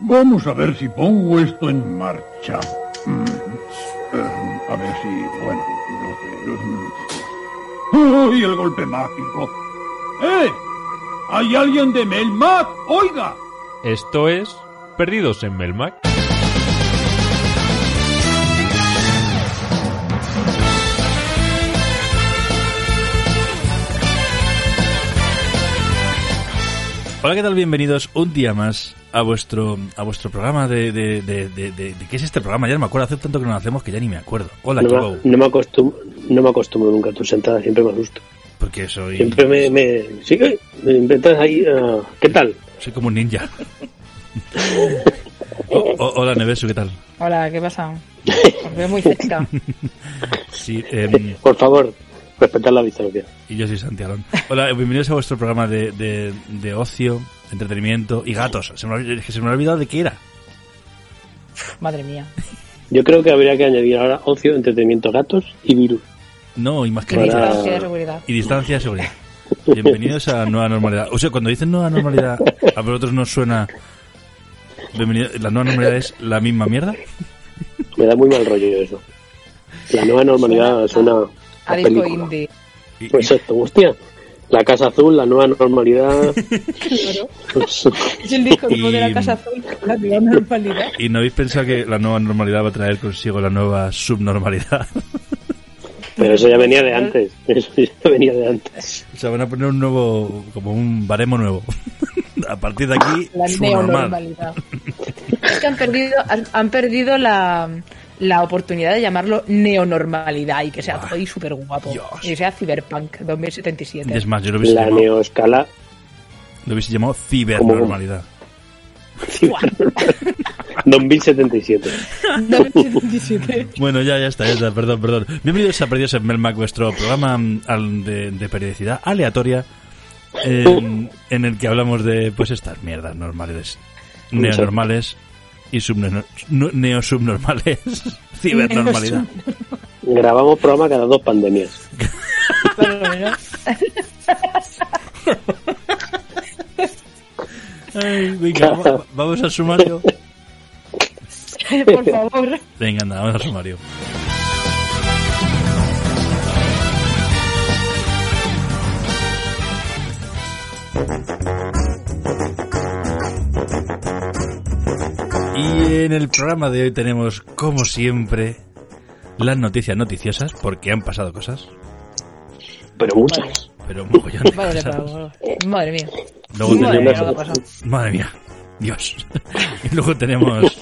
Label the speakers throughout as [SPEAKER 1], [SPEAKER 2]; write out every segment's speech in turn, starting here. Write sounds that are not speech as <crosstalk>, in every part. [SPEAKER 1] Vamos a ver si pongo esto en marcha. Mm, eh, A ver si, bueno, no sé. ¡Uy, el golpe mágico! ¡Eh! ¿Hay alguien de Melmac? ¡Oiga!
[SPEAKER 2] Esto es Perdidos en Melmac.
[SPEAKER 3] Hola, ¿qué tal? Bienvenidos un día más a vuestro a vuestro programa de, de, de, de- de- de- ¿Qué es este programa? Ya no me acuerdo, hace tanto que no lo hacemos que ya ni me acuerdo. Hola,
[SPEAKER 4] No,
[SPEAKER 3] Kiko,
[SPEAKER 4] me- no me acostumbro, no me acostumbro nunca a tu sentada, siempre me asusto.
[SPEAKER 3] porque soy,
[SPEAKER 4] Siempre me, me, sí, eh, me inventas ahí. ah, ¿Qué tal?
[SPEAKER 3] soy como un ninja. O- o- hola, Nevesu, ¿qué tal?
[SPEAKER 5] Hola, ¿qué pasa? Os veo muy cerca.
[SPEAKER 3] Sí, em,
[SPEAKER 4] Por favor, respetad la distancia.
[SPEAKER 3] y yo soy Santiago. Hola, eh, bienvenidos a vuestro programa de, de, de ocio, entretenimiento y gatos. Se me, ha- es que se me ha olvidado de qué era.
[SPEAKER 5] Madre mía.
[SPEAKER 4] Yo creo que habría que añadir ahora ocio, entretenimiento, gatos y virus.
[SPEAKER 3] No, y más que
[SPEAKER 5] Qué
[SPEAKER 4] Para-
[SPEAKER 3] nada.
[SPEAKER 5] distancia de seguridad.
[SPEAKER 3] Y distancia de seguridad. Bienvenidos a Nueva Normalidad. O sea, cuando dicen Nueva Normalidad, a vosotros nos suena... Bienvenido- ¿La Nueva Normalidad es la misma mierda?
[SPEAKER 4] Me da muy mal rollo eso. La nueva normalidad
[SPEAKER 5] Suena
[SPEAKER 4] suena
[SPEAKER 5] a-
[SPEAKER 4] a
[SPEAKER 5] A disco
[SPEAKER 4] película.
[SPEAKER 5] indie.
[SPEAKER 3] Y- y-
[SPEAKER 4] Pues esto, hostia. La Casa Azul, la nueva
[SPEAKER 5] <laughs>
[SPEAKER 4] normalidad.
[SPEAKER 5] Es el disco
[SPEAKER 3] Y-
[SPEAKER 5] de la Casa Azul, la nueva normalidad.
[SPEAKER 3] ¿Y no habéis pensado que la nueva normalidad va a traer consigo la nueva subnormalidad? <laughs>
[SPEAKER 4] Pero eso ya venía de antes. Eso ya venía de antes.
[SPEAKER 3] O sea, van a poner un nuevo, como un baremo nuevo. <laughs> A partir de aquí,
[SPEAKER 5] La
[SPEAKER 3] subnormal.
[SPEAKER 5] neonormalidad. Es que han perdido, han, han perdido la, la oportunidad de llamarlo neonormalidad y que sea
[SPEAKER 3] Buah.
[SPEAKER 5] todo y súper guapo.
[SPEAKER 3] Ah, Dios.
[SPEAKER 5] Y que sea Cyberpunk 2077.
[SPEAKER 3] Es más, yo lo hubiese
[SPEAKER 4] La
[SPEAKER 3] llamado,
[SPEAKER 4] neoescala.
[SPEAKER 3] lo hubiese llamado cibernormalidad.
[SPEAKER 4] 2077.
[SPEAKER 5] 2077.
[SPEAKER 3] Bueno, ya, ya está, ya está, perdón, perdón. Bienvenidos a Perdidos en Melmac, vuestro programa mm, al- de, de periodicidad aleatoria eh, en, el que hablamos de, pues, estas mierdas normales, neonormales y subneno- no- neosubnormales, <laughs> cibernormalidad.
[SPEAKER 4] Grabamos programa cada dos pandemias.
[SPEAKER 5] Por lo menos.
[SPEAKER 3] Ay, venga, va- vamos al sumario.
[SPEAKER 5] Por
[SPEAKER 3] <laughs>
[SPEAKER 5] favor.
[SPEAKER 3] Venga, anda, vamos al sumario. Y en el programa de hoy tenemos, como siempre, las noticias noticiosas, porque han pasado cosas,
[SPEAKER 4] Pero muchas.
[SPEAKER 3] pero un mogollón de
[SPEAKER 5] Madre,
[SPEAKER 3] cosas.
[SPEAKER 5] por- madre mía.
[SPEAKER 3] Luego
[SPEAKER 5] Madre mía,
[SPEAKER 3] tenemos-
[SPEAKER 5] lo que ha pasado.
[SPEAKER 3] Madre mía, Dios. <laughs> Y luego tenemos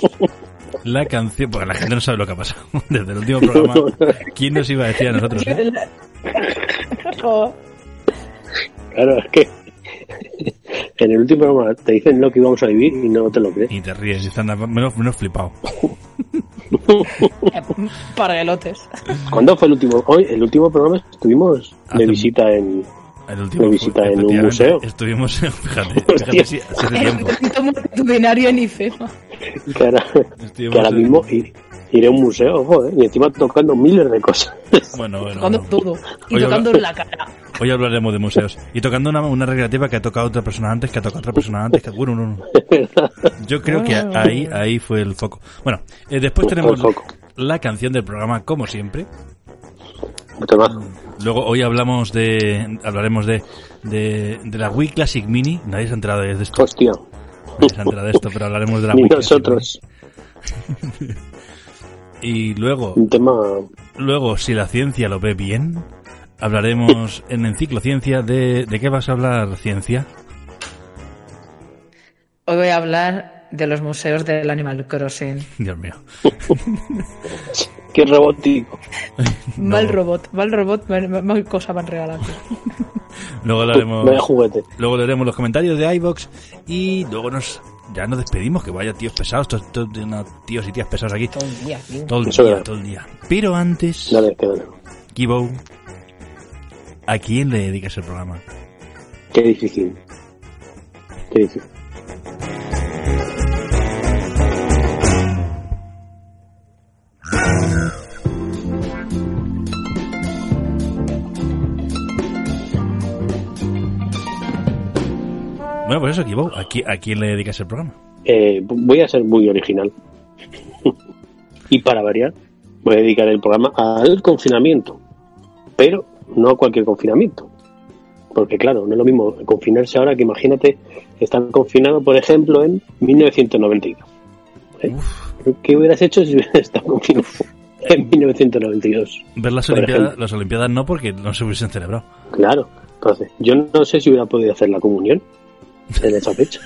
[SPEAKER 3] la canción, porque la gente no sabe lo que ha pasado <laughs> desde el último programa. ¿Quién nos iba a decir a nosotros? eh?
[SPEAKER 5] <laughs> Jo.
[SPEAKER 4] Claro, es que <laughs> en el último programa te dicen lo que íbamos a vivir y no te lo crees.
[SPEAKER 3] Y te ríes, y están menos, menos flipado.
[SPEAKER 5] Eh, Parguelotes.
[SPEAKER 4] ¿Cuándo fue el último? Hoy, el último programa estuvimos
[SPEAKER 3] Hace-
[SPEAKER 4] de visita en.
[SPEAKER 3] El último
[SPEAKER 4] De visita
[SPEAKER 3] fue-
[SPEAKER 4] en un
[SPEAKER 3] efectivamente,
[SPEAKER 4] museo.
[SPEAKER 3] Estuvimos, <laughs> fíjate, fíjate
[SPEAKER 4] Hostia.
[SPEAKER 3] si hace
[SPEAKER 5] El
[SPEAKER 3] tiempo.
[SPEAKER 5] recinto multitudinario en IFEMA.
[SPEAKER 3] <laughs>
[SPEAKER 4] Que ahora, que
[SPEAKER 3] Estuvimos
[SPEAKER 4] ahora
[SPEAKER 3] en-
[SPEAKER 4] mismo i- iré a un museo, ojo, eh, y encima tocando miles de cosas. <laughs>
[SPEAKER 3] Bueno, bueno,
[SPEAKER 5] Tocando
[SPEAKER 3] bueno.
[SPEAKER 5] todo. Y
[SPEAKER 3] Oye,
[SPEAKER 5] tocando
[SPEAKER 3] habla-
[SPEAKER 5] la cara.
[SPEAKER 3] Hoy hablaremos de museos. Y tocando una, una recreativa que ha tocado otra persona antes, que ha tocado otra persona antes, que bueno,
[SPEAKER 4] <laughs>
[SPEAKER 3] no, no. Yo creo que
[SPEAKER 5] Bueno.
[SPEAKER 3] ahí, ahí fue el foco. Bueno, eh, después
[SPEAKER 4] Fue el
[SPEAKER 3] tenemos
[SPEAKER 4] foco.
[SPEAKER 3] la canción del programa, como siempre.
[SPEAKER 4] Temazo.
[SPEAKER 3] Luego hoy hablamos de hablaremos de, de, de la Wii Classic Mini. Nadie se ha enterado de esto.
[SPEAKER 4] Hostia,
[SPEAKER 3] Nadie se ha enterado de esto, pero hablaremos de la
[SPEAKER 4] <laughs> ni
[SPEAKER 3] Wii Classic
[SPEAKER 4] nosotros.
[SPEAKER 3] Mini. Y luego,
[SPEAKER 4] Un tema.
[SPEAKER 3] luego si la ciencia lo ve bien,
[SPEAKER 4] <laughs>
[SPEAKER 3] hablaremos en Enciclociencia de de qué vas a hablar ciencia.
[SPEAKER 5] Hoy voy a hablar de los museos del Animal
[SPEAKER 3] <laughs>
[SPEAKER 5] Crossing.
[SPEAKER 3] Dios mío.
[SPEAKER 4] Qué robótico.
[SPEAKER 3] No.
[SPEAKER 5] Mal robot, mal robot, mal, mal cosa me han regalado.
[SPEAKER 3] Luego hablaremos
[SPEAKER 4] Vaya juguete.
[SPEAKER 3] Luego leeremos los comentarios de iBox y luego nos ya nos despedimos, que vaya tíos pesados, to- to- no, tíos y tías pesados aquí.
[SPEAKER 5] Todo el día, tío.
[SPEAKER 3] Todo el
[SPEAKER 4] Eso
[SPEAKER 3] día,
[SPEAKER 4] era.
[SPEAKER 3] todo el día. Pero antes,
[SPEAKER 4] Dale, que dale.
[SPEAKER 3] Kibo, ¿a quién le dedicas el programa?
[SPEAKER 4] Qué difícil. Qué difícil.
[SPEAKER 3] Bueno, pues eso, Kibo, ¿a, qui- a quién le dedicas el programa?
[SPEAKER 4] Eh, voy a ser muy original. <laughs> y para variar, voy a dedicar el programa al confinamiento. Pero no a cualquier confinamiento. Porque claro, no es lo mismo confinarse ahora que imagínate estar confinado, por ejemplo, en 1992. ¿eh? ¿Qué hubieras hecho si hubieras estado confinado en 1992?
[SPEAKER 3] Ver las
[SPEAKER 4] Por
[SPEAKER 3] Olimpiadas,
[SPEAKER 4] ejemplo.
[SPEAKER 3] las Olimpiadas no, porque no se hubiesen celebrado.
[SPEAKER 4] Claro, entonces, yo no sé si hubiera podido hacer la comunión en esa fecha.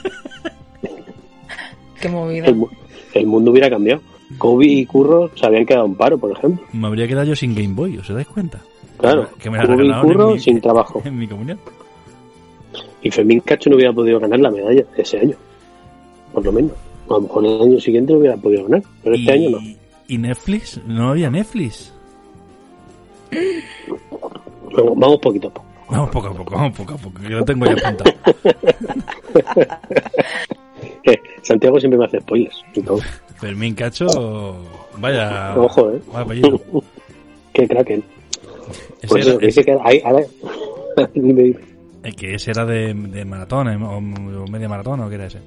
[SPEAKER 5] Qué movida.
[SPEAKER 4] El, mu- el mundo hubiera cambiado. Kobe y Curro se habían quedado en paro, por ejemplo.
[SPEAKER 3] Me habría quedado yo sin Game Boy, ¿os dais cuenta?
[SPEAKER 4] Claro,
[SPEAKER 3] Que me la
[SPEAKER 4] Kobe y
[SPEAKER 3] regalaron en
[SPEAKER 4] Curro
[SPEAKER 3] mi-
[SPEAKER 4] sin trabajo.
[SPEAKER 3] En mi comunión.
[SPEAKER 4] Y Fermín Cacho no hubiera podido ganar la medalla ese año, por lo menos. A lo mejor el año siguiente lo hubiera podido ganar, pero este año no.
[SPEAKER 3] ¿Y Netflix? No había Netflix.
[SPEAKER 4] Vamos, vamos poquito a poco. <laughs>
[SPEAKER 3] Vamos poco a poco, vamos poco a poco, que lo tengo ya apuntado.
[SPEAKER 4] Eh, Santiago siempre me hace spoilers. y todo.
[SPEAKER 3] <laughs> Fermín Cacho, vaya.
[SPEAKER 4] Ojo, eh.
[SPEAKER 3] Vaya
[SPEAKER 4] <laughs>
[SPEAKER 3] apellido.
[SPEAKER 4] Qué crack él.
[SPEAKER 3] Ese
[SPEAKER 4] Por
[SPEAKER 3] era-
[SPEAKER 4] eso, que dice que ahí- ahora... <laughs> dime, dime.
[SPEAKER 3] Eh, que ese era de, de maratón, eh, o, o media maratón, o qué era ese.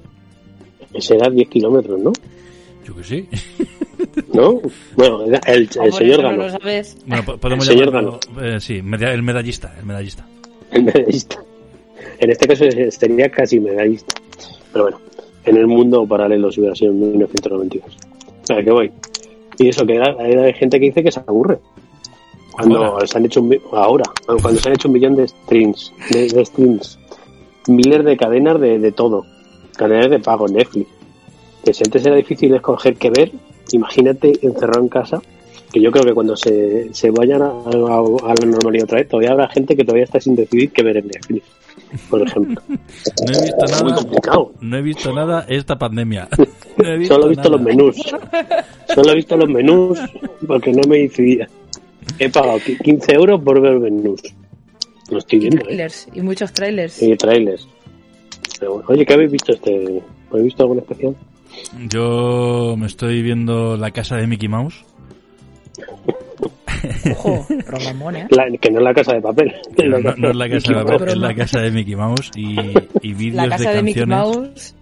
[SPEAKER 4] Ese era 10 kilómetros, ¿no?
[SPEAKER 3] Yo que sí.
[SPEAKER 4] ¿No? Bueno, era el, el
[SPEAKER 5] Ah, Por eso
[SPEAKER 4] señor
[SPEAKER 5] no
[SPEAKER 4] ganó.
[SPEAKER 5] lo sabes.
[SPEAKER 3] Bueno, po- podemos
[SPEAKER 4] El señor
[SPEAKER 3] llamarlo. eh, sí, media- el medallista, el medallista.
[SPEAKER 4] el medallista. En este caso sería casi medallista. Pero bueno, en el mundo paralelo si hubiera sido en 1992. A ver, que voy. Y eso, que era- era de gente que dice que se aburre. Cuando
[SPEAKER 3] Ahora.
[SPEAKER 4] se han hecho un, mi- ahora, cuando se han hecho un millón de streams, de, de streams, miles de cadenas de, de todo, cadenas de pago, Netflix. Que si antes era difícil escoger qué ver, imagínate encerrado en casa, que yo creo que cuando se, se vayan a, a- a la normalidad otra vez, todavía habrá gente que todavía está sin decidir qué ver en Netflix, por ejemplo.
[SPEAKER 3] <laughs> No he visto
[SPEAKER 4] Es muy
[SPEAKER 3] nada.
[SPEAKER 4] complicado.
[SPEAKER 3] No he visto nada esta pandemia. <laughs> No he
[SPEAKER 4] Solo he visto
[SPEAKER 3] nada.
[SPEAKER 4] los menús. Solo he visto los menús porque no me decidía. He pagado qui- 15 euros por ver menús. Lo estoy
[SPEAKER 5] Y
[SPEAKER 4] viendo, ¿eh?
[SPEAKER 5] trailers. Y muchos trailers.
[SPEAKER 4] Sí, trailers. Pero bueno, Oye, ¿qué habéis visto este? ¿Habéis visto algún especial?
[SPEAKER 3] Yo me estoy viendo la casa de Mickey Mouse.
[SPEAKER 4] <laughs>
[SPEAKER 5] Ojo, programón, ¿eh?
[SPEAKER 4] La- que no es <laughs> la casa de papel.
[SPEAKER 3] que No, no es la casa
[SPEAKER 4] <laughs>
[SPEAKER 3] de
[SPEAKER 5] Mouse.
[SPEAKER 3] papel, es la casa de Mickey Mouse y, y
[SPEAKER 5] La
[SPEAKER 3] vídeos de
[SPEAKER 5] casa de, Mickey
[SPEAKER 3] canciones.
[SPEAKER 5] Mouse.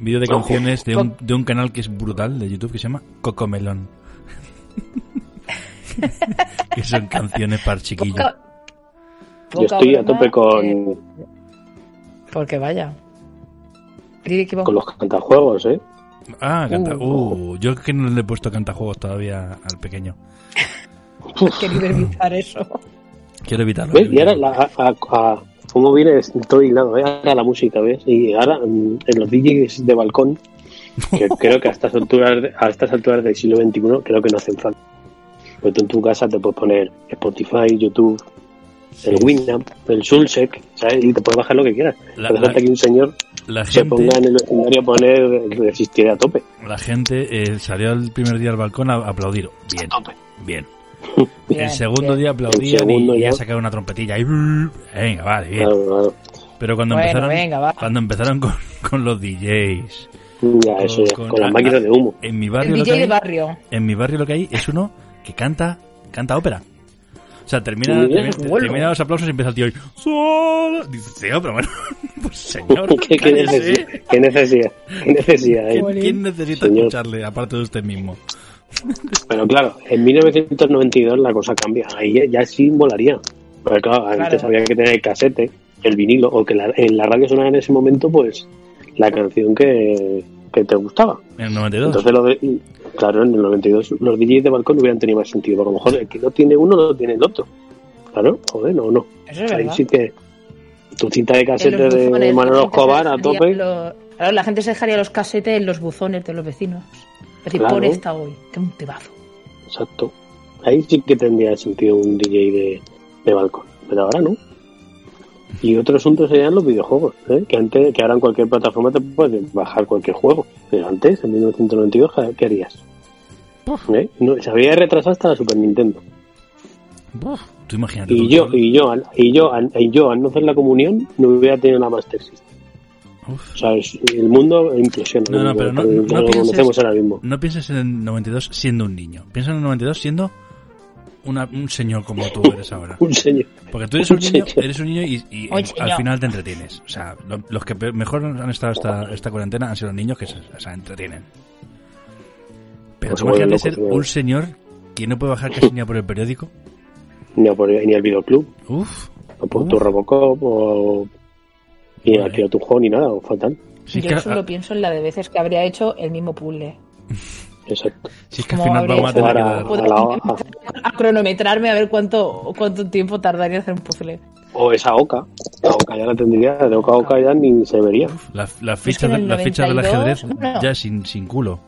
[SPEAKER 3] Vídeo de
[SPEAKER 4] Ojo.
[SPEAKER 3] canciones de un, de un canal que es brutal de YouTube que se llama Cocomelón.
[SPEAKER 5] <laughs>
[SPEAKER 3] que son canciones para chiquillos.
[SPEAKER 5] Poca-
[SPEAKER 4] Yo
[SPEAKER 5] poca
[SPEAKER 4] estoy a
[SPEAKER 5] broma,
[SPEAKER 4] tope
[SPEAKER 5] eh,
[SPEAKER 4] con,
[SPEAKER 5] porque vaya. Dile que vos-
[SPEAKER 4] con los cantajuegos, ¿eh?
[SPEAKER 3] Ah, canta.
[SPEAKER 5] Uh.
[SPEAKER 3] Uh, yo que no le he puesto cantajuegos todavía al pequeño.
[SPEAKER 4] <laughs>
[SPEAKER 5] querido evitar eso.
[SPEAKER 3] Quiero evitarlo.
[SPEAKER 4] ¿Ves?
[SPEAKER 3] quiero
[SPEAKER 4] Y ahora,
[SPEAKER 3] evitarlo.
[SPEAKER 4] la, a, a- a- ¿cómo viene todo hilado? ¿eh? Ahora la música, ¿ves? Y ahora mm, en los DJs de balcón,
[SPEAKER 3] <laughs>
[SPEAKER 4] que creo que a estas, alturas, de- a estas alturas del siglo XXI creo que no hacen falta. Porque tú en tu casa te puedes poner Spotify, YouTube, el Winamp, el Sulsec, ¿sabes? Y te puedes bajar lo que quieras.
[SPEAKER 3] La-
[SPEAKER 4] Pero
[SPEAKER 3] la-
[SPEAKER 4] hasta que un señor
[SPEAKER 3] la
[SPEAKER 4] se ponga
[SPEAKER 3] gente,
[SPEAKER 4] en el vecindario a poner eh, resistir a tope.
[SPEAKER 3] la gente eh, salió el primer día al balcón a a aplaudir. Bien, bien.
[SPEAKER 5] Bien,
[SPEAKER 3] el segundo
[SPEAKER 5] bien.
[SPEAKER 3] día aplaudían
[SPEAKER 4] segundo
[SPEAKER 3] y, y
[SPEAKER 4] ya.
[SPEAKER 3] a sacar una trompetilla. Y, brrr, venga, vale, bien.
[SPEAKER 4] Claro, claro.
[SPEAKER 3] Pero cuando
[SPEAKER 5] Bueno,
[SPEAKER 3] empezaron,
[SPEAKER 5] venga, va.
[SPEAKER 3] cuando empezaron con, con los DJs,
[SPEAKER 4] Ya,
[SPEAKER 3] Con-
[SPEAKER 4] eso ya,
[SPEAKER 3] con-
[SPEAKER 4] con, las máquinas de humo.
[SPEAKER 3] en mi
[SPEAKER 5] El
[SPEAKER 3] barrio lo que
[SPEAKER 5] DJ de
[SPEAKER 3] hay,
[SPEAKER 5] barrio.
[SPEAKER 3] en mi barrio lo que hay es uno que canta, canta ópera. O sea, termina,
[SPEAKER 4] Sí,
[SPEAKER 3] termina,
[SPEAKER 4] es bueno.
[SPEAKER 3] termina los aplausos y empieza el tío. ahí, "Sol". Dice, sí, pero bueno, <laughs> pues señor,
[SPEAKER 4] <laughs> ¿Qué, qué
[SPEAKER 3] cállese.
[SPEAKER 4] necesidad? ¿Qué necesidad? ¿Qué necesidad? eh?
[SPEAKER 3] ¿Quién necesita
[SPEAKER 4] Señor.
[SPEAKER 3] escucharle aparte de usted mismo?
[SPEAKER 4] Pero claro, en 1992 la cosa cambia. Ahí ya, ya sí volaría. Porque claro, antes
[SPEAKER 5] Claro.
[SPEAKER 4] había que tener el casete, el vinilo, o que la- en la radio sonara en ese momento, pues, la canción que, que te gustaba.
[SPEAKER 3] En el 92.
[SPEAKER 4] Entonces, lo de- y, claro, en el 92 los DJs de balcón hubieran tenido más sentido. Porque a lo mejor el que no tiene uno no tiene el otro. Claro, joder, no, no.
[SPEAKER 5] Eso es
[SPEAKER 4] Ahí
[SPEAKER 5] verdad.
[SPEAKER 4] sí que tu cinta de
[SPEAKER 5] En los
[SPEAKER 4] casete de
[SPEAKER 5] buzones, la
[SPEAKER 4] Manolo
[SPEAKER 5] gente se
[SPEAKER 4] Escobar a
[SPEAKER 5] dejaría
[SPEAKER 4] tope.
[SPEAKER 5] lo- claro, la gente se dejaría los casetes en los buzones de los vecinos. Es decir,
[SPEAKER 4] Claro.
[SPEAKER 5] pon esta hoy, que un pedazo.
[SPEAKER 4] Exacto. Ahí sí que tendría sentido un DJ de, de balcón, pero ahora no. Y otro asunto serían los videojuegos, ¿eh? que antes, que ahora en cualquier plataforma te puedes bajar cualquier juego, pero antes, en 1992, ¿qué- ¿qué harías? ¿Eh? No, se había retrasado hasta la Super Nintendo.
[SPEAKER 3] Buf, tú imagínate.
[SPEAKER 4] Y
[SPEAKER 3] tú,
[SPEAKER 4] yo,
[SPEAKER 3] Sol.
[SPEAKER 4] y yo, al- y yo, al- y yo, al no hacer la comunión, no hubiera tenido la Master System.
[SPEAKER 3] Uf.
[SPEAKER 4] O sea, es- el mundo impresiona.
[SPEAKER 3] No, no,
[SPEAKER 4] como-
[SPEAKER 3] pero no-
[SPEAKER 4] como
[SPEAKER 3] no
[SPEAKER 4] lo
[SPEAKER 3] pienses- <laughs>
[SPEAKER 4] conocemos ahora mismo.
[SPEAKER 3] No pienses en el 92 siendo un niño. Piensa en el 92 siendo una- un señor como tú eres ahora.
[SPEAKER 4] Un señor.
[SPEAKER 3] Porque tú eres un
[SPEAKER 4] Un <laughs>
[SPEAKER 3] niño,
[SPEAKER 4] señor.
[SPEAKER 3] eres un niño y, y en-
[SPEAKER 5] Un
[SPEAKER 3] al
[SPEAKER 5] señor.
[SPEAKER 3] final te entretienes. O sea, lo- los que pe- mejor han estado esta, esta cuarentena han sido los niños que se, se entretienen. Pero
[SPEAKER 4] Pues
[SPEAKER 3] tú
[SPEAKER 4] se vuelven
[SPEAKER 3] imagínate
[SPEAKER 4] locos,
[SPEAKER 3] ser
[SPEAKER 4] señor.
[SPEAKER 3] un señor que no puede bajar casi ni a por el periódico.
[SPEAKER 4] Ni, a por- ni al videoclub,
[SPEAKER 3] Uf,
[SPEAKER 4] o por tu Robocop, o ni al Tiro Tujón, ni nada, o fatal.
[SPEAKER 3] si es que,
[SPEAKER 5] Yo solo
[SPEAKER 3] a-
[SPEAKER 5] pienso en la de veces que habría hecho el mismo puzzle.
[SPEAKER 4] Exacto.
[SPEAKER 3] si es que al
[SPEAKER 5] Como
[SPEAKER 3] final
[SPEAKER 5] habría
[SPEAKER 3] vamos a
[SPEAKER 5] hecho
[SPEAKER 3] tener que
[SPEAKER 4] ahora-
[SPEAKER 3] dar...
[SPEAKER 5] Puedo
[SPEAKER 4] a la hoja.
[SPEAKER 5] a cronometrarme a ver cuánto, cuánto tiempo tardaría en hacer un puzzle.
[SPEAKER 4] O esa Oca. La Oca ya la tendría, de Oca a Oca ya ni se vería.
[SPEAKER 3] La, la ficha,
[SPEAKER 5] en
[SPEAKER 3] de-
[SPEAKER 5] el
[SPEAKER 3] la ficha del ajedrez
[SPEAKER 5] 92, no.
[SPEAKER 3] ya sin, sin culo.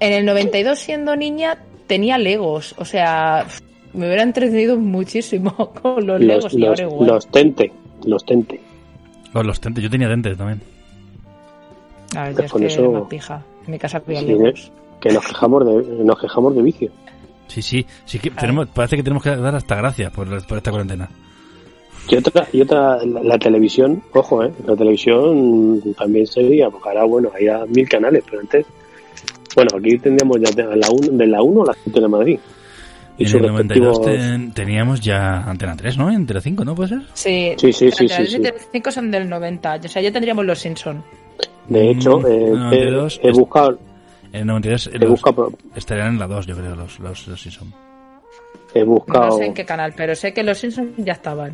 [SPEAKER 5] En el 92, siendo niña, tenía Legos. O sea, me hubiera entretenido muchísimo <laughs> con
[SPEAKER 4] Los,
[SPEAKER 5] los, Legos y
[SPEAKER 4] los,
[SPEAKER 5] ahora igual.
[SPEAKER 4] los Tente, los Tente.
[SPEAKER 3] O los tentes, yo tenía dentes también.
[SPEAKER 5] A ver, yo es
[SPEAKER 4] Con
[SPEAKER 5] que
[SPEAKER 4] eso-
[SPEAKER 5] era más pija. En mi casa había
[SPEAKER 4] Sí, ¿eh?
[SPEAKER 5] Legos.
[SPEAKER 4] Que nos quejamos de, nos quejamos de vicio.
[SPEAKER 3] Sí, sí, sí que tenemos, parece que tenemos que dar hasta gracias por, por esta cuarentena.
[SPEAKER 4] Y otra, y otra la, la televisión, ojo, ¿eh? la televisión también sería, porque ahora, bueno, hay a mil canales, pero antes, bueno, aquí tendríamos ya de la 1 de la 1 a la 7 de Madrid. Y
[SPEAKER 3] en
[SPEAKER 4] sus
[SPEAKER 3] el 92
[SPEAKER 4] respectivos-
[SPEAKER 3] ten- teníamos ya Antena 3, ¿no? Antena 5, ¿no puede ser?
[SPEAKER 5] Sí,
[SPEAKER 4] Sí, sí, sí,
[SPEAKER 5] espérate,
[SPEAKER 4] sí,
[SPEAKER 5] el 75 son del 90. O sea, ya tendríamos los Simpson.
[SPEAKER 4] De hecho,
[SPEAKER 3] Mm,
[SPEAKER 4] eh,
[SPEAKER 3] no, de dos,
[SPEAKER 4] he, he
[SPEAKER 3] es-
[SPEAKER 4] buscado,
[SPEAKER 3] En el 92
[SPEAKER 4] he
[SPEAKER 3] los-
[SPEAKER 4] buscado,
[SPEAKER 3] estarían en la 2, yo creo, los, los, los Simpson.
[SPEAKER 4] <laughs> he
[SPEAKER 5] No
[SPEAKER 4] buscado,
[SPEAKER 5] sé en qué canal, pero sé que los Simpson ya estaban.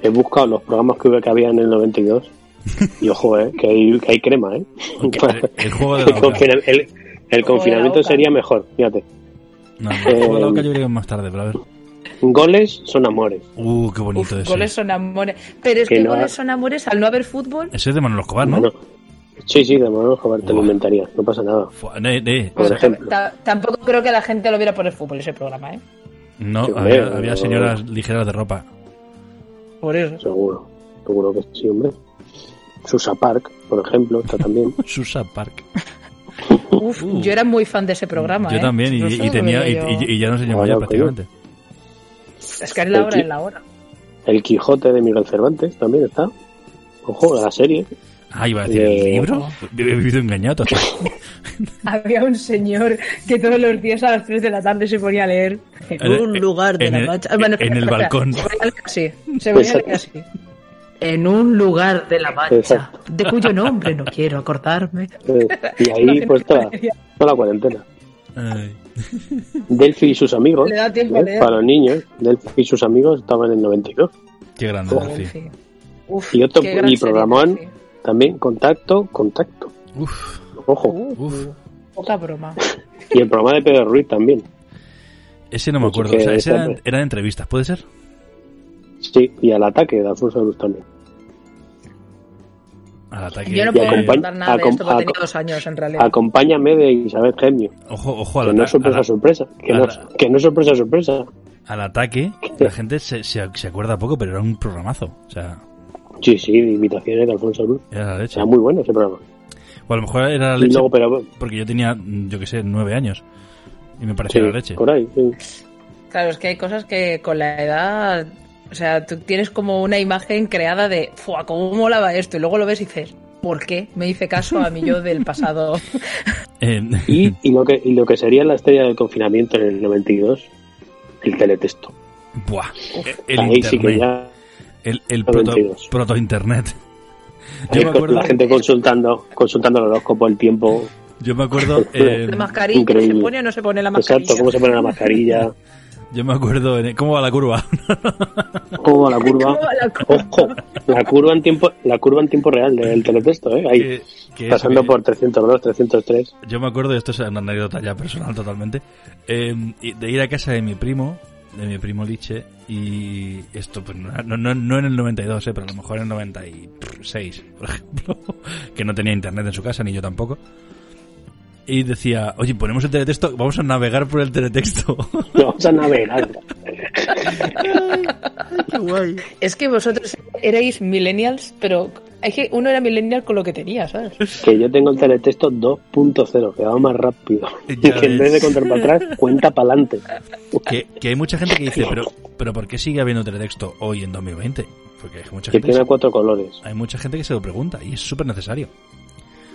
[SPEAKER 4] he buscado los programas que, hubo- que había en
[SPEAKER 3] <laughs>
[SPEAKER 4] el 92. Y ojo, ¿eh? que, hay, que hay crema, ¿eh? <laughs>
[SPEAKER 3] Ok, el, el juego de
[SPEAKER 4] el, <laughs>
[SPEAKER 3] la Oca.
[SPEAKER 4] confina- el- el confinamiento
[SPEAKER 5] boca.
[SPEAKER 4] sería mejor, fíjate.
[SPEAKER 3] No, el juego de la Oca yo creo que es más tarde, pero a ver.
[SPEAKER 4] Goles son amores.
[SPEAKER 3] Uh, qué
[SPEAKER 5] Uf,
[SPEAKER 3] bonito eso.
[SPEAKER 5] goles son amores. Pero es
[SPEAKER 4] Que
[SPEAKER 5] que,
[SPEAKER 4] no ha-
[SPEAKER 5] goles son amores al no haber fútbol.
[SPEAKER 3] Ese es de Manolo Escobar, Ah, ¿no?
[SPEAKER 4] Bueno, sí, sí, de Manolo Escobar te lo
[SPEAKER 3] Buah.
[SPEAKER 4] inventaría, no pasa nada.
[SPEAKER 3] Fua- ne- ne-
[SPEAKER 4] Por
[SPEAKER 5] Pues,
[SPEAKER 4] ejemplo.
[SPEAKER 5] ta- tampoco creo que la gente lo viera por el fútbol ese programa, ¿eh?
[SPEAKER 3] no,
[SPEAKER 4] Yo
[SPEAKER 3] había,
[SPEAKER 4] veo.
[SPEAKER 3] había señoras ligeras de ropa. <laughs>
[SPEAKER 5] Por eso.
[SPEAKER 4] Seguro, seguro que sí, hombre. Susa Park, por ejemplo,
[SPEAKER 3] <laughs>
[SPEAKER 4] está también.
[SPEAKER 3] Susa Park.
[SPEAKER 5] Uf,
[SPEAKER 3] Uh.
[SPEAKER 5] yo era muy fan de ese programa.
[SPEAKER 3] yo
[SPEAKER 5] ¿eh?
[SPEAKER 3] también, y,
[SPEAKER 5] No sé
[SPEAKER 3] y
[SPEAKER 5] lo que
[SPEAKER 3] tenía, y,
[SPEAKER 5] veía yo.
[SPEAKER 3] y- y ya no se llamaba
[SPEAKER 4] Bueno,
[SPEAKER 3] yo prácticamente.
[SPEAKER 5] Es que es la hora, es la hora. <laughs>
[SPEAKER 4] El Quijote de Miguel Cervantes también está. Ojo, la
[SPEAKER 5] <laughs>
[SPEAKER 4] serie.
[SPEAKER 3] Ah, iba a decir,
[SPEAKER 4] Eh,
[SPEAKER 3] ¿el libro? Yo he vivido engañado. toda-
[SPEAKER 5] Había un señor que todos los días a las 3 de la tarde se ponía a leer en
[SPEAKER 3] En-
[SPEAKER 5] un lugar de
[SPEAKER 3] en
[SPEAKER 5] la
[SPEAKER 3] el-
[SPEAKER 5] Mancha.
[SPEAKER 3] en
[SPEAKER 5] espera,
[SPEAKER 3] el
[SPEAKER 5] espera,
[SPEAKER 3] balcón.
[SPEAKER 5] Se ponía a leer así. Se ponía a leer así. En un lugar de la Mancha,
[SPEAKER 4] Exacto.
[SPEAKER 5] de cuyo nombre no quiero acordarme.
[SPEAKER 4] eh, y ahí
[SPEAKER 5] No,
[SPEAKER 4] pues
[SPEAKER 5] no,
[SPEAKER 4] toda, toda la cuarentena.
[SPEAKER 3] Ay.
[SPEAKER 4] Delphi y sus amigos. ¿eh?
[SPEAKER 5] Le da tiempo a leer.
[SPEAKER 4] Para los niños, Delphi y sus amigos estaban en el 92.
[SPEAKER 3] Qué grande,
[SPEAKER 4] Ojo.
[SPEAKER 3] Delphi.
[SPEAKER 5] Sí. Uf,
[SPEAKER 4] Y otro-
[SPEAKER 5] qué gran
[SPEAKER 4] y
[SPEAKER 5] serie,
[SPEAKER 4] programón.
[SPEAKER 5] sí.
[SPEAKER 4] También Contacto, Contacto.
[SPEAKER 3] Uf,
[SPEAKER 4] Ojo.
[SPEAKER 5] Uh,
[SPEAKER 3] uf.
[SPEAKER 5] poca broma.
[SPEAKER 4] Y el programa de Pedro Ruiz también.
[SPEAKER 3] Ese no me
[SPEAKER 4] Pues
[SPEAKER 3] acuerdo. O sea,
[SPEAKER 4] que
[SPEAKER 3] ese era,
[SPEAKER 4] también.
[SPEAKER 3] era de entrevistas, ¿puede ser?
[SPEAKER 4] Sí, y al ataque de Alfonso Luz también.
[SPEAKER 3] Al ataque.
[SPEAKER 5] Yo no
[SPEAKER 4] Y
[SPEAKER 5] puedo
[SPEAKER 4] acompañ-
[SPEAKER 5] recordar nada de
[SPEAKER 4] acom-
[SPEAKER 5] esto porque
[SPEAKER 4] acom-
[SPEAKER 5] tenía dos años en realidad.
[SPEAKER 4] Acompáñame de Isabel Gemio.
[SPEAKER 3] Ojo, ojo, al,
[SPEAKER 4] Que no
[SPEAKER 3] ata-
[SPEAKER 4] es sorpresa,
[SPEAKER 3] al-
[SPEAKER 4] sorpresa. Que no,
[SPEAKER 3] Ala.
[SPEAKER 4] que no es sorpresa, sorpresa.
[SPEAKER 3] al
[SPEAKER 4] <laughs>
[SPEAKER 3] ataque. La gente se, se, se acuerda poco, pero era un programazo. O sea,
[SPEAKER 4] Sí, sí, de imitaciones de Alfonso Luz.
[SPEAKER 3] era la leche.
[SPEAKER 4] Era muy bueno ese programa.
[SPEAKER 3] O a lo mejor era la
[SPEAKER 4] Y
[SPEAKER 3] leche
[SPEAKER 4] luego, pero
[SPEAKER 3] porque yo tenía, mm, yo qué sé, nueve años. Y me parecía
[SPEAKER 4] Sí,
[SPEAKER 3] la leche.
[SPEAKER 4] Por ahí, sí.
[SPEAKER 5] Claro, es que hay cosas que con la edad. O sea, tú tienes como una imagen creada de, ¡fua! ¿Cómo molaba esto? Y luego lo ves y dices, ¿por qué? Me hice caso a mi yo del pasado. <laughs>
[SPEAKER 3] Eh, <laughs>
[SPEAKER 4] Y, y lo que, y lo que sería la estrella del confinamiento en el 92, el teletexto.
[SPEAKER 3] buah. El
[SPEAKER 4] ahí sí que
[SPEAKER 3] internet.
[SPEAKER 4] ya
[SPEAKER 3] El, el proto,
[SPEAKER 4] 92.
[SPEAKER 3] proto-internet. <laughs> Yo
[SPEAKER 4] ahí
[SPEAKER 3] me
[SPEAKER 4] con
[SPEAKER 3] acuerdo,
[SPEAKER 4] la gente consultando, consultando el horóscopo, el tiempo,
[SPEAKER 3] yo me
[SPEAKER 4] <laughs>
[SPEAKER 3] acuerdo, eh,
[SPEAKER 5] ¿La mascarilla
[SPEAKER 4] increíble.
[SPEAKER 5] se pone o no se pone la mascarilla?
[SPEAKER 4] exacto, cómo se pone la mascarilla,
[SPEAKER 3] yo me acuerdo, en- ¿cómo va la curva?
[SPEAKER 4] cómo va la curva.
[SPEAKER 5] <laughs> ¿Cómo va la curva?
[SPEAKER 4] Ojo, la curva en tiempo, la curva en tiempo real del teletexto, ¿eh?
[SPEAKER 3] <laughs>
[SPEAKER 4] ahí,
[SPEAKER 3] Que- que eso,
[SPEAKER 4] pasando
[SPEAKER 3] que-
[SPEAKER 4] por 302, 303.
[SPEAKER 3] Yo me acuerdo, esto es una anécdota ya personal totalmente, eh, y de ir a casa de mi primo, de mi primo Liche, y esto, pues no, no- no- no en el 92, eh, pero a lo mejor en el 96, por <laughs> ejemplo, que no tenía internet en su casa, ni yo tampoco. Y decía, oye, ponemos el teletexto, vamos a navegar por el teletexto. <laughs>
[SPEAKER 4] No, vamos a navegar.
[SPEAKER 5] Es que vosotros erais millennials, pero es que uno era millennial con lo que tenía, ¿sabes?
[SPEAKER 4] Que yo tengo el teletexto 2.0, que va más rápido.
[SPEAKER 3] Ya
[SPEAKER 4] que en vez de
[SPEAKER 3] ves.
[SPEAKER 4] contar para atrás, cuenta para adelante.
[SPEAKER 3] que, que hay mucha gente que dice, pero, pero ¿por qué sigue habiendo teletexto hoy en 2020? Porque hay mucha
[SPEAKER 4] Que
[SPEAKER 3] gente,
[SPEAKER 4] tiene cuatro colores.
[SPEAKER 3] hay mucha gente que se lo pregunta, y es súper necesario.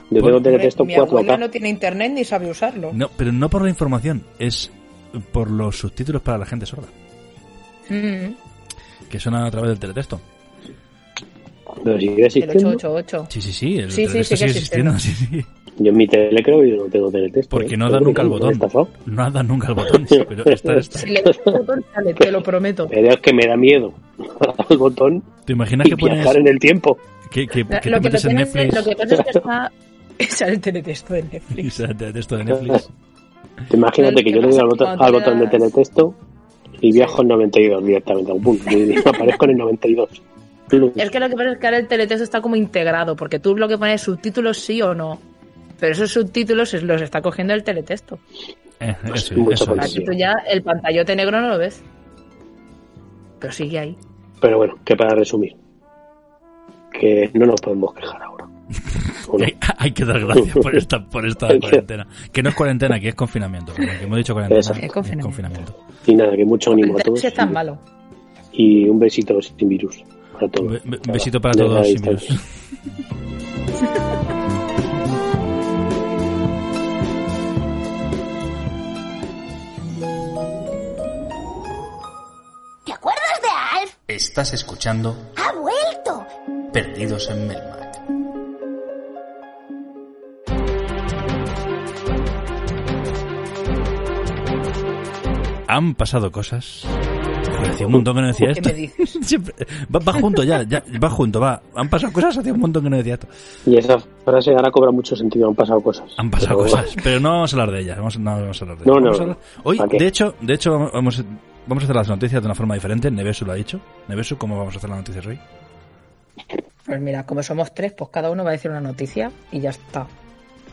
[SPEAKER 4] Yo tengo
[SPEAKER 3] Bueno,
[SPEAKER 4] teletexto
[SPEAKER 5] Mi abuela
[SPEAKER 4] 4K.
[SPEAKER 5] no tiene internet ni sabe usarlo.
[SPEAKER 3] No, pero no por la información, es por los subtítulos para la gente sorda,
[SPEAKER 5] Mm,
[SPEAKER 3] que suenan a través del teletexto.
[SPEAKER 4] Pero sigue
[SPEAKER 5] el
[SPEAKER 4] existiendo.
[SPEAKER 5] 888.
[SPEAKER 3] Sí, sí, sí, el
[SPEAKER 5] Sí, sí,
[SPEAKER 3] teletexto
[SPEAKER 5] sigue
[SPEAKER 3] sigue existiendo. <laughs> sí, sí.
[SPEAKER 4] Yo en mi tele creo que yo no tengo teletexto.
[SPEAKER 3] Porque
[SPEAKER 4] ¿eh?
[SPEAKER 3] no dan nunca el
[SPEAKER 4] Me han
[SPEAKER 3] botón.
[SPEAKER 4] estafado.
[SPEAKER 3] No has dado nunca el botón, sí, pero
[SPEAKER 4] <laughs>
[SPEAKER 3] está, está.
[SPEAKER 5] Si le das un botón, sale, te lo prometo.
[SPEAKER 4] Pero es que me da miedo <laughs> dar al botón
[SPEAKER 3] ¿Te imaginas
[SPEAKER 4] y
[SPEAKER 3] que pones
[SPEAKER 4] viajar en el tiempo.
[SPEAKER 3] que, que, que
[SPEAKER 5] Lo
[SPEAKER 3] te
[SPEAKER 5] que
[SPEAKER 3] metes en
[SPEAKER 5] lo tienes-
[SPEAKER 3] Netflix
[SPEAKER 5] Lo que pasa es que está. <laughs> Sale el teletexto
[SPEAKER 3] <laughs>
[SPEAKER 5] de Netflix.
[SPEAKER 3] y sale el teletexto de
[SPEAKER 5] <laughs>
[SPEAKER 3] Netflix?
[SPEAKER 4] Imagínate
[SPEAKER 5] Claro,
[SPEAKER 4] que
[SPEAKER 5] ¿qué
[SPEAKER 4] yo le doy
[SPEAKER 5] pasa?
[SPEAKER 4] al botón,
[SPEAKER 5] Cuando
[SPEAKER 4] al
[SPEAKER 5] te
[SPEAKER 4] botón de
[SPEAKER 5] das-
[SPEAKER 4] teletexto y viajo en 92 directamente a un punto. Y digo, <laughs> aparezco en el 92. Plus.
[SPEAKER 5] Es que lo que pasa es que ahora el teletexto está como integrado, porque tú lo que pones subtítulos sí o no. Pero esos subtítulos es- los está cogiendo el teletexto.
[SPEAKER 3] Eh, eso,
[SPEAKER 4] Mucho
[SPEAKER 3] eso
[SPEAKER 5] Para
[SPEAKER 4] contenido.
[SPEAKER 3] es.
[SPEAKER 5] que tú ya el pantallote negro no lo ves. Pero sigue ahí.
[SPEAKER 4] Pero bueno, que para resumir, que no nos podemos quejar
[SPEAKER 3] <laughs>
[SPEAKER 4] ahora. ¿O no?
[SPEAKER 3] Hay, hay que dar gracias por esta, por esta
[SPEAKER 4] <laughs> Hay que-
[SPEAKER 3] cuarentena. Que no es cuarentena, que es confinamiento. Como que hemos dicho cuarentena,
[SPEAKER 4] Exacto.
[SPEAKER 5] Es confinamiento.
[SPEAKER 4] Y nada, que mucho
[SPEAKER 5] El
[SPEAKER 4] ánimo a todos.
[SPEAKER 5] teletexto Este es tan malo.
[SPEAKER 4] Y un besito sin virus para todos.
[SPEAKER 3] Be- be- besito para
[SPEAKER 4] Desde
[SPEAKER 3] todos,
[SPEAKER 4] la
[SPEAKER 3] sin
[SPEAKER 4] distancia.
[SPEAKER 3] virus.
[SPEAKER 6] ¿Te acuerdas de Alf?
[SPEAKER 7] Estás escuchando
[SPEAKER 6] ¡Ha vuelto!
[SPEAKER 7] Perdidos en Melmac.
[SPEAKER 3] Han pasado cosas. Pero hacía un montón que no decía
[SPEAKER 5] ¿Qué
[SPEAKER 3] esto.
[SPEAKER 5] me dices?
[SPEAKER 3] <laughs> Siempre- va, va junto ya, ya, va junto, va. Han pasado cosas, hacía un montón que no decía esto.
[SPEAKER 4] Y esa frase ahora cobra mucho sentido, han pasado cosas.
[SPEAKER 3] Han pasado
[SPEAKER 4] Pero-
[SPEAKER 3] cosas, pero no vamos a hablar de ellas. Vamos, no vamos a hablar de
[SPEAKER 4] No,
[SPEAKER 3] ellas.
[SPEAKER 4] no,
[SPEAKER 3] Vamos a
[SPEAKER 4] no.
[SPEAKER 3] hablar- Hoy,
[SPEAKER 4] ¿Para qué?
[SPEAKER 3] de hecho, de hecho, vamos, vamos a hacer las noticias de una forma diferente. Nevesu lo ha dicho. Nevesu, ¿cómo vamos a hacer las noticias hoy?
[SPEAKER 5] Pues mira, como somos tres, pues cada uno va a decir una noticia y ya está.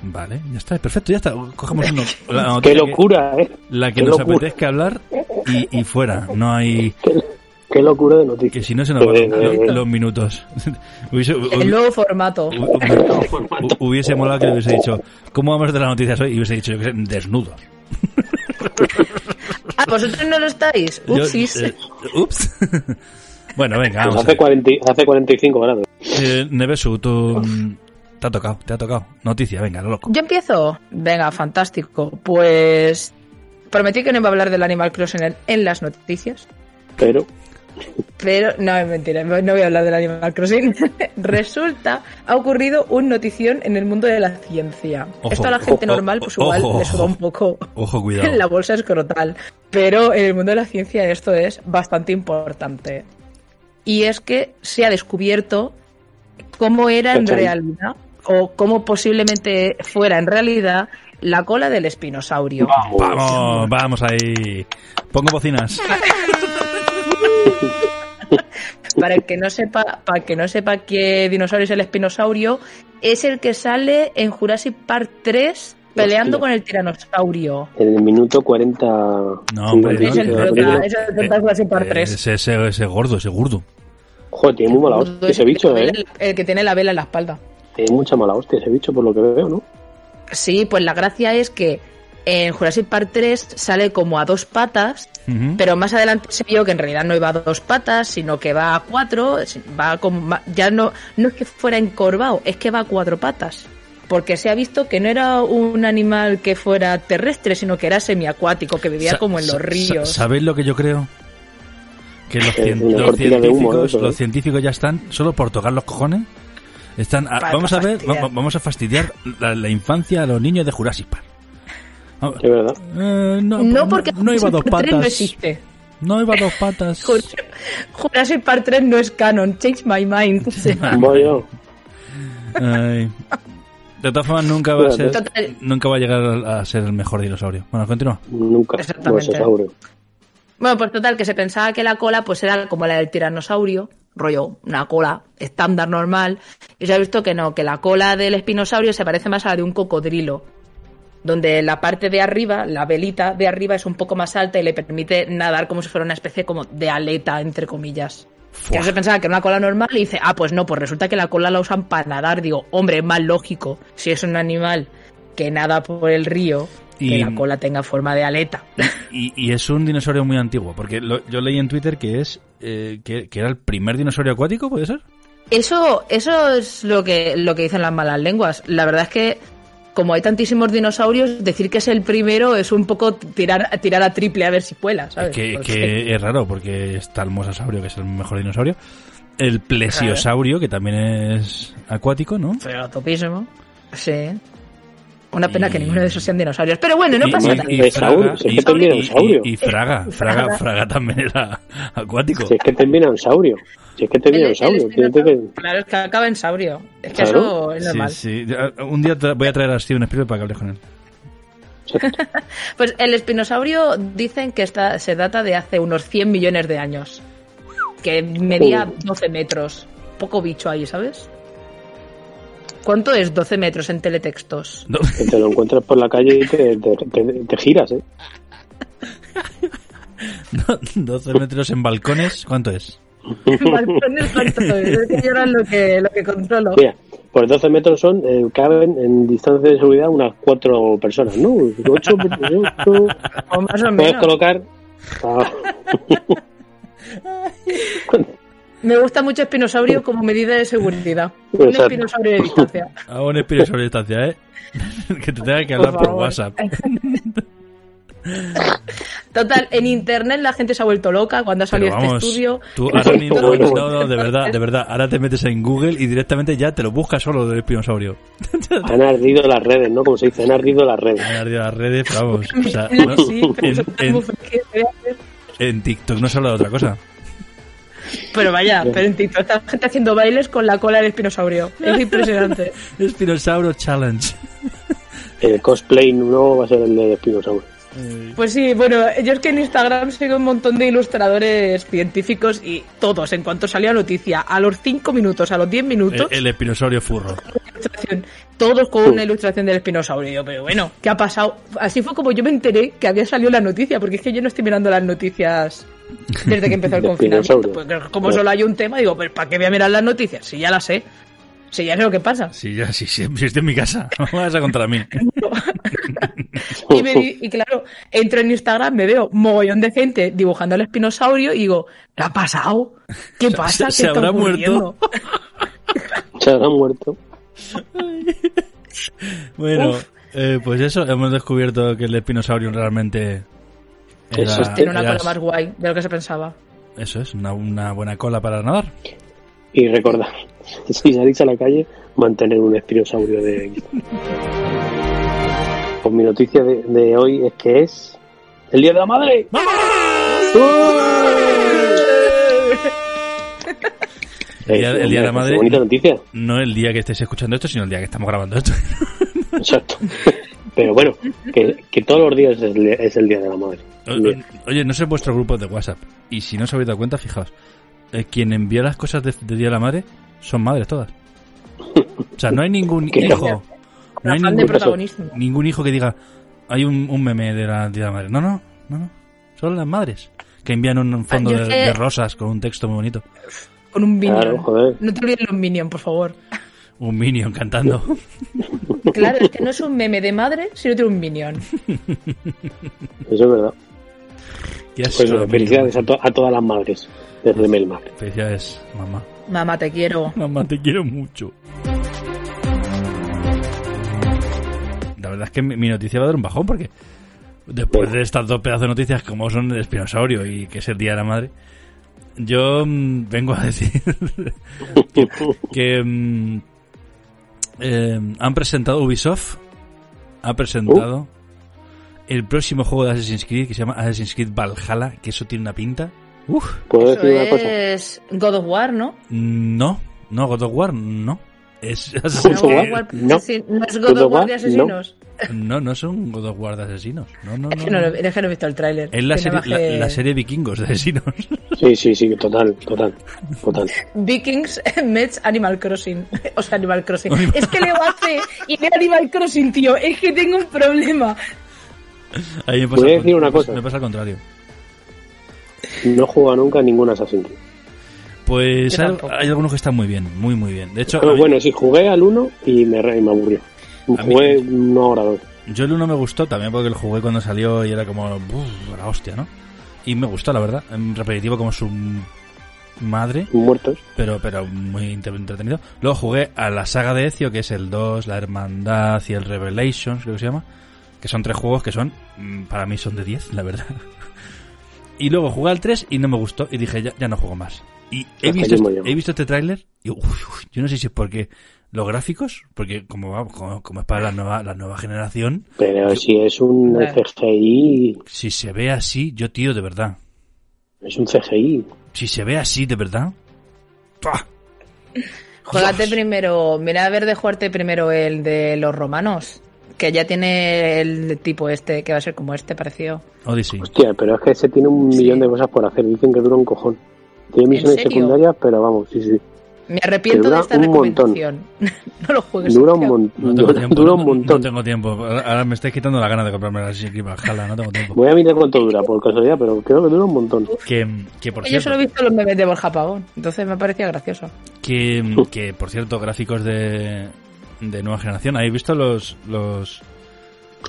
[SPEAKER 3] Vale, ya está, perfecto, ya está. Cogemos uno, la noticia
[SPEAKER 4] ¡Qué
[SPEAKER 3] que-
[SPEAKER 4] locura, eh!
[SPEAKER 3] la que
[SPEAKER 4] qué
[SPEAKER 3] nos
[SPEAKER 4] locura.
[SPEAKER 3] apetezca hablar y, y fuera. No hay.
[SPEAKER 4] ¡Qué locura de noticias!
[SPEAKER 3] Que si no se nos van
[SPEAKER 4] Eh, eh, eh.
[SPEAKER 3] los, los minutos. <laughs> Hubiese-
[SPEAKER 5] El nuevo formato.
[SPEAKER 3] hu- hu- Hubiese molado que le hubiese dicho, ¿cómo vamos de las noticias hoy? Y hubiese dicho, yo qué sé, desnudos.
[SPEAKER 5] Ah, vosotros no lo estáis.
[SPEAKER 3] Yo,
[SPEAKER 5] Upsis.
[SPEAKER 3] eh, ups. <laughs> bueno, venga,
[SPEAKER 4] Pues
[SPEAKER 3] Ah, vamos. a
[SPEAKER 4] hace,
[SPEAKER 3] ver.
[SPEAKER 4] 40, y- hace 45 grados.
[SPEAKER 3] Eh, Nevesu, tú. mm, Te ha tocado, te ha tocado. Noticia, venga, lo loco.
[SPEAKER 5] Yo empiezo. Venga, fantástico. Pues prometí que no iba a hablar del Animal Crossing en, en las noticias.
[SPEAKER 4] Pero
[SPEAKER 5] Pero no, es mentira, no voy a hablar del Animal Crossing. <laughs> Resulta, ha ocurrido un notición en el mundo de la ciencia.
[SPEAKER 3] Ojo,
[SPEAKER 5] Esto a la gente
[SPEAKER 3] ojo,
[SPEAKER 5] normal, pues
[SPEAKER 3] ojo,
[SPEAKER 5] igual
[SPEAKER 3] ojo.
[SPEAKER 5] le suda un poco
[SPEAKER 3] <laughs> Ojo, cuidado.
[SPEAKER 5] en <laughs> la bolsa escrotal. Pero en el mundo de la ciencia esto es bastante importante. Y es que se ha descubierto cómo era en
[SPEAKER 4] Cachai.
[SPEAKER 5] realidad, o cómo posiblemente fuera en realidad, la cola del espinosaurio.
[SPEAKER 4] vamos.
[SPEAKER 3] Vamos, vamos ahí. Pongo bocinas.
[SPEAKER 5] Para el que no sepa, para el que no sepa qué dinosaurio es el espinosaurio, es el que sale en Jurassic Park 3 peleando
[SPEAKER 4] Hostia.
[SPEAKER 5] con el tiranosaurio.
[SPEAKER 4] En el minuto 40.
[SPEAKER 3] No, hombre,
[SPEAKER 5] Es el
[SPEAKER 3] no,
[SPEAKER 5] prota,
[SPEAKER 3] no, no.
[SPEAKER 5] es el prota de Jurassic Park 3.
[SPEAKER 3] Eh, Ese, ese, ese gordo, ese gordo.
[SPEAKER 4] Joder, tiene muy mala hostia ese bicho, ¿eh?
[SPEAKER 5] El que tiene la vela en la espalda.
[SPEAKER 4] Tiene mucha mala hostia ese bicho, por lo que veo, ¿no?
[SPEAKER 5] Sí, pues la gracia es que en Jurassic Park 3 sale como a dos patas,
[SPEAKER 3] Ujú.
[SPEAKER 5] pero más adelante se vio que en realidad no iba a dos patas, sino que va a cuatro, es- va con, va- ya no, no es que fuera encorvado, es que va a cuatro patas. Porque se ha visto que no era un animal que fuera terrestre, sino que era semiacuático, que vivía
[SPEAKER 3] Sa-
[SPEAKER 5] como en los
[SPEAKER 3] sa-
[SPEAKER 5] ríos.
[SPEAKER 3] sa- ¿Sabéis lo que yo creo? Que los,
[SPEAKER 4] Es
[SPEAKER 3] cien-
[SPEAKER 4] una
[SPEAKER 3] los
[SPEAKER 4] cortina de
[SPEAKER 3] científicos,
[SPEAKER 4] humo, eso, ¿eh?
[SPEAKER 3] los científicos ya están solo por tocar los cojones. Están a-
[SPEAKER 5] Para
[SPEAKER 3] vamos a ver,
[SPEAKER 5] fastidiar.
[SPEAKER 3] va- vamos a fastidiar la, la infancia a los niños de Jurassic Park. Vamos-
[SPEAKER 4] Es verdad.
[SPEAKER 3] Eh, no,
[SPEAKER 5] no porque
[SPEAKER 3] no
[SPEAKER 5] <laughs>
[SPEAKER 3] iba a dos
[SPEAKER 5] Jurassic Park 3 no
[SPEAKER 3] patas.
[SPEAKER 5] existe.
[SPEAKER 3] No iba a dos
[SPEAKER 5] <laughs>
[SPEAKER 3] patas.
[SPEAKER 5] Jurassic- Jurassic Park 3 no es canon, change my mind.
[SPEAKER 3] Ah.
[SPEAKER 4] Voy yo.
[SPEAKER 3] Ay. De todas formas nunca va a ser,
[SPEAKER 5] Total.
[SPEAKER 3] nunca va a llegar a a ser el mejor dinosaurio. Bueno, continúa.
[SPEAKER 4] Nunca.
[SPEAKER 5] Exactamente.
[SPEAKER 4] No, Sauro.
[SPEAKER 5] Bueno, pues total, que se pensaba que la cola pues era como la del tiranosaurio, rollo, una cola estándar normal, y se ha visto que no, que la cola del espinosaurio se parece más a la de un cocodrilo, donde la parte de arriba, la velita de arriba es un poco más alta y le permite nadar como si fuera una especie como de aleta, entre comillas. Que se pensaba que era una cola normal y dice, ah, pues no, pues resulta que la cola la usan para nadar. Digo, hombre, es más lógico si es un animal que nada por el río,
[SPEAKER 3] Y-
[SPEAKER 5] que la cola tenga forma de aleta.
[SPEAKER 3] Y, y es un dinosaurio muy antiguo, porque lo- yo leí en Twitter que es eh, que, que era el primer dinosaurio acuático, ¿puede ser?
[SPEAKER 5] Eso, eso es lo que, lo que dicen las malas lenguas. La verdad es que como hay tantísimos dinosaurios, decir que es el primero es un poco tirar, tirar a triple a ver pues si cuela, ¿sabes?
[SPEAKER 3] Que,
[SPEAKER 5] Porque-
[SPEAKER 3] que es raro porque está el mosasaurio, que es el mejor dinosaurio. El plesiosaurio, que también es acuático, ¿no?
[SPEAKER 5] Pero topísimo. Sí. Una pena
[SPEAKER 3] Y-
[SPEAKER 5] que ninguno de esos sean dinosaurios. Pero bueno, no
[SPEAKER 3] Y-
[SPEAKER 5] pasa
[SPEAKER 3] y-
[SPEAKER 5] nada.
[SPEAKER 3] y
[SPEAKER 4] Es
[SPEAKER 3] Fraga-
[SPEAKER 4] saurio, si es que
[SPEAKER 3] y-
[SPEAKER 4] también
[SPEAKER 3] y-
[SPEAKER 4] es saurio.
[SPEAKER 3] y- y
[SPEAKER 5] <laughs>
[SPEAKER 3] Fraga, Fraga, Fraga también era <laughs> acuático.
[SPEAKER 4] Si es que termina en saurio. Si es que termina
[SPEAKER 5] El-
[SPEAKER 4] en
[SPEAKER 5] el
[SPEAKER 4] saurio. Tiene
[SPEAKER 5] espinotauro.
[SPEAKER 4] que-
[SPEAKER 5] Claro, es que acaba en saurio. Es que
[SPEAKER 4] Claro.
[SPEAKER 5] eso es normal.
[SPEAKER 3] Sí, sí. Ya, Un día tra- voy a traer a Steven Spielberg para que hables con él. <laughs>
[SPEAKER 5] <laughs> Pues el espinosaurio dicen que está, se data de hace unos 100 millones de años. Que medía
[SPEAKER 4] Joder.
[SPEAKER 5] 12 metros. Poco bicho ahí, ¿sabes? ¿Cuánto es 12 metros
[SPEAKER 3] <laughs>
[SPEAKER 5] en teletextos? <laughs>
[SPEAKER 3] No,
[SPEAKER 4] que te lo encuentras por la calle y te, te- te- te giras, ¿eh?
[SPEAKER 3] 12 metros en balcones, ¿cuánto es?
[SPEAKER 5] Balcones, ¿cuánto pues es? Es que yo ahora lo que, lo que controlo.
[SPEAKER 4] Mira, por 12 metros son, eh, caben en distancia de seguridad unas cuatro personas, ¿no? Ocho, ocho.
[SPEAKER 5] O más o
[SPEAKER 4] Puedes
[SPEAKER 5] menos.
[SPEAKER 4] colocar. Ah.
[SPEAKER 5] Me gusta mucho espinosaurio como medida de seguridad. Un
[SPEAKER 4] Exacto.
[SPEAKER 5] espinosaurio de distancia.
[SPEAKER 3] A un espíritu sobre distancia, ¿eh? <laughs> que te tenga que hablar por,
[SPEAKER 5] favor.
[SPEAKER 3] WhatsApp.
[SPEAKER 5] Total, en internet la gente se ha vuelto loca cuando ha salido
[SPEAKER 3] Pero vamos,
[SPEAKER 5] este estudio.
[SPEAKER 3] tú ahora ni-
[SPEAKER 4] Bueno, bueno.
[SPEAKER 3] no, no, de verdad, de verdad. Ahora te metes en Google y directamente ya te lo buscas solo del espinosaurio.
[SPEAKER 4] Han ardido las redes, ¿no? Como se dice, han ardido las redes.
[SPEAKER 3] Me han ardido las redes, pero vamos. o sea,
[SPEAKER 5] Claro,
[SPEAKER 3] no-
[SPEAKER 5] <laughs> sí, pero
[SPEAKER 3] en,
[SPEAKER 5] eso está
[SPEAKER 3] en-
[SPEAKER 5] muy fresquito, ¿eh?
[SPEAKER 3] en TikTok no se habla de otra cosa.
[SPEAKER 5] Pero vaya, pero en TikTok está gente haciendo bailes con la cola del espinosaurio.
[SPEAKER 3] <laughs>
[SPEAKER 5] Es impresionante.
[SPEAKER 3] Espinosauro Challenge.
[SPEAKER 4] El cosplay nuevo va a ser el de Spinosaurus.
[SPEAKER 5] Pues sí, bueno, yo es que en Instagram sigo un montón de ilustradores científicos y todos, en cuanto salió la noticia, a los 5 minutos, a los 10
[SPEAKER 3] El,
[SPEAKER 5] minutos,
[SPEAKER 3] Eh, el espinosaurio furro.
[SPEAKER 5] ilustración, todos con una ilustración del espinosaurio. Y yo, pero bueno, ¿qué ha pasado? Así fue como yo me enteré que había salido la noticia, porque es que yo no estoy mirando las noticias desde
[SPEAKER 3] <laughs>
[SPEAKER 5] que empezó el
[SPEAKER 4] De
[SPEAKER 5] confinamiento.
[SPEAKER 4] espinosaurio.
[SPEAKER 5] Porque como solo hay un tema, digo, pues ¿para qué voy a mirar las noticias? Si ya las sé, si ya sé lo que pasa.
[SPEAKER 3] Sí, ya, sí, siempre estoy en mi <laughs> casa. No me vas a contra mí.
[SPEAKER 4] <laughs>
[SPEAKER 5] Y, me di- y claro, entro en Instagram, me veo mogollón de gente dibujando al espinosaurio y digo, ¿qué ha pasado? ¿Qué pasa? ¿Qué
[SPEAKER 3] se habrá
[SPEAKER 5] ocurriendo?".
[SPEAKER 4] Se habrán muerto.
[SPEAKER 3] Bueno, eh, pues eso, hemos descubierto que el espinosaurio realmente.
[SPEAKER 4] Eso es-
[SPEAKER 5] Tiene una
[SPEAKER 3] era-
[SPEAKER 5] cola más guay de lo que se pensaba.
[SPEAKER 3] Eso es, una, una buena cola para nadar.
[SPEAKER 4] Y recordad, <laughs> si salís a la calle, mantener un espinosaurio de Pues mi noticia de, de hoy es que es el Día de la Madre. ¡Uh!
[SPEAKER 3] El día- el Día de la
[SPEAKER 4] Qué
[SPEAKER 3] Madre.
[SPEAKER 4] Bonita noticia,
[SPEAKER 3] No el día que estéis escuchando esto, sino el día que estamos grabando esto.
[SPEAKER 4] exacto. Pero bueno, que, que todos los días es el, es el Día de la Madre.
[SPEAKER 3] Oye, oye, no sé vuestro grupo de WhatsApp. Y si no os habéis dado cuenta, fijaos. eh, quien envía las cosas de, de Día de la Madre son madres todas. O sea, no hay ningún
[SPEAKER 4] <laughs> Qué
[SPEAKER 3] hijo. No hay
[SPEAKER 5] afán de
[SPEAKER 3] ningún,
[SPEAKER 5] protagonismo.
[SPEAKER 3] ningún hijo que diga, hay un, un meme de la Día de la Madre. No, no, no, no. Son las madres que envían un fondo
[SPEAKER 5] Ah, yo
[SPEAKER 3] de,
[SPEAKER 5] que-
[SPEAKER 3] de rosas con un texto muy bonito.
[SPEAKER 5] Con un minion.
[SPEAKER 4] Claro, joder.
[SPEAKER 5] No te olvides los minion, por favor.
[SPEAKER 3] Un minion
[SPEAKER 4] <laughs>
[SPEAKER 3] cantando. <laughs>
[SPEAKER 5] Claro, es que no es un meme de madre, sino tiene un minion.
[SPEAKER 4] Eso es verdad.
[SPEAKER 3] ¿Qué has
[SPEAKER 4] Pues
[SPEAKER 3] hecho,
[SPEAKER 4] bueno,
[SPEAKER 3] minion?
[SPEAKER 4] felicidades a, to- a todas las madres desde Melmar.
[SPEAKER 3] Felicidades, mamá.
[SPEAKER 5] Mamá, te quiero.
[SPEAKER 3] Mamá, te quiero mucho. La verdad es que mi mi noticia va a dar un bajón porque después de estas dos pedazos de noticias como son el espinosaurio y que es el día de la madre, yo mm, vengo a decir <laughs> que mm, eh, han presentado Ubisoft, ha presentado el próximo juego de Assassin's Creed que se llama Assassin's Creed Valhalla, que eso tiene una pinta. Uf,
[SPEAKER 4] ¿Puedo
[SPEAKER 5] Eso
[SPEAKER 4] decir una cosa?
[SPEAKER 5] es God of War, ¿no?
[SPEAKER 3] no, no, God of War, no. Es
[SPEAKER 4] God
[SPEAKER 3] Assassin's
[SPEAKER 4] of
[SPEAKER 5] No,
[SPEAKER 3] Creed.
[SPEAKER 4] War,
[SPEAKER 5] God of War,
[SPEAKER 4] no.
[SPEAKER 5] sí, no es God of War de
[SPEAKER 4] no.
[SPEAKER 5] asesinos.
[SPEAKER 3] No, no son God of War de asesinos. No, no,
[SPEAKER 5] Es, que
[SPEAKER 3] no.
[SPEAKER 5] no, lo- es que no he visto el tráiler.
[SPEAKER 3] Es la
[SPEAKER 5] Tiene
[SPEAKER 3] serie,
[SPEAKER 5] más
[SPEAKER 3] la,
[SPEAKER 5] que-
[SPEAKER 3] la serie vikingos de asesinos. <laughs>
[SPEAKER 4] Sí, sí, sí, total, total, total.
[SPEAKER 5] Vikings <laughs> Mets Animal Crossing. <laughs> O sea, Animal Crossing. es que leo hace y leo Animal Crossing, tío. Es que tengo un problema.
[SPEAKER 3] Ahí me
[SPEAKER 4] Voy a
[SPEAKER 3] al
[SPEAKER 4] decir
[SPEAKER 3] con-
[SPEAKER 4] una cosa.
[SPEAKER 3] Me pasa al contrario.
[SPEAKER 4] No juega nunca ningún Assassin's Creed.
[SPEAKER 3] Pues
[SPEAKER 5] Yo
[SPEAKER 3] hay,
[SPEAKER 5] tampoco.
[SPEAKER 3] hay algunos que están muy bien, muy, muy bien. De hecho, a
[SPEAKER 4] Pero
[SPEAKER 3] mí-
[SPEAKER 4] bueno, sí, jugué al 1 y me, re- me aburrió. Jugué una hora dos.
[SPEAKER 3] yo el uno me gustó también porque lo jugué cuando salió y era como "Buf, la hostia, ¿no? Y me gustó, la verdad. En repetitivo como es un madre,
[SPEAKER 4] muertos.
[SPEAKER 3] pero, pero muy inter- entretenido. Luego jugué a la saga de Ezio, que es el 2, la Hermandad y el Revelations, creo que se llama. Que son tres juegos que son, mm, para mí son de 10, la verdad. <laughs> Y luego jugué al 3 y no me gustó y dije, ya, ya no juego más. Y he visto,
[SPEAKER 4] Hasta aquí hemos
[SPEAKER 3] este,
[SPEAKER 4] llegado.
[SPEAKER 3] he visto este tráiler y uy, uy, yo no sé si es porque los gráficos, porque como, vamos, como, como es para la nueva, la nueva generación,
[SPEAKER 4] Pero si es un
[SPEAKER 5] Bueno.
[SPEAKER 4] CGI,
[SPEAKER 3] si se ve así, yo tío, de verdad,
[SPEAKER 4] es un CGI.
[SPEAKER 3] si se ve así, de verdad, ¡pua!
[SPEAKER 5] Juegate
[SPEAKER 3] Dios.
[SPEAKER 5] primero, mira a ver de jugarte primero el de los romanos, que ya tiene el tipo este, que va a ser como este, parecido.
[SPEAKER 3] Odyssey.
[SPEAKER 4] Hostia, pero es que ese tiene un
[SPEAKER 5] Sí.
[SPEAKER 4] millón de cosas por hacer. Dicen que dura un cojón. Tiene misiones
[SPEAKER 5] serio?
[SPEAKER 4] secundarias, pero vamos, sí, sí.
[SPEAKER 5] Me arrepiento
[SPEAKER 4] dura
[SPEAKER 5] de esta
[SPEAKER 4] un montón.
[SPEAKER 5] recomendación. <laughs> no lo juegues.
[SPEAKER 4] Dura un,
[SPEAKER 5] tío.
[SPEAKER 4] mon-
[SPEAKER 3] No tengo
[SPEAKER 4] <laughs> dura,
[SPEAKER 3] tiempo.
[SPEAKER 4] dura un
[SPEAKER 3] no-
[SPEAKER 4] montón.
[SPEAKER 3] No tengo tiempo. Ahora ahora me estáis quitando la gana de comprarme la Assassin's Creed Valhalla, no tengo tiempo.
[SPEAKER 4] Voy a mirar cuánto dura, por casualidad, pero creo que dura un montón.
[SPEAKER 3] Que, que por
[SPEAKER 5] Yo solo
[SPEAKER 3] cierto,
[SPEAKER 5] he visto los memes de Borja Pavón, entonces me parecía gracioso.
[SPEAKER 3] que, que, por cierto, gráficos de, de nueva generación. ¿Habéis visto los, los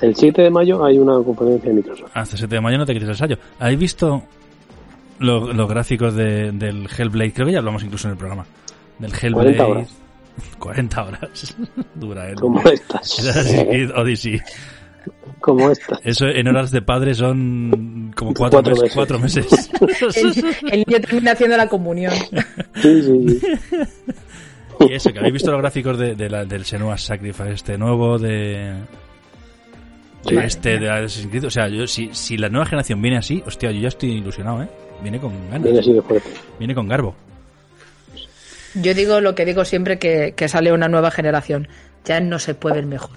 [SPEAKER 4] El 7 de mayo hay una conferencia de Microsoft.
[SPEAKER 3] ah, hasta el 7 de mayo no te quites el ensayo? ¿Habéis visto lo- los gráficos de- del Hellblade? Creo que ya hablamos incluso en el programa. Del Hellblade.
[SPEAKER 4] 40 horas.
[SPEAKER 3] 40 horas. <laughs> Dura el, <laughs>
[SPEAKER 4] Como
[SPEAKER 3] el
[SPEAKER 4] estas.
[SPEAKER 3] Assassin's Creed Odyssey.
[SPEAKER 4] Como estas.
[SPEAKER 3] Eso en horas de padre son como cuatro,
[SPEAKER 4] Cuatro
[SPEAKER 3] meses.
[SPEAKER 4] meses.
[SPEAKER 3] Cuatro meses.
[SPEAKER 5] El, el niño termina haciendo la comunión.
[SPEAKER 4] Sí, sí, sí.
[SPEAKER 3] Y eso, que habéis visto los gráficos de, de la- del Senua Sacrifice este nuevo, de, de
[SPEAKER 4] Sí.
[SPEAKER 3] este, de Assassin's Creed. O sea, yo, si, si la nueva generación viene así, hostia, yo ya estoy ilusionado, ¿eh? Viene con ganas,
[SPEAKER 4] Viene así de fuerte.
[SPEAKER 3] viene con garbo.
[SPEAKER 5] Yo digo lo que digo siempre que, que sale una nueva generación. Ya no se puede el mejor.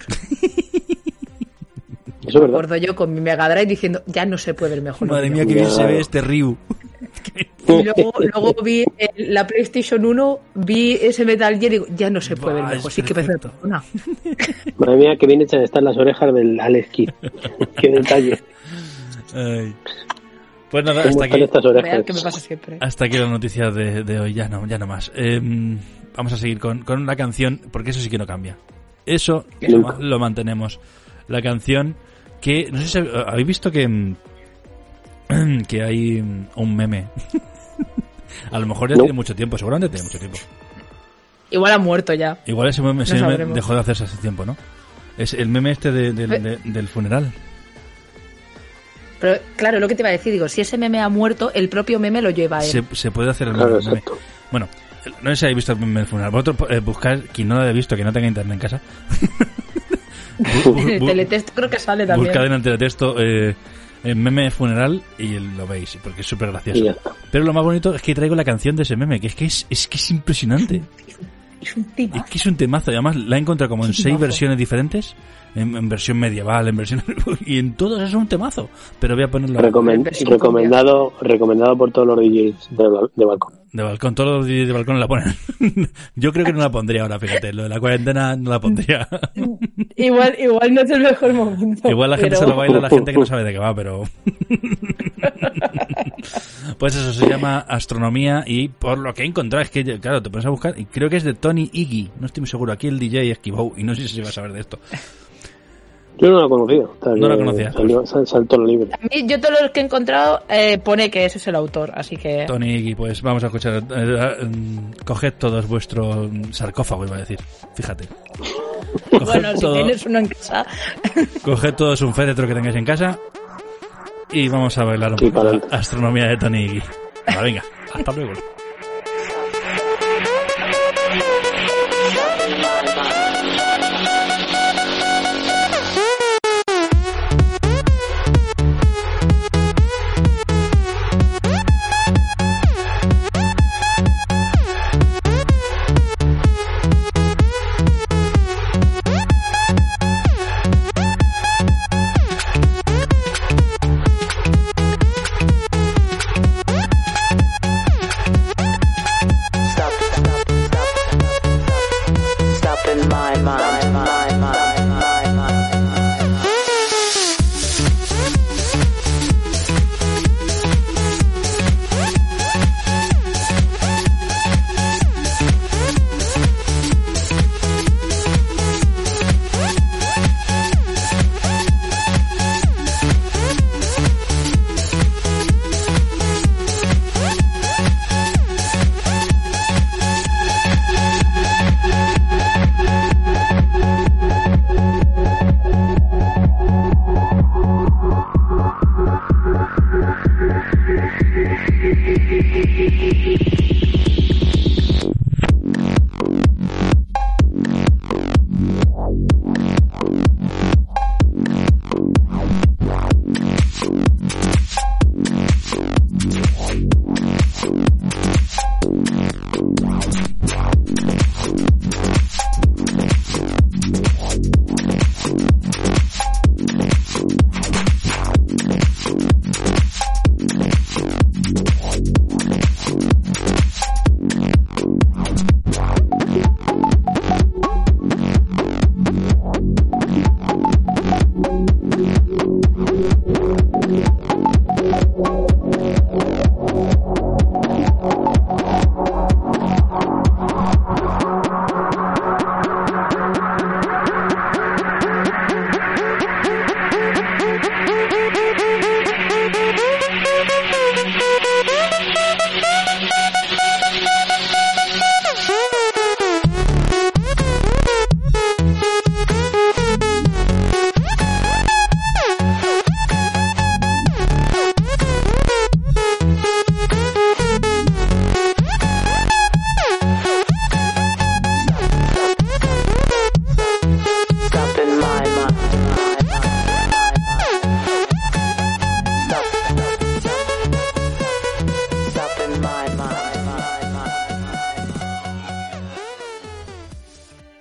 [SPEAKER 4] Eso es verdad.
[SPEAKER 5] Recuerdo yo con mi Mega Drive diciendo, ya no se puede el mejor.
[SPEAKER 3] Madre mía,
[SPEAKER 4] mira.
[SPEAKER 3] qué bien se ve este Ryu. <laughs>
[SPEAKER 5] Y luego, luego vi el- la PlayStation 1, vi ese Metal Gear y digo, ya no se puede
[SPEAKER 3] Buah,
[SPEAKER 5] el mejor.
[SPEAKER 3] es
[SPEAKER 5] Sí que parece
[SPEAKER 3] perfecto.
[SPEAKER 5] una.
[SPEAKER 4] <laughs> Madre mía, que bien hechas están las orejas del Alex Kidd. Qué detalle.
[SPEAKER 3] Ay. Pues nada,
[SPEAKER 4] ¿Cómo
[SPEAKER 3] hasta
[SPEAKER 4] están
[SPEAKER 3] aquí,
[SPEAKER 4] estas
[SPEAKER 5] Real
[SPEAKER 4] orejas?
[SPEAKER 5] que me pasa siempre.
[SPEAKER 3] hasta aquí la noticia de, de hoy. Ya no, ya no más. Em, vamos a seguir con, con una canción, porque eso sí que no cambia. Eso lo, ma- lo mantenemos. La canción que... No sé si hab- habéis visto que... mm, que hay mm, un meme. <laughs> a lo mejor ya
[SPEAKER 4] No.
[SPEAKER 3] tiene mucho tiempo, seguramente tiene mucho tiempo.
[SPEAKER 5] Igual ha muerto ya.
[SPEAKER 3] Igual ese meme, ese meme
[SPEAKER 5] sabremos.
[SPEAKER 3] dejó de hacerse hace tiempo, ¿no? Es el meme este de- del-
[SPEAKER 5] Eh.
[SPEAKER 3] de- del funeral.
[SPEAKER 5] Pero claro, lo que te iba a decir, digo, si ese meme ha muerto, el propio meme lo lleva a él.
[SPEAKER 3] Se, se puede hacer el
[SPEAKER 4] Claro,
[SPEAKER 3] meme.
[SPEAKER 4] exacto.
[SPEAKER 3] Bueno, no sé si habéis visto el meme del funeral. Vosotros eh, buscad, quien no lo haya visto, que no tenga internet en casa. bu-
[SPEAKER 5] En <laughs> el
[SPEAKER 3] bu-
[SPEAKER 5] teletexto creo que sale también.
[SPEAKER 3] Buscad en el teletexto eh, el meme funeral y lo veis, porque es súper
[SPEAKER 4] Y ya
[SPEAKER 3] gracioso.
[SPEAKER 4] está.
[SPEAKER 3] Pero lo más bonito es que traigo la canción de ese meme, que es que es, es que es
[SPEAKER 5] <laughs>
[SPEAKER 3] impresionante.
[SPEAKER 5] Es un tipo.
[SPEAKER 3] Es que es un temazo, y además la he encontrado como en
[SPEAKER 5] Es un
[SPEAKER 3] seis
[SPEAKER 5] temazo.
[SPEAKER 3] versiones diferentes, en, en versión medieval, en versión... <laughs> y en todas es un temazo. Pero voy a ponerlo
[SPEAKER 4] Recomen-
[SPEAKER 5] Versión
[SPEAKER 4] recomendado, recomendado por todos los DJs de, bal- de balcón.
[SPEAKER 3] De balcón, todos los DJs de balcón la ponen. <laughs> Yo creo que no la pondría ahora, fíjate, lo de la cuarentena no la
[SPEAKER 5] <laughs>
[SPEAKER 3] pondría.
[SPEAKER 5] Igual, igual no es el mejor momento.
[SPEAKER 3] Igual la gente
[SPEAKER 5] pero-
[SPEAKER 3] se lo baila a la gente que no sabe de qué va, pero... <laughs> pues eso se llama astronomía y por lo que he encontrado es que, claro, te pones a buscar y creo que es de Tony Iggy, no estoy muy seguro, aquí el DJ esquivó y no sé si se va a saber de esto.
[SPEAKER 5] Eh.
[SPEAKER 4] Yo no la conocía. hasta
[SPEAKER 3] No la
[SPEAKER 4] que
[SPEAKER 3] conocía.
[SPEAKER 4] salió- sal- saltó lo libre.
[SPEAKER 5] A mí, yo todo lo que he encontrado eh, pone que ese es el autor, así que
[SPEAKER 3] Tony Iggy, pues vamos a escuchar, eh, eh, coged todos vuestro mm, sarcófago, iba a decir, fíjate. Coged
[SPEAKER 5] bueno, si
[SPEAKER 3] todo-
[SPEAKER 5] tienes uno en casa, <laughs>
[SPEAKER 3] Coged todos un féretro que tengáis en casa y vamos a bailar un
[SPEAKER 4] Sí,
[SPEAKER 3] poco
[SPEAKER 4] para
[SPEAKER 3] la
[SPEAKER 4] adelante.
[SPEAKER 3] astronomía de Tony Iggy. Ahora, venga, hasta luego.
[SPEAKER 8] Thank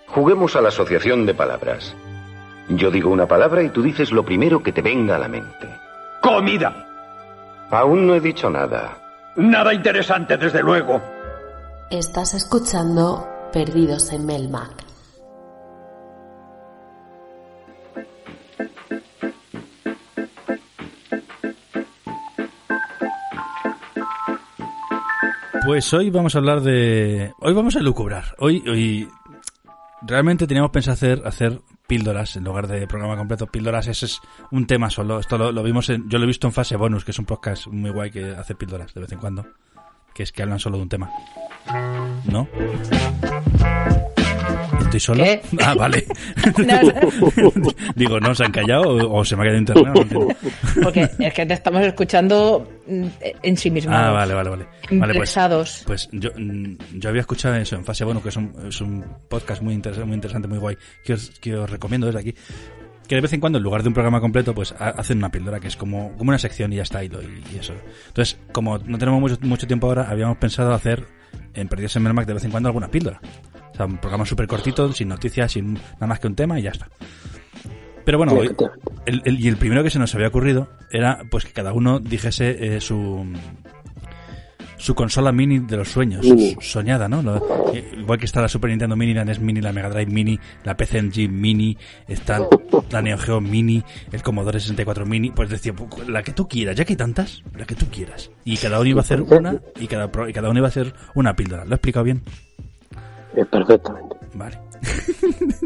[SPEAKER 8] Juguemos a la asociación de palabras. Yo digo una palabra y tú dices lo primero que te venga a la mente.
[SPEAKER 1] Comida.
[SPEAKER 8] Aún no he dicho nada.
[SPEAKER 1] Nada interesante, desde luego.
[SPEAKER 9] Estás escuchando Perdidos en Melmac.
[SPEAKER 3] Pues hoy vamos a hablar de. Hoy vamos a lucubrar. Hoy, hoy realmente teníamos pensado hacer, hacer píldoras en lugar de programa completo. Píldoras, ese es un tema solo. Esto lo, lo vimos en, yo lo he visto en fase bonus, que es un podcast muy guay que hace píldoras de vez en cuando. Que es que hablan solo de un tema. ¿No? ¿Estoy solo?
[SPEAKER 5] ¿Qué?
[SPEAKER 3] Ah, vale. <laughs>
[SPEAKER 5] No, no,
[SPEAKER 3] Digo, ¿no? ¿Se han callado o, o se me ha quedado internado? No entiendo. <laughs>
[SPEAKER 5] porque es que te estamos escuchando mm, en sí mismo.
[SPEAKER 3] Ah, vale, vale, vale. Vale, pues,
[SPEAKER 5] Impresados.
[SPEAKER 3] pues yo, mm, yo había escuchado eso en fase bueno, que es un, es un podcast muy interesante, muy interesante, muy guay, que os, que os recomiendo desde aquí. Que de vez en cuando, en lugar de un programa completo, pues ha- hacen una píldora, que es como, como una sección y ya está, y, lo- y eso. Entonces, como no tenemos mucho, mucho tiempo ahora, habíamos pensado hacer en Perdidos en Melmac de vez en cuando alguna píldora. O sea, un programa súper cortito, sin noticias, sin nada más que un tema y ya está. Pero bueno, hoy-
[SPEAKER 4] Efectivamente.
[SPEAKER 3] el- el- y el primero que se nos había ocurrido era pues que cada uno dijese eh, su su consola mini de los sueños,
[SPEAKER 4] Mini.
[SPEAKER 3] su- soñada, ¿no? Lo- eh, igual que está la Super Nintendo Mini, la NES Mini, la Mega Drive Mini, la PCMG Mini, está la Neo Geo Mini, el Commodore 64 Mini, pues decía, pues, la que tú quieras, ya que hay tantas, la que tú quieras. Y cada uno iba a hacer una y cada pro- y cada uno iba a hacer una píldora. ¿Lo he explicado bien?
[SPEAKER 4] Eh, Perfectamente.
[SPEAKER 3] Vale. <laughs>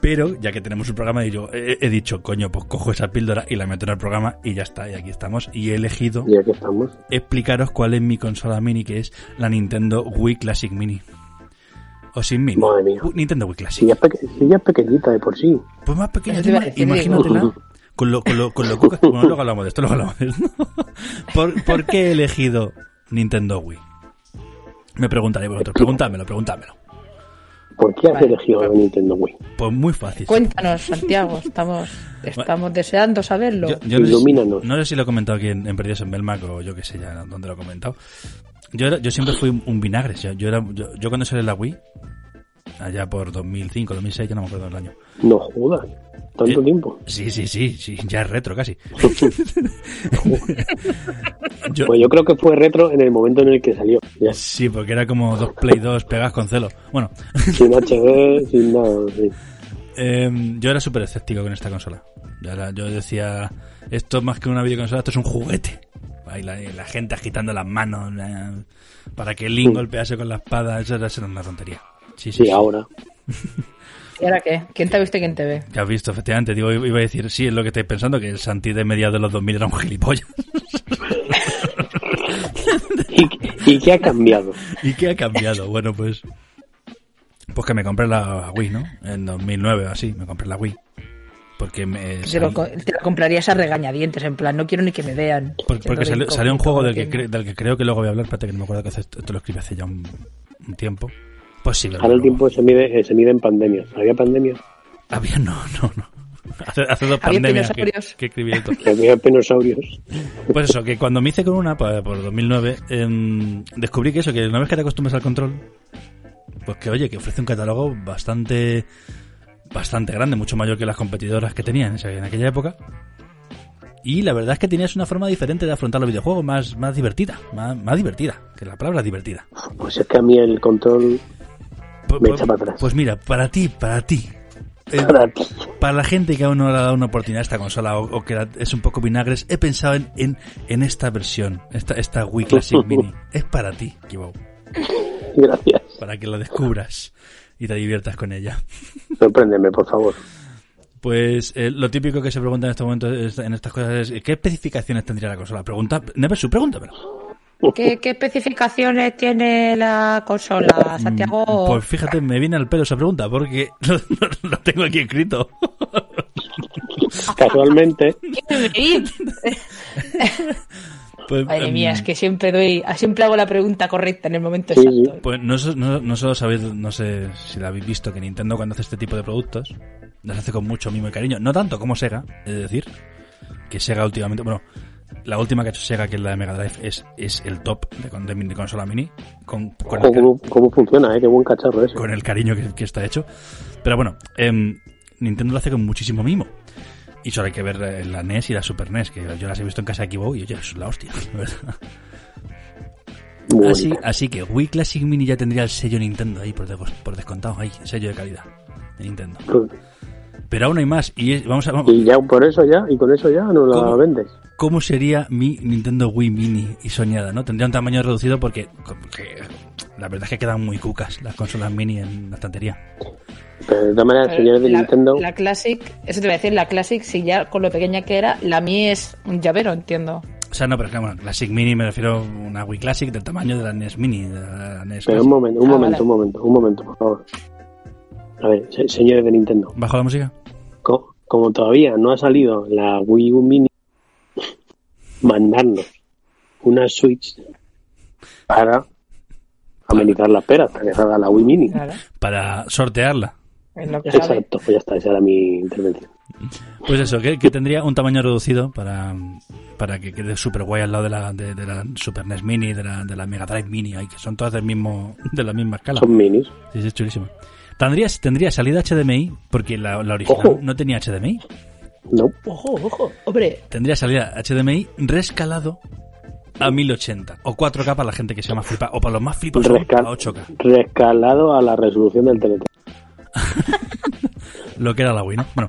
[SPEAKER 3] Pero ya que tenemos un programa, yo he, he dicho, coño, pues cojo esa píldora y la meto en el programa y ya está, y aquí estamos. Y he elegido
[SPEAKER 4] Y aquí estamos.
[SPEAKER 3] explicaros cuál es mi consola mini, que es la Nintendo Wii Classic Mini. O sin mini.
[SPEAKER 4] Madre mía.
[SPEAKER 3] Uh, Nintendo Wii
[SPEAKER 4] Si
[SPEAKER 3] Classic.
[SPEAKER 4] ya, es peque- si ya es pequeñita de por sí.
[SPEAKER 3] Pues más pequeña,
[SPEAKER 5] Eso te iba a
[SPEAKER 3] ima-
[SPEAKER 5] decir, digo.
[SPEAKER 3] imagínatela. Con lo, con lo, con lo
[SPEAKER 4] <laughs>
[SPEAKER 3] cuca- Bueno, luego hablamos de esto, luego hablamos de esto. <laughs> ¿Por, por qué he elegido Nintendo Wii? Me preguntaré vosotros, preguntádmelo, preguntádmelo.
[SPEAKER 4] ¿Por qué has
[SPEAKER 5] Vale.
[SPEAKER 4] elegido la Nintendo Wii?
[SPEAKER 3] Pues muy fácil.
[SPEAKER 5] Cuéntanos, Santiago, estamos, estamos deseando saberlo.
[SPEAKER 3] Yo, yo no, sé
[SPEAKER 4] Ilumínanos.
[SPEAKER 3] si, no sé si lo he comentado aquí en, en Perdidos en Belmac o yo que sé ya dónde lo he comentado. Yo, era- yo siempre fui un, un vinagre. Yo, yo era, yo, yo cuando salió la Wii, allá por 2005, 2006, que no me acuerdo del año.
[SPEAKER 4] No jodas. Tanto
[SPEAKER 3] Eh,
[SPEAKER 4] tiempo.
[SPEAKER 3] Sí, sí, sí, sí ya es retro casi. yo,
[SPEAKER 4] Pues yo creo que fue retro en el momento en el que salió. Ya,
[SPEAKER 3] sí, porque era como dos Play 2 pegas con celo. Bueno, <laughs>
[SPEAKER 4] sin HD, sin nada. sí.
[SPEAKER 3] Eh, yo era súper escéptico con esta consola. Yo, era- yo decía, esto es más que una videoconsola, esto es un juguete. Ahí la, la gente agitando las manos eh, para que Link golpease con la espada, eso era eso era una tontería. Sí, sí,
[SPEAKER 4] Sí,
[SPEAKER 3] sí.
[SPEAKER 4] ahora.
[SPEAKER 5] ¿Y ahora qué? ¿Quién te ha visto y quién te ve?
[SPEAKER 3] Ya has visto, efectivamente. Digo, iba a decir, sí, es lo que estáis pensando, que el Santi de mediados de los 2000 era un gilipollas. <laughs>
[SPEAKER 4] ¿Y, y qué ha cambiado?
[SPEAKER 3] ¿Y qué ha cambiado? Bueno, pues... Pues que me compré la Wii, ¿no? En 2009 o así, me compré la Wii. Porque me...
[SPEAKER 5] Se lo co- te lo comprarías a regañadientes, en plan, no quiero ni que me vean.
[SPEAKER 3] Por-
[SPEAKER 5] Siendo
[SPEAKER 3] porque
[SPEAKER 5] de
[SPEAKER 3] salió,
[SPEAKER 5] incógnito,
[SPEAKER 3] salió un juego
[SPEAKER 5] ¿me
[SPEAKER 3] del que,
[SPEAKER 5] entiendes?
[SPEAKER 3] cre- del que creo que luego voy a hablar. Espérate que no me acuerdo que hace esto, esto lo escribí hace ya un, un tiempo. Pues sí, lo
[SPEAKER 4] Ahora el
[SPEAKER 3] luego.
[SPEAKER 4] tiempo se mide, eh, se mide en pandemias. ¿Había pandemias?
[SPEAKER 3] Había, no, no, no. Hace, hace dos
[SPEAKER 5] Había
[SPEAKER 3] pandemias que,
[SPEAKER 5] dinosaurios.
[SPEAKER 3] que escribí esto.
[SPEAKER 4] Había dinosaurios.
[SPEAKER 3] Pues eso, que cuando me hice con una, pa- por 2009, em, descubrí que eso, que una vez que te acostumbras al control, pues que oye, que ofrece un catálogo bastante bastante grande, mucho mayor que las competidoras que tenían o sea, en aquella época. Y la verdad es que tenías una forma diferente de afrontar los videojuegos, más, más divertida, más, más divertida, que la palabra es divertida.
[SPEAKER 4] Pues es que a mí el control <laughs>
[SPEAKER 3] Pu-
[SPEAKER 4] Me
[SPEAKER 3] pu-
[SPEAKER 4] echa para atrás.
[SPEAKER 3] Pues mira, para ti, para ti. eh,
[SPEAKER 4] para ti.
[SPEAKER 3] para la gente que aún no le ha dado una oportunidad a esta consola o, o que la- es un poco vinagres, he pensado en, en, en esta versión, esta, esta Wii Classic Mini. Es para ti, Kibou,
[SPEAKER 4] Gracias.
[SPEAKER 3] para que la descubras y te diviertas con ella.
[SPEAKER 4] Sorpréndeme, por favor.
[SPEAKER 3] Pues eh, lo típico que se pregunta en este momento es- en estas cosas es ¿qué especificaciones tendría la consola? Pregunta, Neversu, pregúntamelo.
[SPEAKER 5] ¿Qué, qué especificaciones tiene la consola, Santiago?
[SPEAKER 3] Pues fíjate, me viene al pelo esa pregunta porque <laughs> lo, lo tengo aquí escrito.
[SPEAKER 4] Casualmente,
[SPEAKER 5] ¿Quién me vi?
[SPEAKER 3] Pues,
[SPEAKER 5] <laughs> Madre
[SPEAKER 3] em,
[SPEAKER 5] mía, es que siempre doy, siempre hago la pregunta correcta en el momento
[SPEAKER 4] Sí,
[SPEAKER 5] exacto.
[SPEAKER 3] Pues no, so- no, no solo sabéis, no sé si lo habéis visto, que Nintendo cuando hace este tipo de productos, las hace con mucho mimo y cariño. No tanto como Sega, es decir, que Sega últimamente, bueno, La última que ha hecho Sega, que es la de Mega Drive, es, es el top de, con- de, mi- de consola mini. Con, con el
[SPEAKER 4] Ojo,
[SPEAKER 3] ca-
[SPEAKER 4] ¿Cómo, cómo funciona, eh? Qué buen cacharro ese.
[SPEAKER 3] con el cariño que, que está hecho. Pero bueno, em, Nintendo lo hace con muchísimo mimo. Y solo hay que ver eh, la NES y la Super NES, que yo las he visto en casa de Kibo y oye, es la hostia, <laughs> la verdad.
[SPEAKER 4] Muy
[SPEAKER 3] Así,
[SPEAKER 4] bonito.
[SPEAKER 3] Ah, así que Wii Classic Mini ya tendría el sello Nintendo ahí, por, de- por descontado, ahí, el sello de calidad de Nintendo. Pero aún hay más, y es- vamos a... Vamos,
[SPEAKER 4] Y ya por eso ya, y con eso ya no la
[SPEAKER 3] ¿Cómo?
[SPEAKER 4] vendes.
[SPEAKER 3] ¿Cómo sería mi Nintendo Wii Mini y soñada, no? Tendría un tamaño reducido porque... porque la verdad es que quedan muy cucas las consolas mini en la estantería.
[SPEAKER 4] Pero de todas maneras, señores de
[SPEAKER 5] Eh, la,
[SPEAKER 4] Nintendo,
[SPEAKER 5] la Classic, eso te voy a decir, la Classic, si ya con lo pequeña que era, la mía es un llavero, entiendo.
[SPEAKER 3] O sea, no, pero es que, bueno, Classic Mini me refiero a una Wii Classic del tamaño de la NES Mini. de la NES
[SPEAKER 4] pero
[SPEAKER 3] Classic.
[SPEAKER 4] un momento, un
[SPEAKER 5] Ah,
[SPEAKER 4] momento,
[SPEAKER 5] vale.
[SPEAKER 4] un momento, un momento, por favor. A ver, se- señores de Nintendo,
[SPEAKER 3] ¿Bajo la música?
[SPEAKER 4] co- como todavía no ha salido la Wii U Mini, mandarnos una Switch para amenizar las peras hasta que salga la Wii Mini.
[SPEAKER 5] Claro,
[SPEAKER 3] Para sortearla.
[SPEAKER 5] es lo que sabe.
[SPEAKER 4] Exacto, pues ya está, esa era mi intervención.
[SPEAKER 3] Pues eso, que, que tendría un tamaño reducido para, para que quede súper guay al lado de la, de, de la Super NES Mini, de la, de la Mega Drive Mini, ahí, que son todas del mismo, de la misma escala.
[SPEAKER 4] Son minis.
[SPEAKER 3] Sí, sí, es chulísimo. Tendría, tendría salida HDMI, porque la, la original
[SPEAKER 4] Ojo.
[SPEAKER 3] no tenía HDMI.
[SPEAKER 4] No,
[SPEAKER 5] Ojo, ojo, hombre.
[SPEAKER 3] Tendría salida HDMI rescalado a 1080 o 4K para la gente que sea más flipa o para los más flipados aún,
[SPEAKER 4] Rescal-
[SPEAKER 3] a 8K
[SPEAKER 4] rescalado a la resolución del teléfono.
[SPEAKER 3] lo que era la Wii ¿no? bueno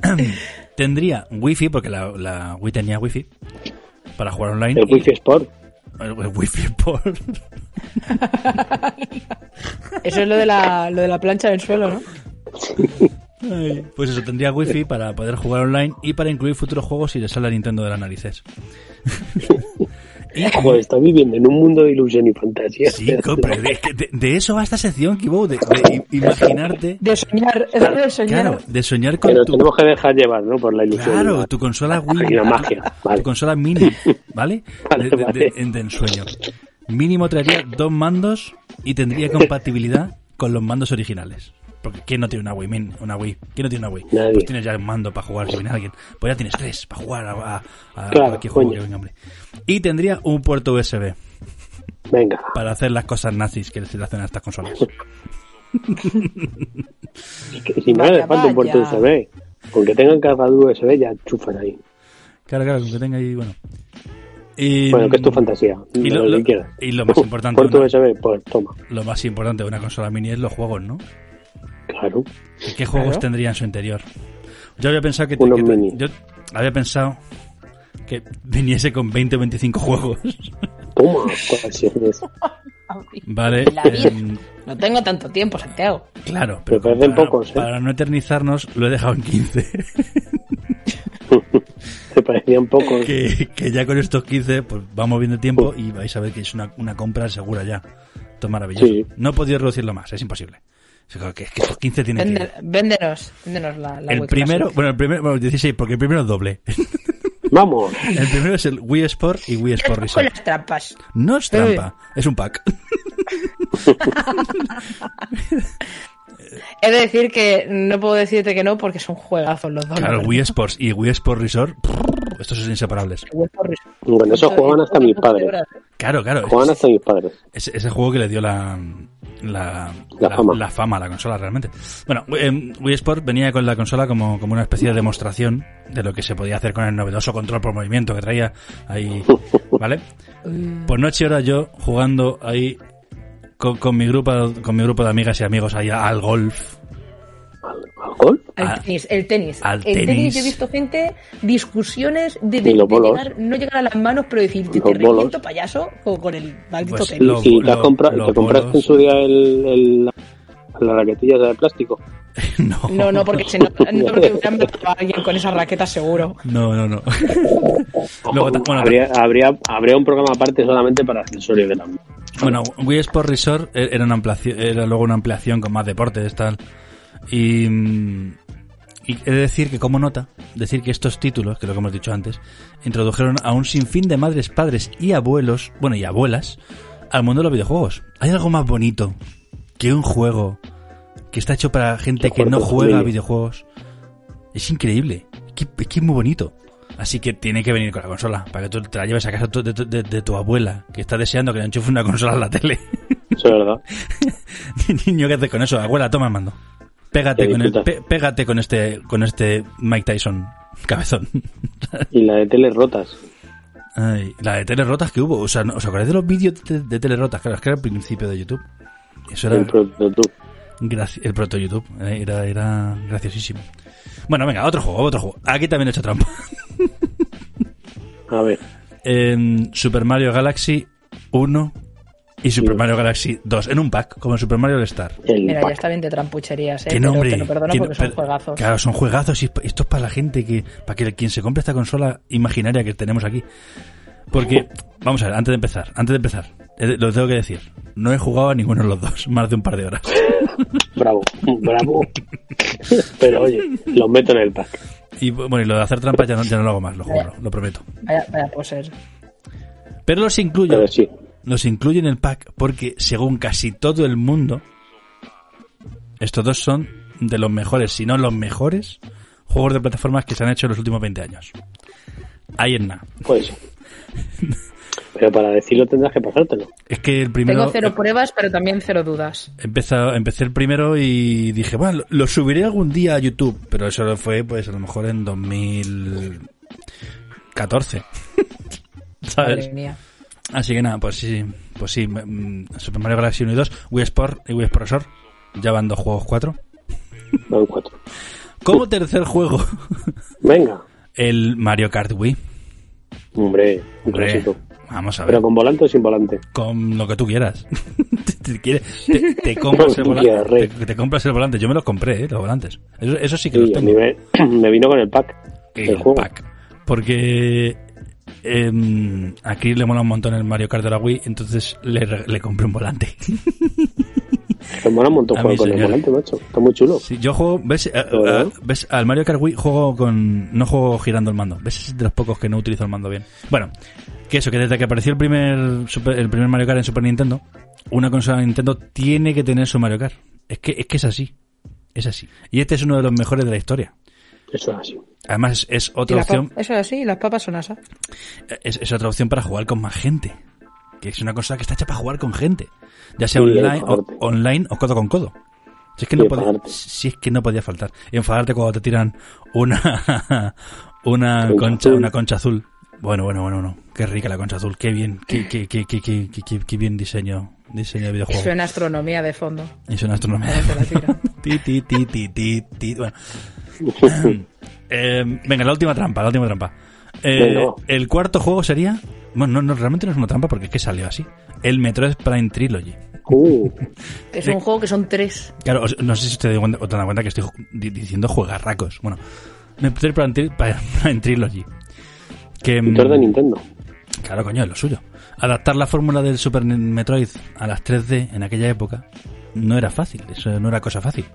[SPEAKER 3] <clears throat> tendría wifi porque la, la Wii tenía wifi para jugar online
[SPEAKER 4] El Wi-Fi Sport.
[SPEAKER 3] El- el wifi por
[SPEAKER 5] Eso es lo de la, lo de la plancha del suelo, ¿no?
[SPEAKER 3] Ay, Pues eso, tendría wifi para poder jugar online y para incluir futuros juegos si le sale a Nintendo de las narices. y,
[SPEAKER 4] Joder, está viviendo en un mundo de ilusión y fantasía. <laughs>
[SPEAKER 3] sí, co, pero de, de- de eso va esta sección, Kibo, de, de i- imaginarte,
[SPEAKER 5] De soñar, es de soñar.
[SPEAKER 3] claro, de soñar con
[SPEAKER 4] Pero
[SPEAKER 3] tu...
[SPEAKER 4] tenemos que dejar llevar, ¿no? Por la ilusión.
[SPEAKER 3] Claro, tu consola Wii.
[SPEAKER 4] Hay una magia, vale.
[SPEAKER 3] Tu consola mini, ¿vale?
[SPEAKER 4] <laughs> Vale,
[SPEAKER 3] de, de-
[SPEAKER 4] vale.
[SPEAKER 3] de- de ensueño. Mínimo traería dos mandos y tendría compatibilidad con los mandos originales. Porque ¿quién no tiene una Wii? Min? Una Wii. ¿Quién no tiene una Wii?
[SPEAKER 4] Nadie.
[SPEAKER 3] Pues tienes ya el mando para jugar si viene alguien. Pues ya tienes tres para jugar a, a- a
[SPEAKER 4] Claro,
[SPEAKER 3] cualquier juego
[SPEAKER 4] coño.
[SPEAKER 3] que venga, hombre. Y tendría un puerto USB
[SPEAKER 4] Venga.
[SPEAKER 3] para hacer las cosas nazis que se le hacen a estas
[SPEAKER 4] <laughs>
[SPEAKER 3] consolas.
[SPEAKER 4] Que Si no
[SPEAKER 5] Vaya,
[SPEAKER 4] le falta un puerto
[SPEAKER 5] vaya.
[SPEAKER 4] USB. Con que tengan cargador USB ya chufan ahí.
[SPEAKER 3] Claro, claro, con que tenga ahí, bueno. Y- mm,
[SPEAKER 4] Bueno, que es tu fantasía.
[SPEAKER 3] Y
[SPEAKER 4] lo,
[SPEAKER 3] lo, lo-
[SPEAKER 4] que quieras.
[SPEAKER 3] y lo más importante,
[SPEAKER 4] Puerto
[SPEAKER 3] una-
[SPEAKER 4] USB, pues toma.
[SPEAKER 3] lo más importante de una consola mini es los juegos, ¿no?
[SPEAKER 4] Claro.
[SPEAKER 3] ¿Qué juegos
[SPEAKER 5] Claro.
[SPEAKER 3] tendría en su interior? Yo había pensado que,
[SPEAKER 4] Unos
[SPEAKER 3] que-
[SPEAKER 4] mini.
[SPEAKER 3] yo había pensado que viniese con 20 o 25 juegos,
[SPEAKER 4] Toma. Pues, si eres- <laughs>
[SPEAKER 3] ¿vale?
[SPEAKER 5] La vida.
[SPEAKER 3] Em,
[SPEAKER 5] No tengo tanto tiempo, Santiago.
[SPEAKER 3] claro,
[SPEAKER 4] Me
[SPEAKER 3] pero como
[SPEAKER 4] parecen
[SPEAKER 3] para,
[SPEAKER 4] pocos, ¿eh?
[SPEAKER 3] para no eternizarnos lo he dejado en 15,
[SPEAKER 4] Te parecían pocos.
[SPEAKER 3] <laughs> que, que ya con estos 15 pues vamos viendo tiempo y vais a ver que es una, una compra segura ya. Esto es maravilloso.
[SPEAKER 4] Sí.
[SPEAKER 3] No he podido reducirlo más, es imposible. O sea, que, que estos 15 tienen que
[SPEAKER 5] Vende-
[SPEAKER 3] ir.
[SPEAKER 5] véndenos, véndenos la, la
[SPEAKER 3] El
[SPEAKER 5] Wii
[SPEAKER 3] primero,
[SPEAKER 5] Classic.
[SPEAKER 3] bueno, el primero, bueno, 16, porque el primero es doble. <laughs>
[SPEAKER 4] Vamos.
[SPEAKER 3] El primero es el Wii Sport y Wii Sport
[SPEAKER 5] con
[SPEAKER 3] Resort.
[SPEAKER 5] las trampas.
[SPEAKER 3] No es trampa, es un pack.
[SPEAKER 5] He de decir que no puedo decirte que no porque son juegazos los dos.
[SPEAKER 3] Claro,
[SPEAKER 5] la
[SPEAKER 3] Wii Sports y Wii Sports Resort, prrr, estos son inseparables.
[SPEAKER 5] verdad. Wii Sports.
[SPEAKER 4] Con eso juegan hasta mis padres.
[SPEAKER 3] Claro, claro.
[SPEAKER 4] Juegan hasta mis padres.
[SPEAKER 3] Es, es el juego que le dio la, la,
[SPEAKER 4] La fama.
[SPEAKER 3] la fama a la consola, realmente. Bueno, em, Wii Sports venía con la consola como, como una especie de demostración de lo que se podía hacer con el novedoso control por movimiento que traía
[SPEAKER 4] <laughs>
[SPEAKER 3] ahí. ¿Vale? Por noche y hora yo jugando ahí con, con mi grupo con mi grupo de amigas y amigos ahí al golf. <laughs>
[SPEAKER 4] ¿Alcohol?
[SPEAKER 5] El
[SPEAKER 3] Ah,
[SPEAKER 5] tenis, el tenis.
[SPEAKER 3] al
[SPEAKER 5] el tenis.
[SPEAKER 3] tenis.
[SPEAKER 5] yo he visto gente, discusiones de,
[SPEAKER 4] Y los
[SPEAKER 5] de
[SPEAKER 4] bolos.
[SPEAKER 5] llegar- no llegar a las manos, pero decir, te,
[SPEAKER 4] Los
[SPEAKER 5] te
[SPEAKER 4] bolos.
[SPEAKER 5] reviento, payaso, o con el maldito
[SPEAKER 3] Pues
[SPEAKER 5] tenis.
[SPEAKER 3] lo-
[SPEAKER 4] y te, has
[SPEAKER 3] lo-
[SPEAKER 4] compra-
[SPEAKER 3] lo
[SPEAKER 4] te compraste en
[SPEAKER 3] bolos.
[SPEAKER 4] su día el, el- la raquetilla esa de plástico.
[SPEAKER 3] No.
[SPEAKER 5] No, no, porque <laughs> se nota- no, porque hubieran matado a alguien con esa raqueta seguro.
[SPEAKER 3] No,
[SPEAKER 4] <laughs>
[SPEAKER 3] no, no. Luego, ta- bueno, ta-
[SPEAKER 4] habría, habría, habría un programa aparte solamente para accesorios de la
[SPEAKER 3] Bueno, Wii Sport Resort e- era, una ampliación, era luego una ampliación con más deportes, tal. Y, mm, y he de decir que, como nota, decir que estos títulos, que es lo que hemos dicho antes, introdujeron a un sinfín de madres, padres y abuelos, bueno, y abuelas, al mundo de los videojuegos. ¿Hay algo más bonito que un juego que está hecho para gente
[SPEAKER 4] Que
[SPEAKER 3] que
[SPEAKER 4] jugar
[SPEAKER 3] no
[SPEAKER 4] con tu
[SPEAKER 3] juega a
[SPEAKER 4] familia.
[SPEAKER 3] videojuegos? Es increíble. Es que, es que es muy bonito. Así que tiene que venir con la consola, para que tú te la lleves a casa tu- de, tu- de- de tu abuela, que está deseando que le enchufe una consola a la tele.
[SPEAKER 4] Eso es verdad.
[SPEAKER 3] <laughs> Niño, ¿qué haces con eso? Abuela, toma el mando. Pégate,
[SPEAKER 4] Te
[SPEAKER 3] con, el-
[SPEAKER 4] disfrutas.
[SPEAKER 3] pe- pégate con, este, con este Mike Tyson cabezón.
[SPEAKER 4] Y la de teles rotas.
[SPEAKER 3] Ay, la de telerotas que hubo. O sea, ¿no- ¿Os acordáis de los vídeos de, de telerotas? Claro, es que era el principio de YouTube. Eso era
[SPEAKER 4] El Pro- Pro Tour.
[SPEAKER 3] graci- el proto YouTube. eh, Era, era graciosísimo. Bueno, venga, otro juego, otro juego. Aquí también he hecho trampa. <laughs>
[SPEAKER 4] A ver.
[SPEAKER 3] en Super Mario Galaxy 1 y Super
[SPEAKER 4] Sí.
[SPEAKER 3] Mario Galaxy 2 en un pack, como en Super Mario All Star.
[SPEAKER 4] El
[SPEAKER 5] Mira, ya
[SPEAKER 4] pack.
[SPEAKER 5] está bien de trampucherías, ¿eh?
[SPEAKER 3] ¿Qué
[SPEAKER 5] Pero
[SPEAKER 3] nombre?
[SPEAKER 5] te lo perdono
[SPEAKER 3] ¿Qué no-
[SPEAKER 5] porque son
[SPEAKER 3] pero-
[SPEAKER 5] juegazos.
[SPEAKER 3] Claro, son juegazos y esto es para la gente que. para que quien se compre esta consola imaginaria que tenemos aquí. Porque, vamos a ver, antes de empezar, antes de empezar, eh, lo tengo que decir. No he jugado a ninguno de los dos, <laughs> más de un par de horas.
[SPEAKER 4] Bravo, <laughs> bravo. Pero oye, los meto en el pack.
[SPEAKER 3] Y bueno, y lo de hacer trampas ya no, ya no lo hago más, lo juro, lo prometo.
[SPEAKER 5] Vaya, vaya poser.
[SPEAKER 3] Pero los incluyo.
[SPEAKER 4] Pero sí,
[SPEAKER 3] los incluye en el pack porque, según casi todo el mundo, estos dos son de los mejores, si no los mejores, juegos de plataformas que se han hecho en los últimos 20 años. Ahí en nada.
[SPEAKER 4] pues. Pero para decirlo tendrás que pasártelo.
[SPEAKER 3] Es que el
[SPEAKER 5] Tengo
[SPEAKER 3] primero.
[SPEAKER 5] cero pruebas, pero también cero dudas.
[SPEAKER 3] empeza- empecé el primero y dije, bueno, lo, lo subiré algún día a YouTube, pero eso lo fue, pues, a lo mejor en 2014.
[SPEAKER 5] <laughs>
[SPEAKER 3] ¿Sabes?
[SPEAKER 5] Madre mía.
[SPEAKER 3] Así que nada, pues sí, pues sí, mm, Super Mario Galaxy 1 y 2, Wii Sport y Wii Explorasor, ya van dos juegos, cuatro.
[SPEAKER 4] Van cuatro.
[SPEAKER 3] Como tercer juego, <laughs>
[SPEAKER 4] Venga,
[SPEAKER 3] el Mario Kart Wii.
[SPEAKER 4] hombre, un
[SPEAKER 3] Hombre,
[SPEAKER 4] clásico.
[SPEAKER 3] vamos a ver,
[SPEAKER 4] Pero con volante o sin volante.
[SPEAKER 3] con lo que tú
[SPEAKER 4] <laughs>
[SPEAKER 3] quieras. te, te quiere- te- te compras el
[SPEAKER 4] Tú quieras,
[SPEAKER 3] volante,
[SPEAKER 4] rey.
[SPEAKER 3] te, te compras el volante. Yo me los compré, eh, los volantes. Eso, eso sí que los
[SPEAKER 4] Sí, a mí
[SPEAKER 3] tengo.
[SPEAKER 4] me, me <clears throat> vino con el pack.
[SPEAKER 3] Y
[SPEAKER 4] El,
[SPEAKER 3] el
[SPEAKER 4] juego.
[SPEAKER 3] pack. Porque em, aquí le mola un montón el Mario Kart de la Wii, entonces le, re- le compré un volante.
[SPEAKER 4] Me mola un montón
[SPEAKER 3] A
[SPEAKER 4] jugar
[SPEAKER 3] mí,
[SPEAKER 4] con el
[SPEAKER 3] señor.
[SPEAKER 4] volante, macho. Está muy chulo.
[SPEAKER 3] Sí, yo juego, ves, Eh,
[SPEAKER 4] ¿Verdad?
[SPEAKER 3] eh, ves, al Mario Kart Wii juego con, no juego girando el mando. Ves, es de los pocos que no utilizo el mando bien. Bueno, que eso, que desde que apareció el primer, Super- el primer Mario Kart en Super Nintendo, una consola de Nintendo tiene que tener su Mario Kart. Es que, es que es así. Es así. Y este es uno de los mejores de la historia.
[SPEAKER 4] Eso es así.
[SPEAKER 3] Además, es
[SPEAKER 5] Y
[SPEAKER 3] otra
[SPEAKER 5] las
[SPEAKER 3] opción,
[SPEAKER 5] pap- Eso es así, y las papas son asas.
[SPEAKER 3] es, es otra opción para jugar con más gente. Que es una consola que está hecha para jugar con gente. Ya sea
[SPEAKER 4] Sí,
[SPEAKER 3] online, o,
[SPEAKER 4] enfadarte.
[SPEAKER 3] online o codo con codo. Si es que
[SPEAKER 4] Sí,
[SPEAKER 3] no podía,
[SPEAKER 4] enfadarte.
[SPEAKER 3] si es que no podía faltar. Enfadarte cuando te tiran una <laughs> una
[SPEAKER 4] Concha
[SPEAKER 3] concha,
[SPEAKER 4] azul.
[SPEAKER 3] una concha azul. Bueno, bueno, bueno, bueno. Qué rica la concha azul, qué bien, qué, qué, qué, qué, qué, qué- qué- qué bien diseño, diseño de videojuego.
[SPEAKER 5] Suena astronomía de fondo.
[SPEAKER 3] Es una astronomía.
[SPEAKER 5] Ahora te la tiro.
[SPEAKER 3] <laughs> Ti, ti, ti, ti, ti, ti. Bueno. Eh, venga, la última trampa, la última trampa. Eh,
[SPEAKER 4] Venga.
[SPEAKER 3] el cuarto juego sería. Bueno, no, no, realmente no es una trampa porque es que salió así. El Metroid Prime Trilogy.
[SPEAKER 4] Uh,
[SPEAKER 3] Mm.
[SPEAKER 5] Es un juego que son tres.
[SPEAKER 3] Claro, os- no sé si te dan cuenta que estoy ju- di- diciendo juegarracos. Bueno, Metroid Prime, Tri- Prime- Prime Trilogy. Que, mm,
[SPEAKER 4] pintor de Nintendo.
[SPEAKER 3] Claro, coño, es lo suyo. Adaptar la fórmula del Super Nin- Metroid a las 3D en aquella época no era fácil, eso no era cosa fácil.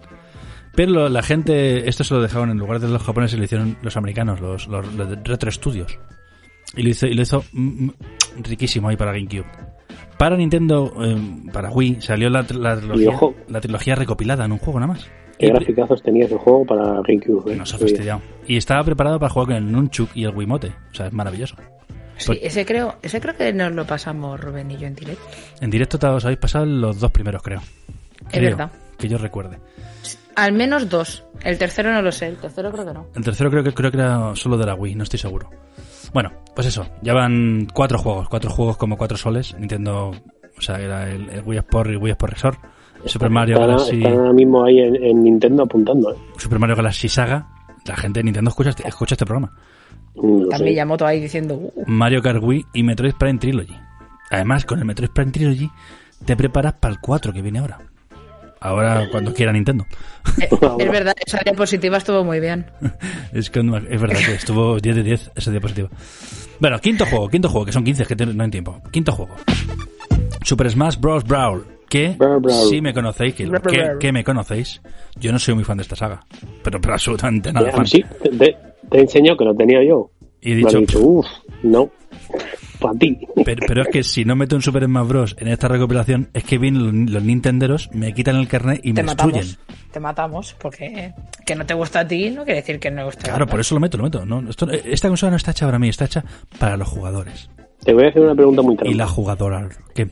[SPEAKER 3] Pero lo- la gente, esto se lo dejaron en lugar de los japoneses, lo hicieron los americanos, los, los, los de Retro Studios. Y lo hizo, y lo hizo mm, mm, riquísimo ahí para GameCube. Para Nintendo, eh, para Wii, salió la, tr- la trilogía,
[SPEAKER 4] ojo.
[SPEAKER 3] la trilogía recopilada en un juego nada más.
[SPEAKER 4] ¿Qué
[SPEAKER 3] Y-
[SPEAKER 4] graficazos tenías el juego para GameCube? eh?
[SPEAKER 3] no se ha
[SPEAKER 4] Muy bien.
[SPEAKER 3] fastidiado. Y estaba preparado para jugar con el Nunchuk y el Wiimote. O sea, es maravilloso.
[SPEAKER 5] Sí,
[SPEAKER 3] Pues-
[SPEAKER 5] ese creo, ese creo que nos lo pasamos Rubén y yo en directo.
[SPEAKER 3] En directo te os habéis pasado los dos primeros, creo.
[SPEAKER 5] Es
[SPEAKER 3] Creo,
[SPEAKER 5] verdad.
[SPEAKER 3] Que yo recuerde.
[SPEAKER 5] Al menos dos. El tercero no lo sé, el tercero creo que no.
[SPEAKER 3] El tercero creo que creo que era solo de la Wii, no estoy seguro. Bueno, pues eso, ya van cuatro juegos, cuatro juegos como cuatro soles, Nintendo, o sea, era el, el Wii Sport y Wii Sport Resort, Super Mario
[SPEAKER 4] Están-
[SPEAKER 3] Galaxy,
[SPEAKER 4] Están ahora mismo ahí en, en Nintendo apuntando, ¿eh?
[SPEAKER 3] Super Mario Galaxy Saga, la gente de Nintendo escucha este, escucha este programa.
[SPEAKER 4] Mm, lo
[SPEAKER 5] También
[SPEAKER 4] sé.
[SPEAKER 5] Yamoto ahí diciendo, "Uh,
[SPEAKER 3] Mario Kart Wii y Metroid Prime Trilogy. Además, con el Metroid Prime Trilogy te preparas para el 4 que viene ahora. Ahora cuando quiera Nintendo.
[SPEAKER 5] eh, es verdad, esa diapositiva estuvo muy bien.
[SPEAKER 3] Es, que no- es verdad que estuvo <laughs> 10 de 10 esa diapositiva. Bueno, quinto juego, quinto juego, que son 15, que te- no hay tiempo. Quinto juego. Super Smash Bros. Brawl. Que
[SPEAKER 4] Brawl, brawl.
[SPEAKER 3] si me conocéis, que,
[SPEAKER 5] Brawl,
[SPEAKER 3] que-
[SPEAKER 5] brawl.
[SPEAKER 3] que me conocéis, yo no soy muy fan de esta saga. Pero, pero absolutamente nada
[SPEAKER 4] Eh,
[SPEAKER 3] fan.
[SPEAKER 4] sí, te, te- te he enseñado que lo tenía yo.
[SPEAKER 3] Y he
[SPEAKER 4] Me
[SPEAKER 3] dicho,
[SPEAKER 4] han dicho, uff, no, para ti. <laughs>
[SPEAKER 3] pero, pero es que si no meto un Super Smash Bros. en esta recopilación, es que vienen los, los nintenderos, me quitan el carnet y
[SPEAKER 5] Te
[SPEAKER 3] me
[SPEAKER 5] matamos.
[SPEAKER 3] destruyen.
[SPEAKER 5] Te matamos porque que no te gusta a ti no quiere decir que no le guste. a
[SPEAKER 3] Claro,
[SPEAKER 5] otro.
[SPEAKER 3] por eso lo meto, lo meto. No, esto- esta consola no está hecha para mí, está hecha para los jugadores.
[SPEAKER 4] Te voy a hacer una pregunta muy
[SPEAKER 3] Y la
[SPEAKER 4] trampa.
[SPEAKER 3] jugadora. ¿Qué?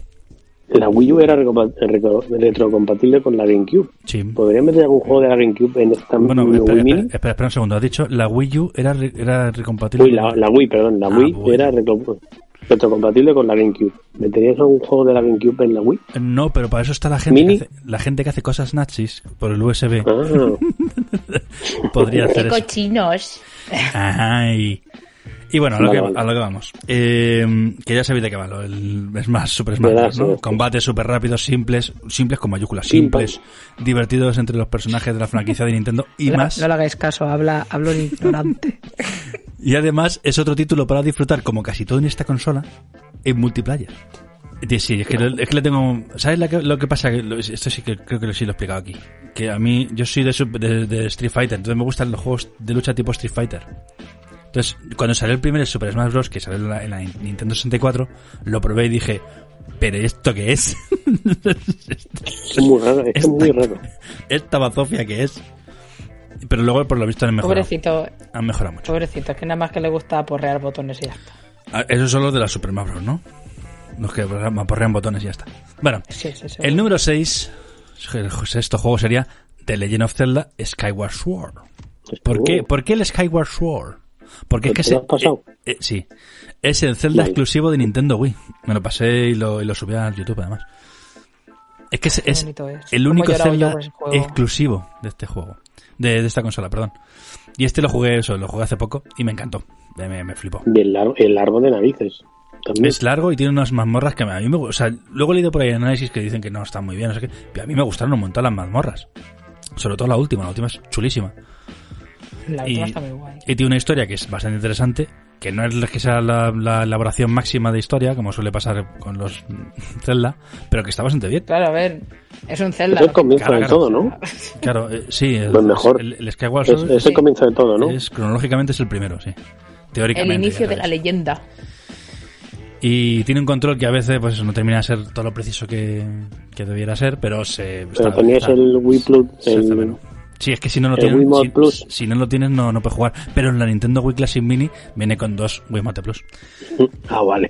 [SPEAKER 4] La... Wii U era recompa- reco- retrocompatible con la GameCube.
[SPEAKER 3] Sí.
[SPEAKER 4] ¿Podrían meter algún juego de la GameCube en esta
[SPEAKER 3] Bueno,
[SPEAKER 4] Wii
[SPEAKER 3] espera,
[SPEAKER 4] Mini?
[SPEAKER 3] espera, espera, espera un segundo. Has dicho la Wii U era, re- era recompatible.
[SPEAKER 4] Uy, la, la Wii, perdón, la
[SPEAKER 3] Ah,
[SPEAKER 4] Wii
[SPEAKER 3] bueno.
[SPEAKER 4] era retro- retrocompatible con la GameCube. ¿Meterías algún juego de la GameCube en la Wii?
[SPEAKER 3] No, pero para eso está la gente, que
[SPEAKER 4] Mini.
[SPEAKER 3] hace, la gente que hace cosas nazis por el USB.
[SPEAKER 4] Ah,
[SPEAKER 3] Podría hacer
[SPEAKER 5] Qué
[SPEAKER 3] eso.
[SPEAKER 5] cochinos.
[SPEAKER 3] Ay. Y bueno, a lo,
[SPEAKER 4] Vale,
[SPEAKER 3] que,
[SPEAKER 4] vale.
[SPEAKER 3] a lo que vamos. Eh, que ya sabéis de qué va lo el Smash, Super Smash,
[SPEAKER 4] Verdad,
[SPEAKER 3] ¿no?
[SPEAKER 4] sí, sí.
[SPEAKER 3] Combates súper rápidos, simples, simples con mayúsculas,
[SPEAKER 4] Pim, pam.
[SPEAKER 3] simples, divertidos entre los personajes de la franquicia de Nintendo y
[SPEAKER 5] No,
[SPEAKER 3] más.
[SPEAKER 5] no le hagáis caso, habla, hablo de
[SPEAKER 3] <laughs>
[SPEAKER 5] ignorante.
[SPEAKER 3] Y además es otro título para disfrutar, como casi todo en esta consola, en multiplayer. Es decir, es que, lo- es que le tengo... ¿Sabes la que- lo que pasa? Que lo- Esto sí que creo que sí lo he explicado aquí. Que a mí, yo soy de, sub- de- de Street Fighter, entonces me gustan los juegos de lucha tipo Street Fighter. Entonces, cuando salió el primer Super Smash Bros. que salió en la, en la Nintendo 64, lo probé y dije, ¿pero esto qué es? <laughs>
[SPEAKER 4] es muy raro, es que es muy raro.
[SPEAKER 3] ¿Esta bazofia qué es? Pero luego, por lo visto, han mejorado.
[SPEAKER 5] Pobrecito,
[SPEAKER 3] Han mejorado mucho.
[SPEAKER 5] pobrecito, que nada más que le gusta porrear botones y ya está.
[SPEAKER 3] Ah, Esos son los de la Super Smash Bros, ¿no? Los que aporrean botones y ya está. Bueno,
[SPEAKER 5] Sí, sí, sí.
[SPEAKER 3] el número 6, el sexto juego sería The Legend of Zelda Skyward Sword. ¿Por, qué, ¿Por qué el Skyward Sword? Porque es que
[SPEAKER 4] Oh. Pues ¿Te
[SPEAKER 3] se-
[SPEAKER 4] lo has pasado?
[SPEAKER 3] eh, eh, sí, es el Zelda
[SPEAKER 4] Vale.
[SPEAKER 3] exclusivo de Nintendo Wii. Me lo pasé y lo, y lo subí a YouTube además. Es que es, es
[SPEAKER 5] bonito es.
[SPEAKER 3] el
[SPEAKER 5] Cómo he
[SPEAKER 3] único
[SPEAKER 5] llorado yo
[SPEAKER 3] Zelda
[SPEAKER 5] con ese juego.
[SPEAKER 3] exclusivo de este juego. De, de esta consola, perdón. Y este lo jugué eso, lo jugué hace poco y me encantó. Eh, Me, me flipó.
[SPEAKER 4] Y el, ar- el árbol de narices. También.
[SPEAKER 3] Es largo y tiene unas mazmorras que a mí me gustan. O sea, luego he leído por ahí análisis que dicen que no están muy bien, no sé qué. Pero a mí me gustaron un montón las mazmorras. Sobre todo la última, la última es chulísima.
[SPEAKER 5] La
[SPEAKER 3] y-
[SPEAKER 5] última está muy guay.
[SPEAKER 3] Y tiene una historia que es bastante interesante, que no es la que sea la, la elaboración máxima de historia, como suele pasar con los <laughs> Zelda, pero que está bastante bien.
[SPEAKER 5] Claro, a ver, es un Zelda.
[SPEAKER 4] Es el
[SPEAKER 5] ¿no?
[SPEAKER 4] comienzo
[SPEAKER 3] Claro,
[SPEAKER 4] de
[SPEAKER 3] claro.
[SPEAKER 4] todo, ¿no?
[SPEAKER 3] Claro, eh, sí, el,
[SPEAKER 4] Lo mejor.
[SPEAKER 3] el, el Skyward
[SPEAKER 4] Es,
[SPEAKER 3] Sword
[SPEAKER 4] es
[SPEAKER 5] Sí.
[SPEAKER 4] el comienzo de todo, ¿no?
[SPEAKER 3] es- cronológicamente es el primero, sí.
[SPEAKER 5] El
[SPEAKER 3] Teóricamente.
[SPEAKER 5] inicio
[SPEAKER 3] ya
[SPEAKER 5] de la
[SPEAKER 3] sabes.
[SPEAKER 5] leyenda.
[SPEAKER 3] Y tiene un control que a veces pues eso, no termina de ser todo lo preciso que, que debiera ser, pero se...
[SPEAKER 4] Pero
[SPEAKER 3] está-
[SPEAKER 4] tenías
[SPEAKER 3] está-
[SPEAKER 4] el Wii Plus,
[SPEAKER 3] se hace
[SPEAKER 4] el-
[SPEAKER 3] bueno. Sí, es que si no lo
[SPEAKER 4] el
[SPEAKER 3] tienes,
[SPEAKER 4] Wiimote
[SPEAKER 3] si,
[SPEAKER 4] Plus.
[SPEAKER 3] si no lo tienes no, no puedes jugar. Pero en la Nintendo Wii Classic Mini viene con dos Wiimote Plus.
[SPEAKER 4] Ah, vale.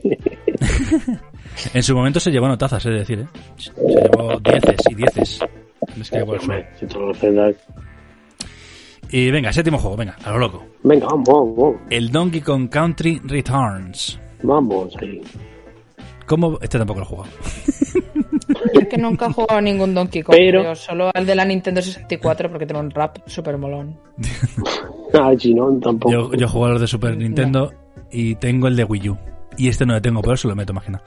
[SPEAKER 3] En su momento se llevó notazas, es decir, ¿eh? se llevó dieces y dieces. Es que igual suena.
[SPEAKER 4] Si todo lo celdas-
[SPEAKER 3] Y venga, séptimo juego, venga, a lo loco.
[SPEAKER 4] Venga, vamos, vamos.
[SPEAKER 3] El Donkey Kong Country Returns.
[SPEAKER 4] Vamos. ahí.
[SPEAKER 3] ¿Cómo? Este tampoco lo he jugado.
[SPEAKER 5] Yo es que nunca he jugado a ningún Donkey Kong,
[SPEAKER 4] Pero-
[SPEAKER 5] creo, solo al de la Nintendo 64 porque tiene un rap súper molón.
[SPEAKER 4] Ah, Ginón tampoco.
[SPEAKER 3] Yo, yo he jugado a los de Super Nintendo y tengo el de Wii U. Y este no lo tengo, por eso lo meto más que nada.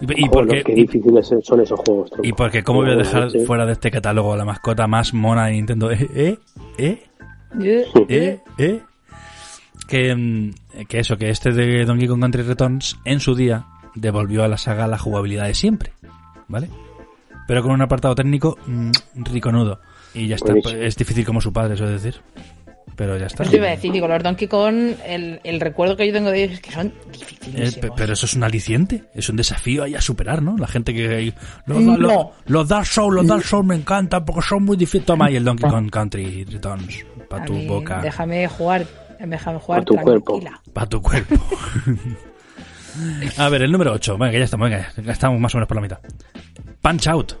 [SPEAKER 3] Y, y
[SPEAKER 4] Joder,
[SPEAKER 3] porque,
[SPEAKER 4] qué
[SPEAKER 3] y-
[SPEAKER 4] difíciles son esos juegos. tronco.
[SPEAKER 3] Y porque cómo voy a
[SPEAKER 4] Joder,
[SPEAKER 3] dejar
[SPEAKER 4] sí.
[SPEAKER 3] fuera de este catálogo a la mascota más mona de Nintendo. Eh, eh, eh,
[SPEAKER 5] Eh,
[SPEAKER 3] eh, eh. Que, mm, que eso, que este de Donkey Kong Country Returns en su día devolvió a la saga la jugabilidad de siempre, ¿vale? Pero con un apartado técnico mm, riconudo. Y ya está,
[SPEAKER 4] Buenísimo.
[SPEAKER 3] pues, es difícil como su padre, eso es decir. Pero ya está. Eh,
[SPEAKER 5] Eso te Pues iba a decir, digo, los Donkey Kong, el, el recuerdo que yo tengo de ellos es que son
[SPEAKER 3] Eh,
[SPEAKER 5] dificilísimos.
[SPEAKER 3] pe- pero eso es un aliciente, es un desafío ahí a superar, ¿no? La gente que... Los,
[SPEAKER 5] Mm, No.
[SPEAKER 3] los, los Dark Souls, los Dark Souls me encantan porque son muy difíciles. Toma ahí el Donkey Kong Country Returns
[SPEAKER 5] Ah. A
[SPEAKER 3] para tu
[SPEAKER 5] mí,
[SPEAKER 3] boca,
[SPEAKER 5] Déjame jugar, déjame jugar
[SPEAKER 4] Pa' tu cuerpo.
[SPEAKER 5] tranquila.
[SPEAKER 3] para tu cuerpo. <laughs> a ver, el número 8. Venga, ya estamos, venga, ya estamos más o menos por la mitad. Punch Out,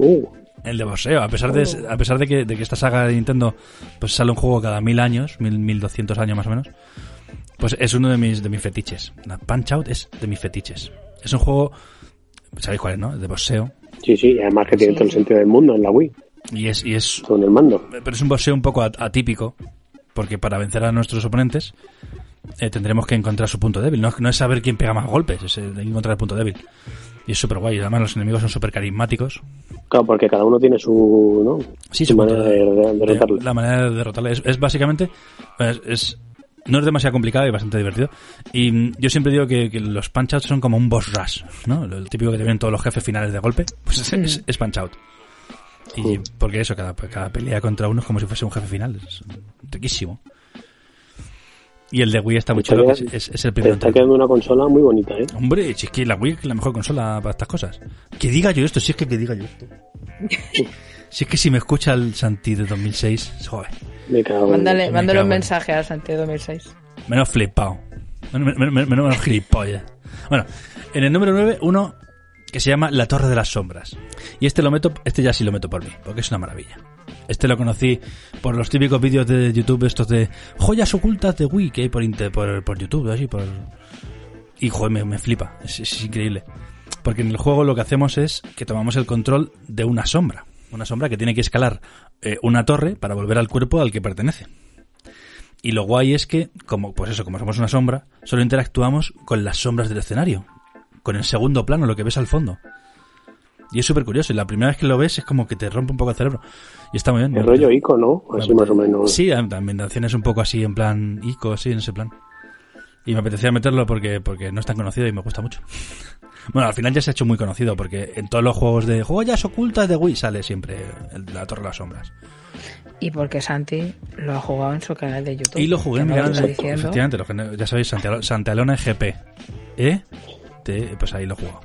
[SPEAKER 4] Uh,
[SPEAKER 3] el de boxeo. A pesar de, a pesar de, que, de que esta saga de Nintendo pues sale un juego cada mil años, mil, mil doscientos años más o menos, pues es uno de mis, de mis fetiches. La Punch Out es de mis fetiches. Es un juego... ¿Sabéis cuál es, no? De boxeo.
[SPEAKER 4] sí, sí, y además que tiene todo el sentido del mundo en la Wii,
[SPEAKER 3] Y es, y es,
[SPEAKER 4] con el mando.
[SPEAKER 3] pero es un boxeo un poco at- atípico, porque para vencer a nuestros oponentes eh, tendremos que encontrar su punto débil. No, no es saber quién pega más golpes, es eh, encontrar el punto débil. Y es súper guay. Además, los enemigos son súper carismáticos.
[SPEAKER 4] Claro, porque cada uno tiene su, ¿no?
[SPEAKER 3] Sí,
[SPEAKER 4] su
[SPEAKER 3] su punto
[SPEAKER 4] manera de, de- de derrotarlo.
[SPEAKER 3] La manera de derrotarle. Es, es básicamente. Es, es- no es demasiado complicado y bastante divertido. Y mm, yo siempre digo que, que los punch-outs son como un boss rush, ¿no? Lo, el típico que te vienen todos los jefes finales de golpe. Pues es, es- es punch-out. Y porque eso, cada, cada pelea contra uno es como si fuese un jefe final. Es riquísimo. Y el de Wii está muy
[SPEAKER 4] Te
[SPEAKER 3] chulo, que es,
[SPEAKER 4] está
[SPEAKER 3] es- es el
[SPEAKER 4] Te
[SPEAKER 3] primero.
[SPEAKER 4] está quedando una consola muy bonita, ¿eh?
[SPEAKER 3] Hombre, si es que la Wii es la mejor consola para estas cosas. Que diga yo esto, si es que que diga yo esto. Si es que si me escucha el Santi de 2006, joder,
[SPEAKER 4] Me cago en-
[SPEAKER 5] Mándale,
[SPEAKER 3] me
[SPEAKER 5] mándale
[SPEAKER 3] cago
[SPEAKER 5] un
[SPEAKER 3] en-
[SPEAKER 5] mensaje al Santiago 2006.
[SPEAKER 3] menos flipado. Menos, menos, menos- menos gilipollas. Bueno, en el número 9, uno que se llama La Torre de las Sombras. Y este lo meto, este ya sí lo meto por mí, porque es una maravilla. Este lo conocí por los típicos vídeos de YouTube, estos de joyas ocultas de Wii que hay por, inter- por, por YouTube, así, por, Y joder, me, me flipa, es, es increíble. Porque en el juego lo que hacemos es que tomamos el control de una sombra. Una sombra que tiene que escalar eh, una torre para volver al cuerpo al que pertenece. Y lo guay es que, como, pues eso, como somos una sombra, solo interactuamos con las sombras del escenario. Con el segundo plano, lo que ves al fondo. Y es súper curioso. Y la primera vez que lo ves es como que te rompe un poco el cerebro. Y está muy bien.
[SPEAKER 4] El rollo Ico, ¿no? Así más o menos.
[SPEAKER 3] Sí, la ambientación es un poco así, en plan ICO, sí, en ese plan. Y me apetecía meterlo porque, porque no es tan conocido y me gusta mucho. <laughs> Bueno, al final ya se ha hecho muy conocido porque en todos los juegos de joyas ocultas de Wii sale siempre el- la Torre de las Sombras.
[SPEAKER 5] Y porque Santi lo ha jugado en su canal de YouTube.
[SPEAKER 3] Y lo jugué en
[SPEAKER 5] Que
[SPEAKER 3] mi
[SPEAKER 5] no lo
[SPEAKER 3] canal de
[SPEAKER 5] está
[SPEAKER 3] YouTube,
[SPEAKER 5] diciendo.
[SPEAKER 3] Efectivamente, lo que- ya sabéis, Santialo- Santalona GP. ¿Eh? Te- pues ahí lo juego.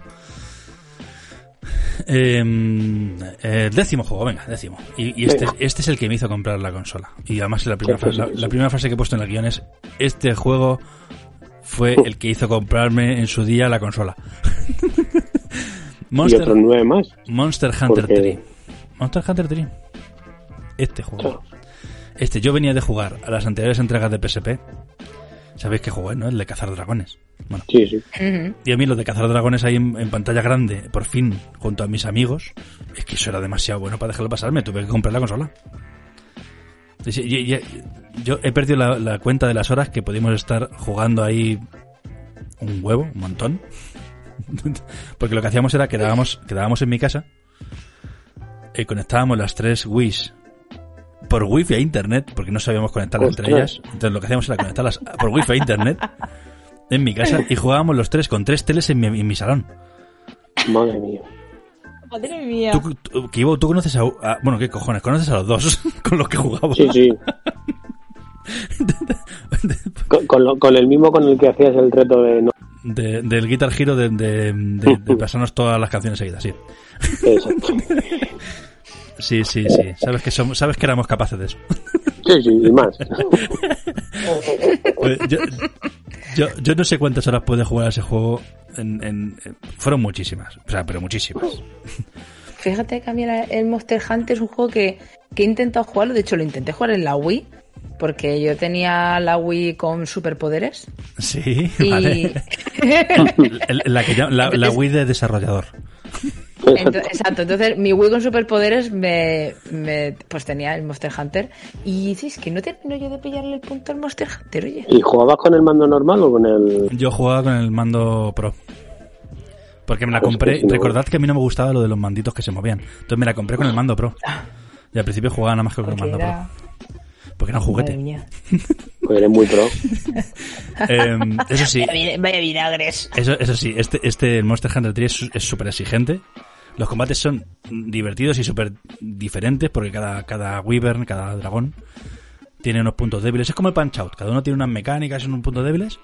[SPEAKER 3] Em, eh, décimo juego, venga, décimo. Y, y este,
[SPEAKER 4] Venga.
[SPEAKER 3] este es el que me hizo comprar la consola. Y además la primera,
[SPEAKER 4] Sí, sí,
[SPEAKER 3] frase, la,
[SPEAKER 4] sí, sí.
[SPEAKER 3] la primera frase que he puesto en el guión es este juego fue
[SPEAKER 4] Oh.
[SPEAKER 3] el que hizo comprarme en su día la
[SPEAKER 4] <laughs>
[SPEAKER 3] consola.
[SPEAKER 4] Y otros
[SPEAKER 3] Monster,
[SPEAKER 4] nueve más.
[SPEAKER 3] Monster Hunter
[SPEAKER 4] porque-
[SPEAKER 3] 3. Monster Hunter 3. Este juego. Este, yo venía de jugar a las anteriores entregas de PSP. Sabéis que jugué, ¿no? El de cazar dragones. Bueno,
[SPEAKER 4] Sí, sí.
[SPEAKER 5] Ujú.
[SPEAKER 3] y a mí lo de cazar dragones ahí en, en pantalla grande, por fin, junto a mis amigos, es que eso era demasiado bueno para dejarlo pasar. Me tuve que comprar la consola. Y sí, y- y- yo he perdido la, la cuenta de las horas que pudimos estar jugando ahí un huevo, un montón. <laughs> Porque lo que hacíamos era quedábamos, quedábamos en mi casa y conectábamos las tres Wii's por wifi a internet, porque no sabíamos conectarlas entre
[SPEAKER 4] Ostras.
[SPEAKER 3] ellas. Entonces lo que hacíamos era conectarlas por wifi a internet en mi casa y jugábamos los tres con tres teles en mi, en mi salón.
[SPEAKER 4] Madre mía.
[SPEAKER 5] Madre mía.
[SPEAKER 3] Tú, tú- que Ivo, tú conoces a, a- Bueno, ¿qué cojones? ¿Conoces a los dos <laughs> con los que jugaba?
[SPEAKER 4] Sí, sí. con, con lo- con el mismo con el que hacías el reto de no.
[SPEAKER 3] De- del Guitar Hero de, de, de- de pasarnos todas las canciones seguidas, sí.
[SPEAKER 4] Exacto.
[SPEAKER 3] Sí, sí, sí. Sabes que, somos, sabes que éramos capaces de eso.
[SPEAKER 4] Sí, sí, y más.
[SPEAKER 3] Pues yo, yo, yo no sé cuántas horas puede jugar a ese juego. En, en- en- fueron muchísimas. O sea, pero muchísimas.
[SPEAKER 5] Fíjate que a mí la- el Monster Hunter es un juego que, que he intentado jugarlo. De hecho, lo intenté jugar en la Wii. Porque yo tenía la Wii
[SPEAKER 3] <laughs>
[SPEAKER 5] con superpoderes.
[SPEAKER 3] Sí, <laughs>
[SPEAKER 5] Y
[SPEAKER 3] vale. El- La, que llama- la, la Wii de desarrollador.
[SPEAKER 5] <laughs> Ento- exacto, entonces mi Wii con superpoderes me, me- pues tenía el Monster Hunter y dices que no termino yo de pillarle el punto al Monster Hunter, oye.
[SPEAKER 4] <laughs> ¿Y jugabas con el mando normal o con el.?
[SPEAKER 3] Yo jugaba con el mando pro. Porque me la compré. Recordad que a mí no me gustaba lo de los manditos que se movían. Entonces me la compré con el mando pro. Y al principio jugaba nada más que con el
[SPEAKER 5] Porque
[SPEAKER 3] mando
[SPEAKER 5] era...
[SPEAKER 3] pro. Porque era un
[SPEAKER 5] Madre
[SPEAKER 3] juguete.
[SPEAKER 5] mía.
[SPEAKER 4] Pues eres muy pro.
[SPEAKER 3] Eh, eso sí,
[SPEAKER 5] Vaya vinagres.
[SPEAKER 3] Eso, eso sí, este, este el Monster Hunter 3 es- es súper exigente. Los combates son divertidos y súper diferentes porque cada, cada Wyvern, cada dragón, tiene unos puntos débiles. Es como el Punch Out, cada uno tiene unas mecánicas y unos puntos débiles.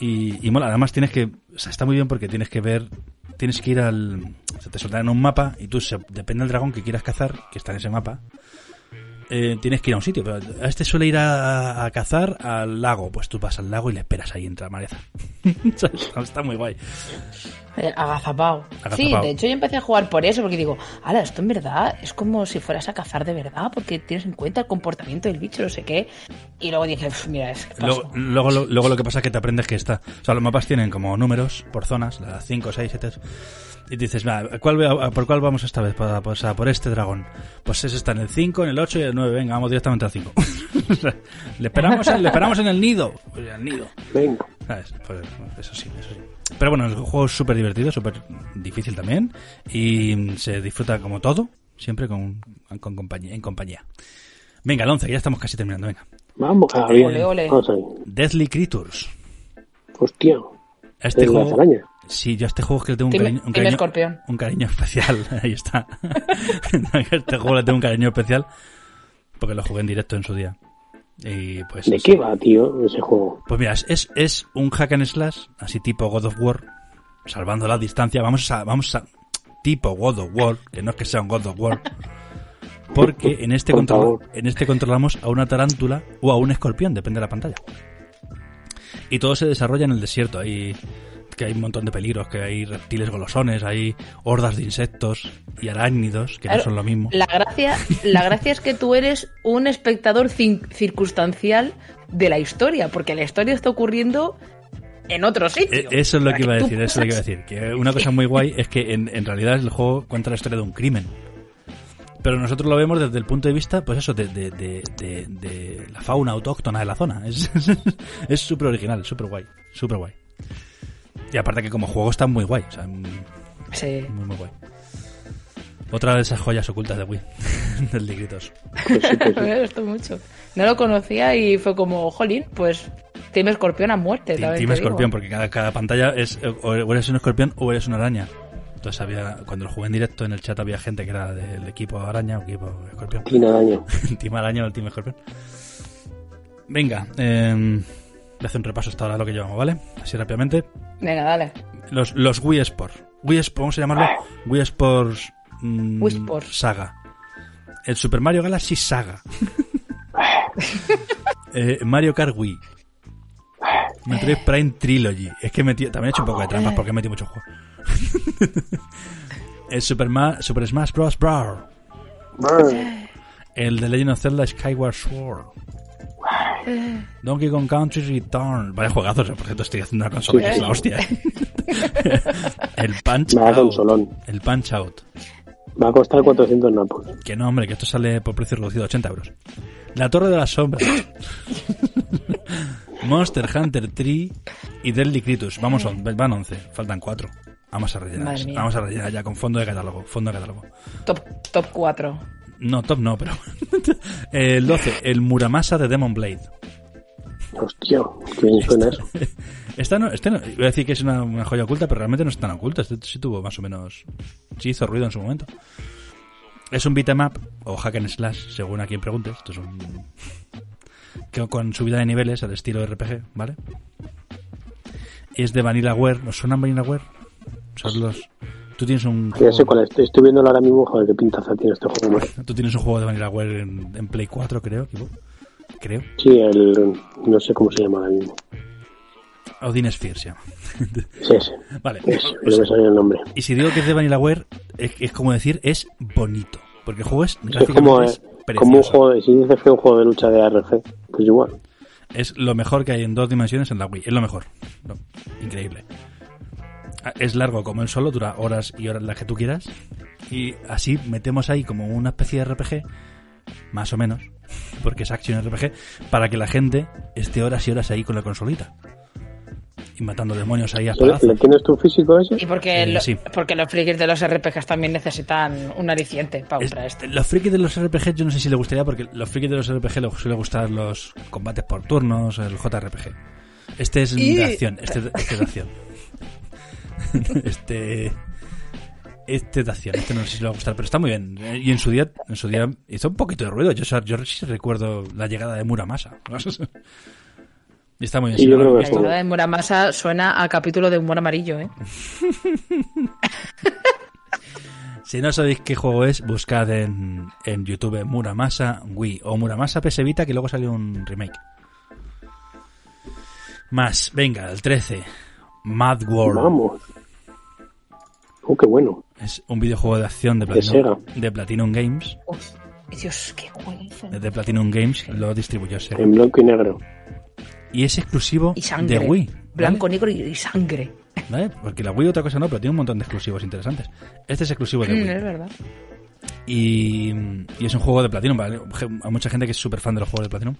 [SPEAKER 3] Y, y mola, además tienes que. O sea, está muy bien porque tienes que ver. Tienes que ir al. Se te soltarán un mapa y tú, se- depende del dragón que quieras cazar, que está en ese mapa, eh, tienes que ir a un sitio. Pero a este suele ir a, a cazar al lago. Pues tú vas al lago y le esperas ahí entre la maleza. <laughs> está muy guay.
[SPEAKER 5] Eh, Agazapao.
[SPEAKER 3] Agazapao.
[SPEAKER 5] Sí, de hecho yo empecé a jugar por eso, porque digo, ala, esto en verdad es como si fueras a cazar de verdad, porque tienes en cuenta el comportamiento del bicho, no sé qué. Y luego dije, "Pf, mira, es que paso".
[SPEAKER 3] Luego, luego, lo- luego lo que pasa es que te aprendes que está. O sea, los mapas tienen como números por zonas, las 5, 6, 7. Y dices, "Va, ¿cuál, ve- a- ¿por cuál vamos esta vez? Pa- Pues a por este dragón. Pues ese está en el 5, en el 8 y en el 9. Venga, vamos directamente al <laughs> 5. le, esperamos, en- le esperamos en el nido. Pues en el nido.
[SPEAKER 4] Venga.
[SPEAKER 3] ¿Sabes? Pues, eso sí, eso sí. Pero bueno, el juego es súper divertido, súper difícil también. Y se disfruta como todo, siempre con, con compañía, en compañía. Venga, el 11, que ya estamos casi terminando. Venga.
[SPEAKER 4] Vamos, Javier.
[SPEAKER 5] Ole, ole.
[SPEAKER 4] Vamos ahí.
[SPEAKER 3] Deadly Creatures.
[SPEAKER 4] Hostia.
[SPEAKER 3] A este
[SPEAKER 4] Es una
[SPEAKER 3] juego.
[SPEAKER 4] araña.
[SPEAKER 3] Sí, yo a este juego es que le tengo un
[SPEAKER 5] Team-
[SPEAKER 3] cariño, un
[SPEAKER 5] Team
[SPEAKER 3] cariño,
[SPEAKER 5] Escorpión.
[SPEAKER 3] un cariño especial. <laughs> Ahí está. a este juego le tengo un cariño especial porque lo jugué en directo en su día. Y pues.
[SPEAKER 4] ¿De
[SPEAKER 3] eso.
[SPEAKER 4] qué va, tío, ese juego?
[SPEAKER 3] Pues mira, es, es un hack and slash, así tipo God of War,
[SPEAKER 4] <laughs>
[SPEAKER 3] salvando la distancia. Vamos a. Vamos a tipo God of War, que no es que sea un God of War, porque en este,
[SPEAKER 4] Por
[SPEAKER 3] control-
[SPEAKER 4] favor.
[SPEAKER 3] en este controlamos a una tarántula o a un escorpión, depende de la pantalla. Y todo se desarrolla en el desierto, hay, que hay un montón de peligros, que hay reptiles golosones, hay hordas de insectos y arácnidos, que
[SPEAKER 5] Claro,
[SPEAKER 3] no son lo mismo.
[SPEAKER 5] La gracia, la gracia es que tú eres un espectador cin- circunstancial de la historia, porque la historia está ocurriendo en otro
[SPEAKER 3] E-
[SPEAKER 5] sitio.
[SPEAKER 3] Eso es lo
[SPEAKER 5] Para
[SPEAKER 3] que iba a
[SPEAKER 5] tú
[SPEAKER 3] decir, eso es lo que iba a
[SPEAKER 5] puedas-
[SPEAKER 3] decir. Que una cosa muy guay es que en, en realidad el juego cuenta la historia de un crimen. Pero nosotros lo vemos desde el punto de vista, pues eso, de, de- de- de- de la fauna autóctona de la zona. Es <laughs> es súper original, súper guay, súper guay. Y aparte que como juego está muy guay, o sea, muy,
[SPEAKER 5] <laughs> Sí.
[SPEAKER 3] muy guay. Otra de esas joyas ocultas de Wii, <laughs> del Ligritos. <laughs>
[SPEAKER 5] <laughs> Me gustó mucho. No lo conocía y fue como, jolín, pues Team Escorpión a muerte.
[SPEAKER 3] Team,
[SPEAKER 5] también
[SPEAKER 3] Team
[SPEAKER 5] te digo.
[SPEAKER 3] Escorpión, porque cada, cada pantalla es eh, o o eres un escorpión o eres una araña. Entonces había, cuando lo jugué en directo en el chat había gente que era del equipo araña o equipo escorpión.
[SPEAKER 4] Tina daño.
[SPEAKER 3] <laughs> team araña o el team escorpión. Venga, eh, voy a hacer un repaso hasta ahora lo que llevamos, ¿vale? Así rápidamente.
[SPEAKER 5] Venga, dale.
[SPEAKER 3] Los, los Wii Sports. Wii Sports, vamos a llamarlo Wii Sports, mm,
[SPEAKER 5] Wii Sports.
[SPEAKER 3] Saga. El Super Mario Galaxy Saga. Eh, Mario Kart Wii. Metroid Prime Trilogy. Es que he metido- también he hecho un poco de
[SPEAKER 5] Ah.
[SPEAKER 3] trampas porque he metido muchos juegos. <laughs> el Super, Ma- Super Smash Bros. Brawl. El de Legend of Zelda Skyward Sword. Donkey Kong Country Return. Vaya juegazos, eh, por cierto, estoy haciendo una consola que es la hostia. eh. <laughs> el Punch
[SPEAKER 4] Vaya
[SPEAKER 3] Out.
[SPEAKER 4] consolón.
[SPEAKER 3] El Punch Out.
[SPEAKER 4] Va a costar 400 napos.
[SPEAKER 3] Que no, hombre, que esto sale por precio reducido a 80 euros. La Torre de las Sombras. <laughs> Monster Hunter 3 y Deadly Critus. Vamos, on- van 11. Faltan 4. Vamos a rellenar.
[SPEAKER 5] Madre mía.
[SPEAKER 3] Vamos a rellenar ya con fondo de catálogo. Fondo de catálogo.
[SPEAKER 5] Top, top 4.
[SPEAKER 3] No, top no, pero. <laughs> el 12. El Muramasa de Demon Blade.
[SPEAKER 4] Hostia, qué bien suena eso.
[SPEAKER 3] Esta no, este no, iba a decir que es una, una joya oculta, pero realmente no es tan oculta. Este sí tuvo más o menos. Sí hizo ruido en su momento. Es un beatmap o hack and slash, según a quien preguntes. Esto es un. que con subida de niveles al estilo RPG, ¿vale? Es de VanillaWare. ¿Os suena VanillaWare? Son los. Tú tienes un.
[SPEAKER 4] Ya sé
[SPEAKER 3] juego-
[SPEAKER 4] cuál es. Estoy viéndolo ahora mismo. Joder, qué pintaza tiene este juego. macho.
[SPEAKER 3] Tú tienes un juego de VanillaWare en, en Play 4, creo. equivo- Creo.
[SPEAKER 4] Sí, el. No sé cómo se llama ahora mismo.
[SPEAKER 3] Odin Sphere se llama.
[SPEAKER 4] Sí, ese.
[SPEAKER 3] Vale.
[SPEAKER 4] Eso,
[SPEAKER 3] O
[SPEAKER 4] no
[SPEAKER 3] sea,
[SPEAKER 4] me salió el nombre.
[SPEAKER 3] Y si digo que es de Vanillaware, es, es como decir, es bonito. Porque el juego es
[SPEAKER 4] Es como,
[SPEAKER 3] gráficamente es
[SPEAKER 4] eh, como un
[SPEAKER 3] precioso.
[SPEAKER 4] juego de. Si dices que es un juego de lucha de ARC, pues igual.
[SPEAKER 3] Es lo mejor que hay en dos dimensiones en la Wii. Es lo mejor. No, increíble. Ah, Es largo como el solo, dura horas y horas las que tú quieras. Y así metemos ahí como una especie de RPG, más o menos, porque es Action RPG, para que la gente esté horas y horas ahí con la consolita. Y matando demonios ahí a espadazos.
[SPEAKER 4] ¿Le tienes tu físico ese?
[SPEAKER 5] Y porque,
[SPEAKER 3] Eh,
[SPEAKER 5] lo-
[SPEAKER 3] sí.
[SPEAKER 5] porque los frikis de los RPGs también necesitan un aliciente para comprar este.
[SPEAKER 3] Es- <laughs>
[SPEAKER 5] esto.
[SPEAKER 3] Los frikis de los RPG yo no sé si le gustaría porque los frikis de los RPG les suele gustar los combates por turnos, el JRPG. Este es
[SPEAKER 5] Y-
[SPEAKER 3] de acción, este, este es de acción. <laughs> este este es de acción, este no sé si le va a gustar, pero está muy bien. Y en su día, en su día hizo un poquito de ruido. Yo, yo sí recuerdo la llegada de Muramasa. <laughs> y está muy bien.
[SPEAKER 4] Sí, yo
[SPEAKER 3] si no lo
[SPEAKER 4] creo que
[SPEAKER 5] La
[SPEAKER 3] habéis visto,
[SPEAKER 4] sí.
[SPEAKER 5] historia de Muramasa suena a capítulo de humor amarillo, ¿eh?
[SPEAKER 3] Si no sabéis qué juego es, buscad en, en YouTube Muramasa Wii o Muramasa PS Vita, que luego salió un remake. Más, venga, el 13. Mad World.
[SPEAKER 4] Vamos. Oh, qué bueno.
[SPEAKER 3] Es un videojuego de acción de
[SPEAKER 4] Sega.
[SPEAKER 3] Platinum, de Platinum Games. eh,
[SPEAKER 5] Uf, Dios, qué juegazo.
[SPEAKER 3] De Platinum Games lo distribuyó Sega.
[SPEAKER 4] En blanco y negro.
[SPEAKER 3] Y es exclusivo
[SPEAKER 5] Y sangre.
[SPEAKER 3] de Wii. ¿vale?
[SPEAKER 5] Blanco, negro y y sangre.
[SPEAKER 3] ¿Vale? Porque la Wii otra cosa no, pero tiene un montón de exclusivos interesantes. Este es exclusivo de
[SPEAKER 5] Mm,
[SPEAKER 3] Wii.
[SPEAKER 5] <laughs> es verdad.
[SPEAKER 3] Y, y es un juego de Platinum. ¿vale? Hay mucha gente que es súper fan de los juegos de Platinum.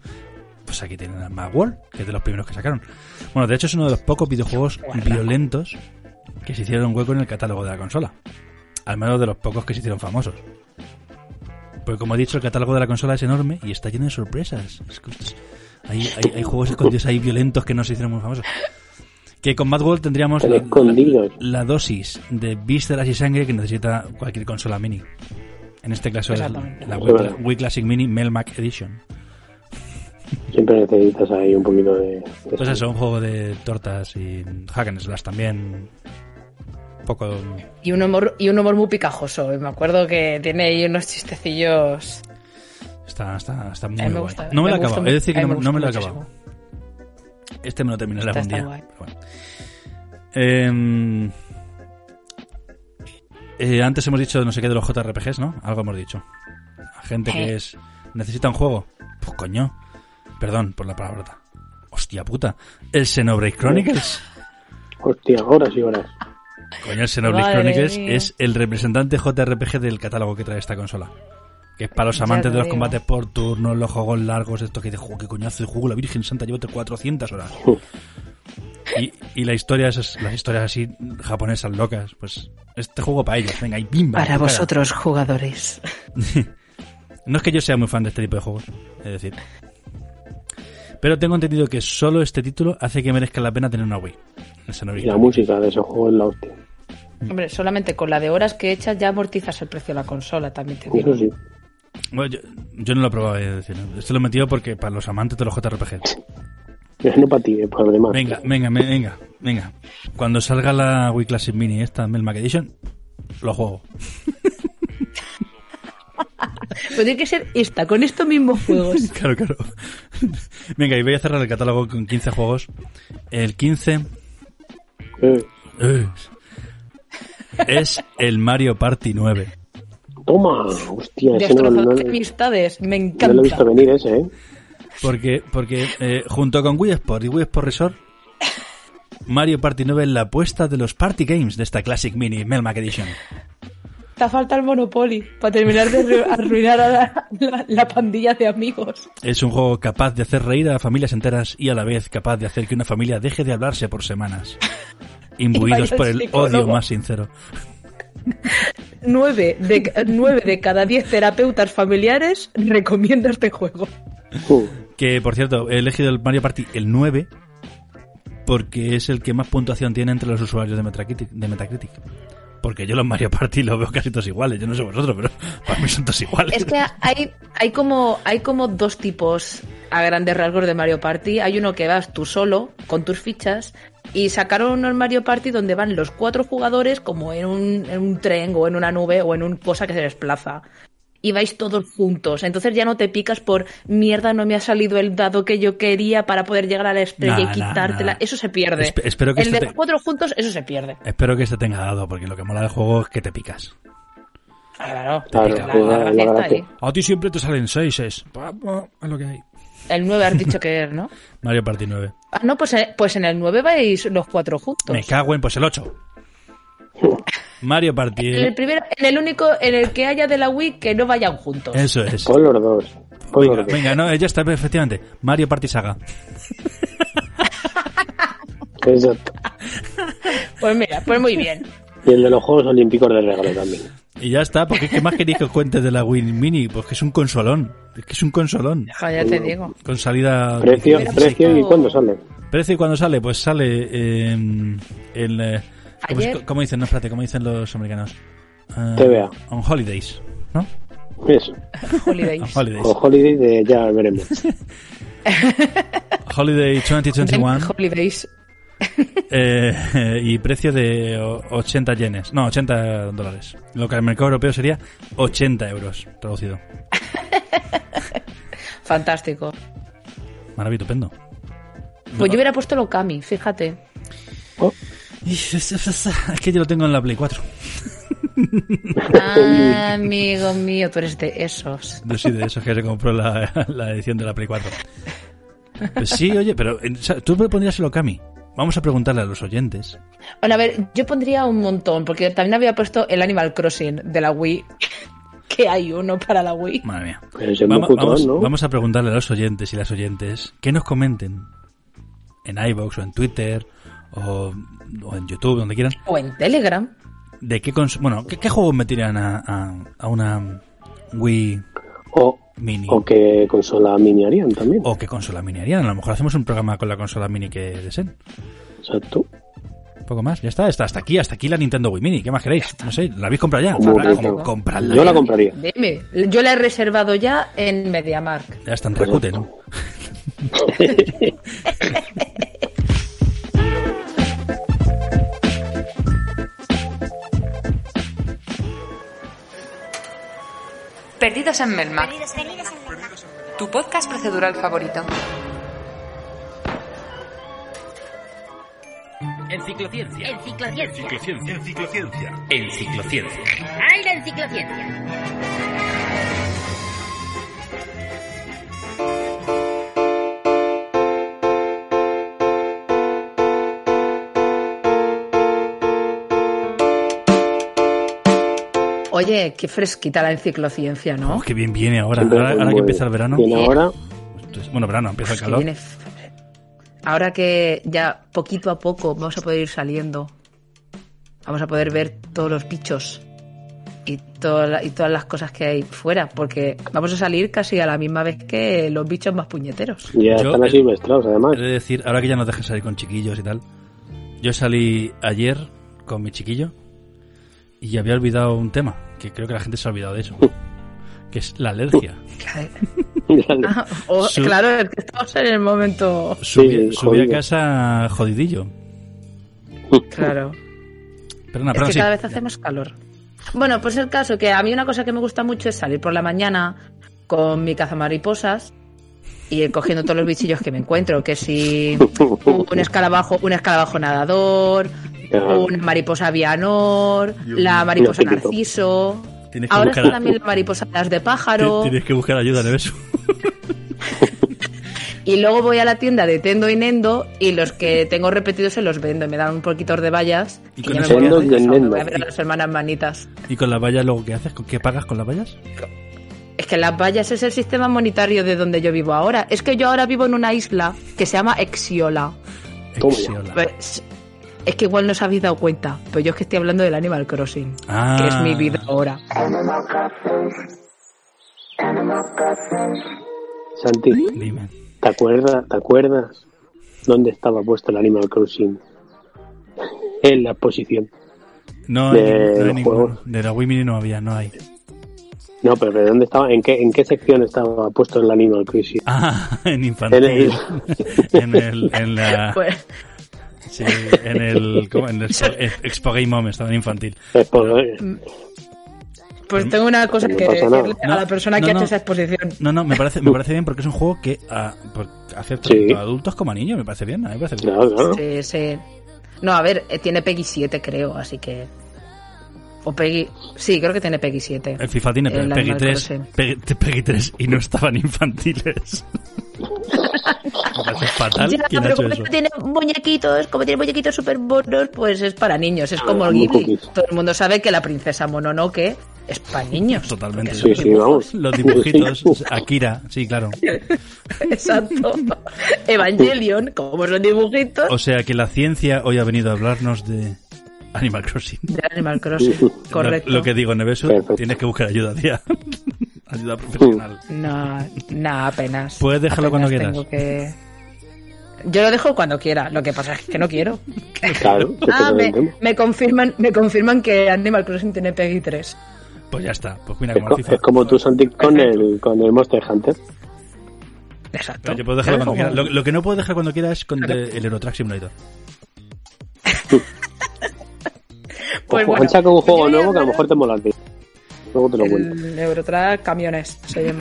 [SPEAKER 3] Pues aquí tienen a Mad World, que es de los primeros que sacaron. Bueno, de hecho es uno de los pocos videojuegos violentos que se hicieron hueco en el catálogo de la consola. Al menos de los pocos que se hicieron famosos. Porque como he dicho, el catálogo de la consola es enorme y está lleno de sorpresas. Es que, ostras, hay, hay- hay juegos escondidos ahí violentos que no se hicieron muy famosos. Que con Mad World tendríamos
[SPEAKER 4] Están
[SPEAKER 3] la,
[SPEAKER 4] escondidos.
[SPEAKER 3] la dosis de vísceras y sangre que necesita cualquier consola mini. En este caso es
[SPEAKER 5] Exactamente.
[SPEAKER 3] la Wii, Cla- Wii Classic Mini Melmac Edition.
[SPEAKER 4] Siempre necesitas ahí un poquito de. de-
[SPEAKER 3] Pues eso, un juego de tortas y hack and slash también.
[SPEAKER 10] poco.
[SPEAKER 5] Y un humor, y un humor muy picajoso. Me acuerdo que tiene ahí unos chistecillos.
[SPEAKER 3] Está, está, está muy
[SPEAKER 5] A mí me
[SPEAKER 3] guay.
[SPEAKER 5] gusta-
[SPEAKER 3] no me lo he
[SPEAKER 5] gusta
[SPEAKER 3] acabado.
[SPEAKER 5] mucho.
[SPEAKER 3] Es decir,
[SPEAKER 5] A
[SPEAKER 3] que
[SPEAKER 5] mí
[SPEAKER 3] no, no me lo he
[SPEAKER 5] gusta
[SPEAKER 3] acabado.
[SPEAKER 5] muchísimo.
[SPEAKER 3] Este me lo terminaré
[SPEAKER 5] Está-
[SPEAKER 3] algún
[SPEAKER 5] está
[SPEAKER 3] día.
[SPEAKER 5] guay.
[SPEAKER 3] pero bueno. Em, eh, antes hemos dicho no sé qué de los JRPGs, ¿no? Algo hemos dicho. A gente que
[SPEAKER 5] Eh.
[SPEAKER 3] es. ¿Necesita un juego? Pues coño. Perdón por la palabrota. Hostia puta. El Xenoblade Chronicles.
[SPEAKER 4] Hostia, horas
[SPEAKER 3] <laughs>
[SPEAKER 4] y horas.
[SPEAKER 3] Coño, el Xenoblade
[SPEAKER 5] Madre
[SPEAKER 3] Chronicles
[SPEAKER 5] mía.
[SPEAKER 3] es el representante JRPG del catálogo que trae esta consola. Que es para los
[SPEAKER 5] Ya
[SPEAKER 3] amantes
[SPEAKER 5] te
[SPEAKER 3] de los
[SPEAKER 5] digo.
[SPEAKER 3] combates por turnos, los juegos largos, esto que de juego, que coñazo de juego, la Virgen Santa, llévate 400 horas. Y, y la historia, esas- las historias así japonesas locas, pues este juego para ellos, venga, y bimba.
[SPEAKER 5] Para
[SPEAKER 3] en tu cara.
[SPEAKER 5] vosotros, jugadores.
[SPEAKER 3] No es que yo sea muy fan de este tipo de juegos, es decir. Pero tengo entendido que solo este título hace que merezca la pena tener una Wii. El Xenoblade
[SPEAKER 4] Y la música de esos juegos es la hostia.
[SPEAKER 5] <laughs> Hombre, solamente con la de horas que echas ya amortizas el precio de la consola, también te digo.
[SPEAKER 4] Eso sí.
[SPEAKER 3] Bueno, yo, yo no lo he probado, es decir, esto lo he metido porque para los amantes de los JRPG.
[SPEAKER 4] Es no para ti, es para los demás.
[SPEAKER 3] Venga, venga, me- venga, venga. Cuando salga la Wii Classic Mini esta Melmac Edition, lo juego.
[SPEAKER 5] Pero tiene que ser esta, con estos mismos juegos.
[SPEAKER 3] <laughs> Claro, claro. <laughs> Venga, y voy a cerrar el catálogo con 15 juegos. El 15
[SPEAKER 4] Eh,
[SPEAKER 3] eh, es el Mario Party 9.
[SPEAKER 4] toma, hostia, ese <laughs> no, no-
[SPEAKER 5] Destrozarte
[SPEAKER 4] no
[SPEAKER 5] amistades, me
[SPEAKER 4] lo he
[SPEAKER 5] encanta.
[SPEAKER 4] visto venir
[SPEAKER 3] <laughs>
[SPEAKER 4] ese, ¿eh?
[SPEAKER 3] Porque, porque eh, junto con Wii Sport y Wii Sport Resort, Mario Party 9 es la apuesta de los Party Games de esta Classic Mini Melmac Edition.
[SPEAKER 5] Te falta el Monopoly para terminar de arru- <laughs> arruinar a la, la- la pandilla de amigos.
[SPEAKER 3] Es un juego capaz de hacer reír a familias enteras y a la vez capaz de hacer que una familia deje de hablarse por
[SPEAKER 5] <laughs>
[SPEAKER 3] semanas. Imbuidos
[SPEAKER 5] vaya
[SPEAKER 3] por el
[SPEAKER 5] psicólogo.
[SPEAKER 3] odio más sincero.
[SPEAKER 5] Nueve de, ca- nueve de cada diez terapeutas familiares recomienda este juego.
[SPEAKER 4] Uh,
[SPEAKER 3] Que, por cierto, he elegido el Mario Party el 9 porque es el que más puntuación tiene entre los usuarios de Metacritic. De Metacritic. Porque yo los Mario Party los veo casi todos iguales. Yo no sé vosotros, pero <laughs> para mí son todos iguales.
[SPEAKER 5] Es que hay, hay, como, hay como dos tipos a grandes rasgos de Mario Party. Hay uno que vas tú solo, con tus fichas, y sacaron uno en Mario Party donde van los cuatro jugadores como en un, en un tren o en una nube o en un cosa que se desplaza. Y vais todos juntos. Entonces ya no te picas por mierda, no me ha salido el dado que yo quería para poder llegar a la estrella
[SPEAKER 3] Nah, nah,
[SPEAKER 5] y quitártela.
[SPEAKER 3] nah.
[SPEAKER 5] Eso se pierde.
[SPEAKER 3] Espe- espero que
[SPEAKER 5] el
[SPEAKER 3] esto
[SPEAKER 5] de
[SPEAKER 3] te-
[SPEAKER 5] los cuatro juntos, eso se pierde.
[SPEAKER 3] Espero que este tenga dado, porque lo que mola del juego es que te picas.
[SPEAKER 5] Claro,
[SPEAKER 4] Claro,
[SPEAKER 5] la- la
[SPEAKER 4] pues,
[SPEAKER 5] gracia
[SPEAKER 4] la
[SPEAKER 5] está
[SPEAKER 4] gracia.
[SPEAKER 5] ahí.
[SPEAKER 10] A ti siempre te salen seises. Pa, pa, Es lo que hay.
[SPEAKER 5] El 9 has dicho que es, ¿no?
[SPEAKER 3] Mario Party 9.
[SPEAKER 5] Ah, no, pues, eh, pues en el 9 vais los cuatro juntos.
[SPEAKER 3] Me cago en pues el
[SPEAKER 5] <laughs>
[SPEAKER 3] 8. Mario Party.
[SPEAKER 5] En el primero, en el único, en el que haya de la Wii que no vayan juntos.
[SPEAKER 3] Eso es.
[SPEAKER 4] pon los dos. Pon
[SPEAKER 3] Venga,
[SPEAKER 4] los dos.
[SPEAKER 3] venga, no, eh, ya está, efectivamente. Mario Party Saga.
[SPEAKER 4] Exacto.
[SPEAKER 5] Pues mira, pues muy bien.
[SPEAKER 4] Y el de los Juegos Olímpicos de regalo también.
[SPEAKER 3] Y ya está, porque ¿qué más queréis que os cuente de la Wii Mini? Pues que es un consolón. Es que es un consolón.
[SPEAKER 5] Joder, ya te digo.
[SPEAKER 3] Con salida.
[SPEAKER 4] Precio,
[SPEAKER 5] Hubiera
[SPEAKER 3] pues,
[SPEAKER 4] precio y
[SPEAKER 5] puesto-
[SPEAKER 4] cuándo sale.
[SPEAKER 3] Precio, ¿y cuándo sale? Pues sale eh, en. en, eh, ¿cómo, es-
[SPEAKER 5] Ayer.
[SPEAKER 3] cómo dicen? No, espérate, ¿cómo dicen los americanos? Ah,
[SPEAKER 4] TVA.
[SPEAKER 3] On holidays. ¿No?
[SPEAKER 4] Eso.
[SPEAKER 3] On <laughs>
[SPEAKER 5] Holidays.
[SPEAKER 3] holidays.
[SPEAKER 4] O Holiday de ya
[SPEAKER 3] <laughs>
[SPEAKER 4] veremos.
[SPEAKER 3] Holiday 2021.
[SPEAKER 5] Holidays.
[SPEAKER 3] Eh, eh, <laughs> y precio de o- 80 yenes. No, 80 dólares. Lo que al mercado europeo sería 80 euros, traducido.
[SPEAKER 5] Fantástico.
[SPEAKER 3] Maravilloso, pendo.
[SPEAKER 5] Pues yo hubiera puesto lo Kami, fíjate.
[SPEAKER 3] <laughs> Es que yo lo tengo en la Play 4.
[SPEAKER 5] Ah, amigo mío, tú eres de esos.
[SPEAKER 3] Yo sí, de esos que se compró la, <laughs> la edición de la Play 4. Pues sí, oye, pero eh, o sea, tú pondrías el Okami. Vamos a preguntarle a los oyentes.
[SPEAKER 5] Bueno, a ver, yo pondría un montón, porque también había puesto el Animal Crossing de la Wii. <laughs> Que hay uno para la Wii.
[SPEAKER 3] Madre mía.
[SPEAKER 4] Pero ese es
[SPEAKER 3] Vamos,
[SPEAKER 4] muy putón,
[SPEAKER 3] vamos-
[SPEAKER 4] ¿no?
[SPEAKER 3] vamos a preguntarle a los oyentes y las oyentes que nos comenten en iBox o en Twitter o, o en YouTube, donde quieran.
[SPEAKER 5] O en Telegram.
[SPEAKER 3] ¿De qué cons- bueno, ¿qué, qué juegos meterían a, a, a una Wii
[SPEAKER 4] O,
[SPEAKER 3] Mini?
[SPEAKER 4] o que consola mini harían también.
[SPEAKER 3] ¿O qué consola mini harían? A lo mejor hacemos un programa con la consola mini que deseen.
[SPEAKER 4] Exacto.
[SPEAKER 3] Un poco más, ya está, está hasta aquí, hasta aquí la Nintendo Wii Mini. ¿Qué más queréis? No sé, ¿la habéis comprado ya?
[SPEAKER 4] Muy
[SPEAKER 3] Comprad-
[SPEAKER 4] bien.
[SPEAKER 3] compradla
[SPEAKER 4] Yo la
[SPEAKER 3] ya.
[SPEAKER 4] compraría.
[SPEAKER 5] Dime, yo la he reservado ya en MediaMark.
[SPEAKER 3] Ya está en Rakuten, ¿no?
[SPEAKER 11] Perdidos en Melmac, tu podcast procedural favorito.
[SPEAKER 12] Enciclociencia.
[SPEAKER 13] Enciclociencia.
[SPEAKER 12] Enciclociencia. Enciclociencia. Enciclociencia.
[SPEAKER 13] ¡Ay, la enciclociencia!
[SPEAKER 5] Oye, qué fresquita la enciclociencia, ¿no?
[SPEAKER 3] Oh, Qué bien viene ahora. Ahora, ahora que empieza el verano.
[SPEAKER 5] Bien, ahora.
[SPEAKER 3] Entonces, Bueno, verano, empieza el
[SPEAKER 5] Que
[SPEAKER 3] calor.
[SPEAKER 5] viene f- Ahora que ya poquito a poco vamos a poder ir saliendo, vamos a poder ver todos los bichos y, toda la- y todas las cosas que hay fuera, porque vamos a salir casi a la misma vez que los bichos más puñeteros.
[SPEAKER 4] Ya
[SPEAKER 3] Yo-
[SPEAKER 4] están asilvestrados, además.
[SPEAKER 3] He de decir, ahora que ya nos dejan salir con chiquillos y tal, yo salí ayer con mi chiquillo y había olvidado un tema, que creo que la gente se ha olvidado de
[SPEAKER 4] <laughs>
[SPEAKER 3] eso, que es la alergia.
[SPEAKER 4] <laughs>
[SPEAKER 5] Ah, <laughs> o-
[SPEAKER 3] Su-
[SPEAKER 5] Claro, es que estamos en el momento.
[SPEAKER 3] Subí, subí a casa jodidillo.
[SPEAKER 5] Claro.
[SPEAKER 3] Perdona, perdona,
[SPEAKER 5] Es que
[SPEAKER 3] Ah, sí.
[SPEAKER 5] cada vez hace más calor. Bueno, pues el caso que a mí una cosa que me gusta mucho es salir por la mañana con mi cazamariposas y ir cogiendo todos los bichillos que me encuentro, que si un escarabajo, un escarabajo nadador,
[SPEAKER 4] Claro.
[SPEAKER 5] una mariposa vianor,
[SPEAKER 3] Dios
[SPEAKER 5] la
[SPEAKER 3] mío.
[SPEAKER 5] mariposa
[SPEAKER 3] No, qué rico.
[SPEAKER 5] narciso.
[SPEAKER 3] Tienes que
[SPEAKER 5] Ahora
[SPEAKER 3] buscar
[SPEAKER 5] están
[SPEAKER 3] a- <laughs>
[SPEAKER 5] también las mariposas alas de
[SPEAKER 3] Ti-
[SPEAKER 5] pájaro.
[SPEAKER 3] Tienes que buscar ayuda en eso.
[SPEAKER 5] Y luego voy a la tienda de Tendo y Nendo y los que tengo repetidos se los vendo. y Me dan un poquito de vallas.
[SPEAKER 3] Y
[SPEAKER 5] Y
[SPEAKER 3] con
[SPEAKER 5] ya me
[SPEAKER 3] eso
[SPEAKER 5] voy a
[SPEAKER 3] Tendo
[SPEAKER 5] mi
[SPEAKER 3] y
[SPEAKER 5] casa,
[SPEAKER 3] Nendo.
[SPEAKER 5] me voy a ver a las hermanas manitas.
[SPEAKER 3] ¿Y con las vallas luego qué haces? ¿Con qué pagas con las vallas?
[SPEAKER 5] Es que las vallas es el sistema monetario de donde yo vivo ahora. Es que yo ahora vivo en una isla que se llama Exiola.
[SPEAKER 3] Exiola.
[SPEAKER 5] Pues, es que igual no os habéis dado cuenta, pero yo es que estoy hablando del Animal Crossing,
[SPEAKER 3] Ah.
[SPEAKER 5] que es mi vida ahora.
[SPEAKER 4] Santi,
[SPEAKER 3] Ah,
[SPEAKER 4] ¿te acuerdas, ¿te acuerdas dónde estaba puesto el Animal Crossing? En la exposición.
[SPEAKER 3] No hay,
[SPEAKER 4] De
[SPEAKER 3] ningún- no hay
[SPEAKER 4] los
[SPEAKER 3] ninguno.
[SPEAKER 4] juegos.
[SPEAKER 3] De la Wii Mini no había, no hay.
[SPEAKER 4] No, pero ¿de dónde estaba? ¿En qué, en qué sección estaba puesto el Animal Crossing?
[SPEAKER 3] Ah, <laughs> en infantil.
[SPEAKER 4] En el-
[SPEAKER 3] en, el, en la...
[SPEAKER 5] Pues-
[SPEAKER 3] Sí, en el, ¿cómo? En el Expo, eh, Expo Game Mom estaba en infantil.
[SPEAKER 5] Pues tengo una cosa
[SPEAKER 3] No
[SPEAKER 5] que
[SPEAKER 3] pasa nada.
[SPEAKER 5] decirle a la
[SPEAKER 3] No,
[SPEAKER 5] persona
[SPEAKER 3] no,
[SPEAKER 5] que ha
[SPEAKER 3] no.
[SPEAKER 5] hecho esa exposición.
[SPEAKER 3] No, no, me parece, me parece bien porque es un juego que ah, por- hace tanto a adultos como a niños, me parece bien. a mí me parece bien.
[SPEAKER 5] Sí, sí. No, a ver, eh, tiene Peggy 7 creo, así que... O Peggy... Sí, creo que tiene Peggy 7.
[SPEAKER 3] El FIFA tiene
[SPEAKER 5] El
[SPEAKER 3] Peggy
[SPEAKER 5] Animal
[SPEAKER 3] 3,
[SPEAKER 5] Crossing.
[SPEAKER 3] Peggy, Peggy 3 y no estaban
[SPEAKER 5] <laughs>
[SPEAKER 3] infantiles. me parece fatal.
[SPEAKER 5] Ya,
[SPEAKER 3] ¿Quién ha
[SPEAKER 5] pero
[SPEAKER 3] hecho
[SPEAKER 5] como
[SPEAKER 3] eso?
[SPEAKER 5] tiene muñequitos, como tiene muñequitos super monos, pues es para niños, es como el
[SPEAKER 3] muy
[SPEAKER 5] Ghibli. Todo el mundo sabe que la princesa Mononoke es para
[SPEAKER 3] <laughs>
[SPEAKER 5] niños.
[SPEAKER 3] Totalmente.
[SPEAKER 5] porque son dibujos.
[SPEAKER 3] Los dibujitos, Akira, sí, claro.
[SPEAKER 5] <laughs> Exacto. Evangelion, como son dibujitos
[SPEAKER 3] O sea que la ciencia hoy ha venido a hablarnos de Animal Crossing.
[SPEAKER 5] de Animal Crossing.
[SPEAKER 3] Lo-
[SPEAKER 5] Correcto.
[SPEAKER 3] Lo, que digo, Nevesu, tienes que buscar ayuda, tía. <laughs> ayuda profesional.
[SPEAKER 5] No, no, apenas.
[SPEAKER 3] Puedes dejarlo cuando
[SPEAKER 5] Apenas tengo que- Yo lo dejo cuando quiera, lo que pasa es que no quiero.
[SPEAKER 4] Claro, que
[SPEAKER 5] Ah,
[SPEAKER 4] te
[SPEAKER 5] me,
[SPEAKER 4] preguntemos.
[SPEAKER 5] me confirman, me confirman que Animal Crossing tiene Peggy 3.
[SPEAKER 3] Pues ya está. Pues mira,
[SPEAKER 4] Es,
[SPEAKER 3] como
[SPEAKER 4] co-
[SPEAKER 3] el FIFA.
[SPEAKER 4] es como tú, Santi, con el, con el Monster Hunter.
[SPEAKER 5] Exacto.
[SPEAKER 3] Yo puedo dejarlo cuando
[SPEAKER 4] Claro.
[SPEAKER 3] quiera. Lo, lo que no puedo dejar cuando quiera es con de- el Eurotrack Simulator.
[SPEAKER 5] Pues
[SPEAKER 4] Ojo,
[SPEAKER 5] bueno,
[SPEAKER 4] han sacado un juego nuevo que a lo mejor te mola a ti. Luego te lo cuento.
[SPEAKER 5] El Eurotrack camiones se llama.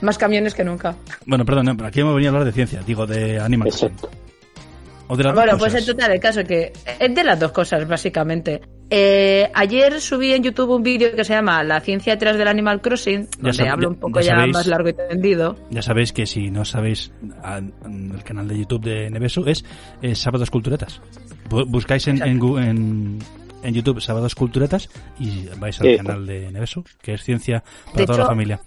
[SPEAKER 5] Más camiones que nunca.
[SPEAKER 3] Bueno, perdón, no, pero aquí hemos venido a hablar de ciencia, digo, de Animal Crossing. O de las
[SPEAKER 5] Bueno,
[SPEAKER 3] dos
[SPEAKER 5] pues
[SPEAKER 3] cosas.
[SPEAKER 5] en total, el caso que es de las dos cosas, básicamente. Eh, ayer subí en YouTube un vídeo que se llama La ciencia detrás del Animal Crossing, donde
[SPEAKER 3] sab-
[SPEAKER 5] hablo
[SPEAKER 3] ya-
[SPEAKER 5] un poco
[SPEAKER 3] ya
[SPEAKER 5] ya,
[SPEAKER 3] sabéis.
[SPEAKER 5] más largo y tendido.
[SPEAKER 3] Ya sabéis que si no sabéis, a- el canal de YouTube de Nevesu es eh, Sábados Culturetas. Bu- Buscáis en, en, Gu- en- en YouTube Sábados Culturetas y vais al
[SPEAKER 4] Eh,
[SPEAKER 5] Sí.
[SPEAKER 3] canal de Nevesu, que es ciencia para
[SPEAKER 5] De
[SPEAKER 3] toda la
[SPEAKER 5] hecho-
[SPEAKER 3] familia.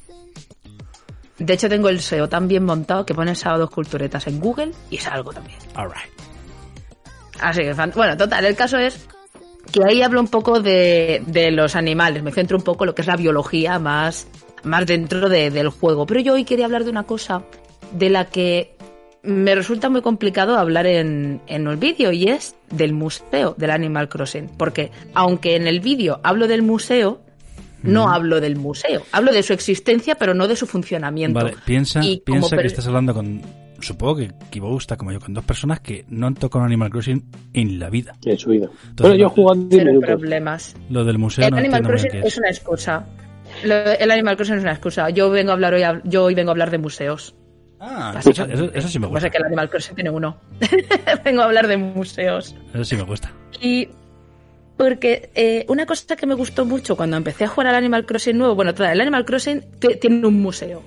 [SPEAKER 5] De hecho, tengo el SEO tan bien montado que pone sábados culturetas en Google y salgo también.
[SPEAKER 3] All right.
[SPEAKER 5] Así que, fan- bueno, total, el caso es que ahí hablo un poco de, de los animales, me centro un poco en lo que es la biología más, más dentro de- del juego. Pero yo hoy quería hablar de una cosa de la que me resulta muy complicado hablar en, en el vídeo y es del museo del Animal Crossing. Porque aunque en el vídeo hablo del museo, no hablo del museo. Hablo de su existencia, pero no de su funcionamiento.
[SPEAKER 3] Vale, piensa,
[SPEAKER 5] Y como
[SPEAKER 3] piensa que
[SPEAKER 5] per-
[SPEAKER 3] estás hablando con, supongo que equivoca como yo, con dos personas que no han tocado Animal Crossing en la vida.
[SPEAKER 4] En su vida.
[SPEAKER 3] Entonces,
[SPEAKER 4] yo he jugado 10
[SPEAKER 5] Cero
[SPEAKER 4] minutos.
[SPEAKER 5] problemas.
[SPEAKER 3] Lo del museo
[SPEAKER 5] El
[SPEAKER 3] no
[SPEAKER 5] Animal
[SPEAKER 3] entiendo muy bien
[SPEAKER 5] Crossing
[SPEAKER 3] qué
[SPEAKER 5] es una excusa. Lo- el Animal Crossing es una excusa. Yo vengo a hablar hoy, a- yo hoy vengo a hablar de museos.
[SPEAKER 3] Ah, eso,
[SPEAKER 5] Básicamente.
[SPEAKER 3] eso- eso sí me
[SPEAKER 5] Lo que
[SPEAKER 3] gusta.
[SPEAKER 5] pasa es que el Animal Crossing tiene uno. <laughs> vengo a hablar de museos.
[SPEAKER 3] Eso sí me gusta.
[SPEAKER 5] Y porque eh, una cosa que me gustó mucho cuando empecé a jugar al Animal Crossing nuevo, bueno, toda- el Animal Crossing t- tiene un museo,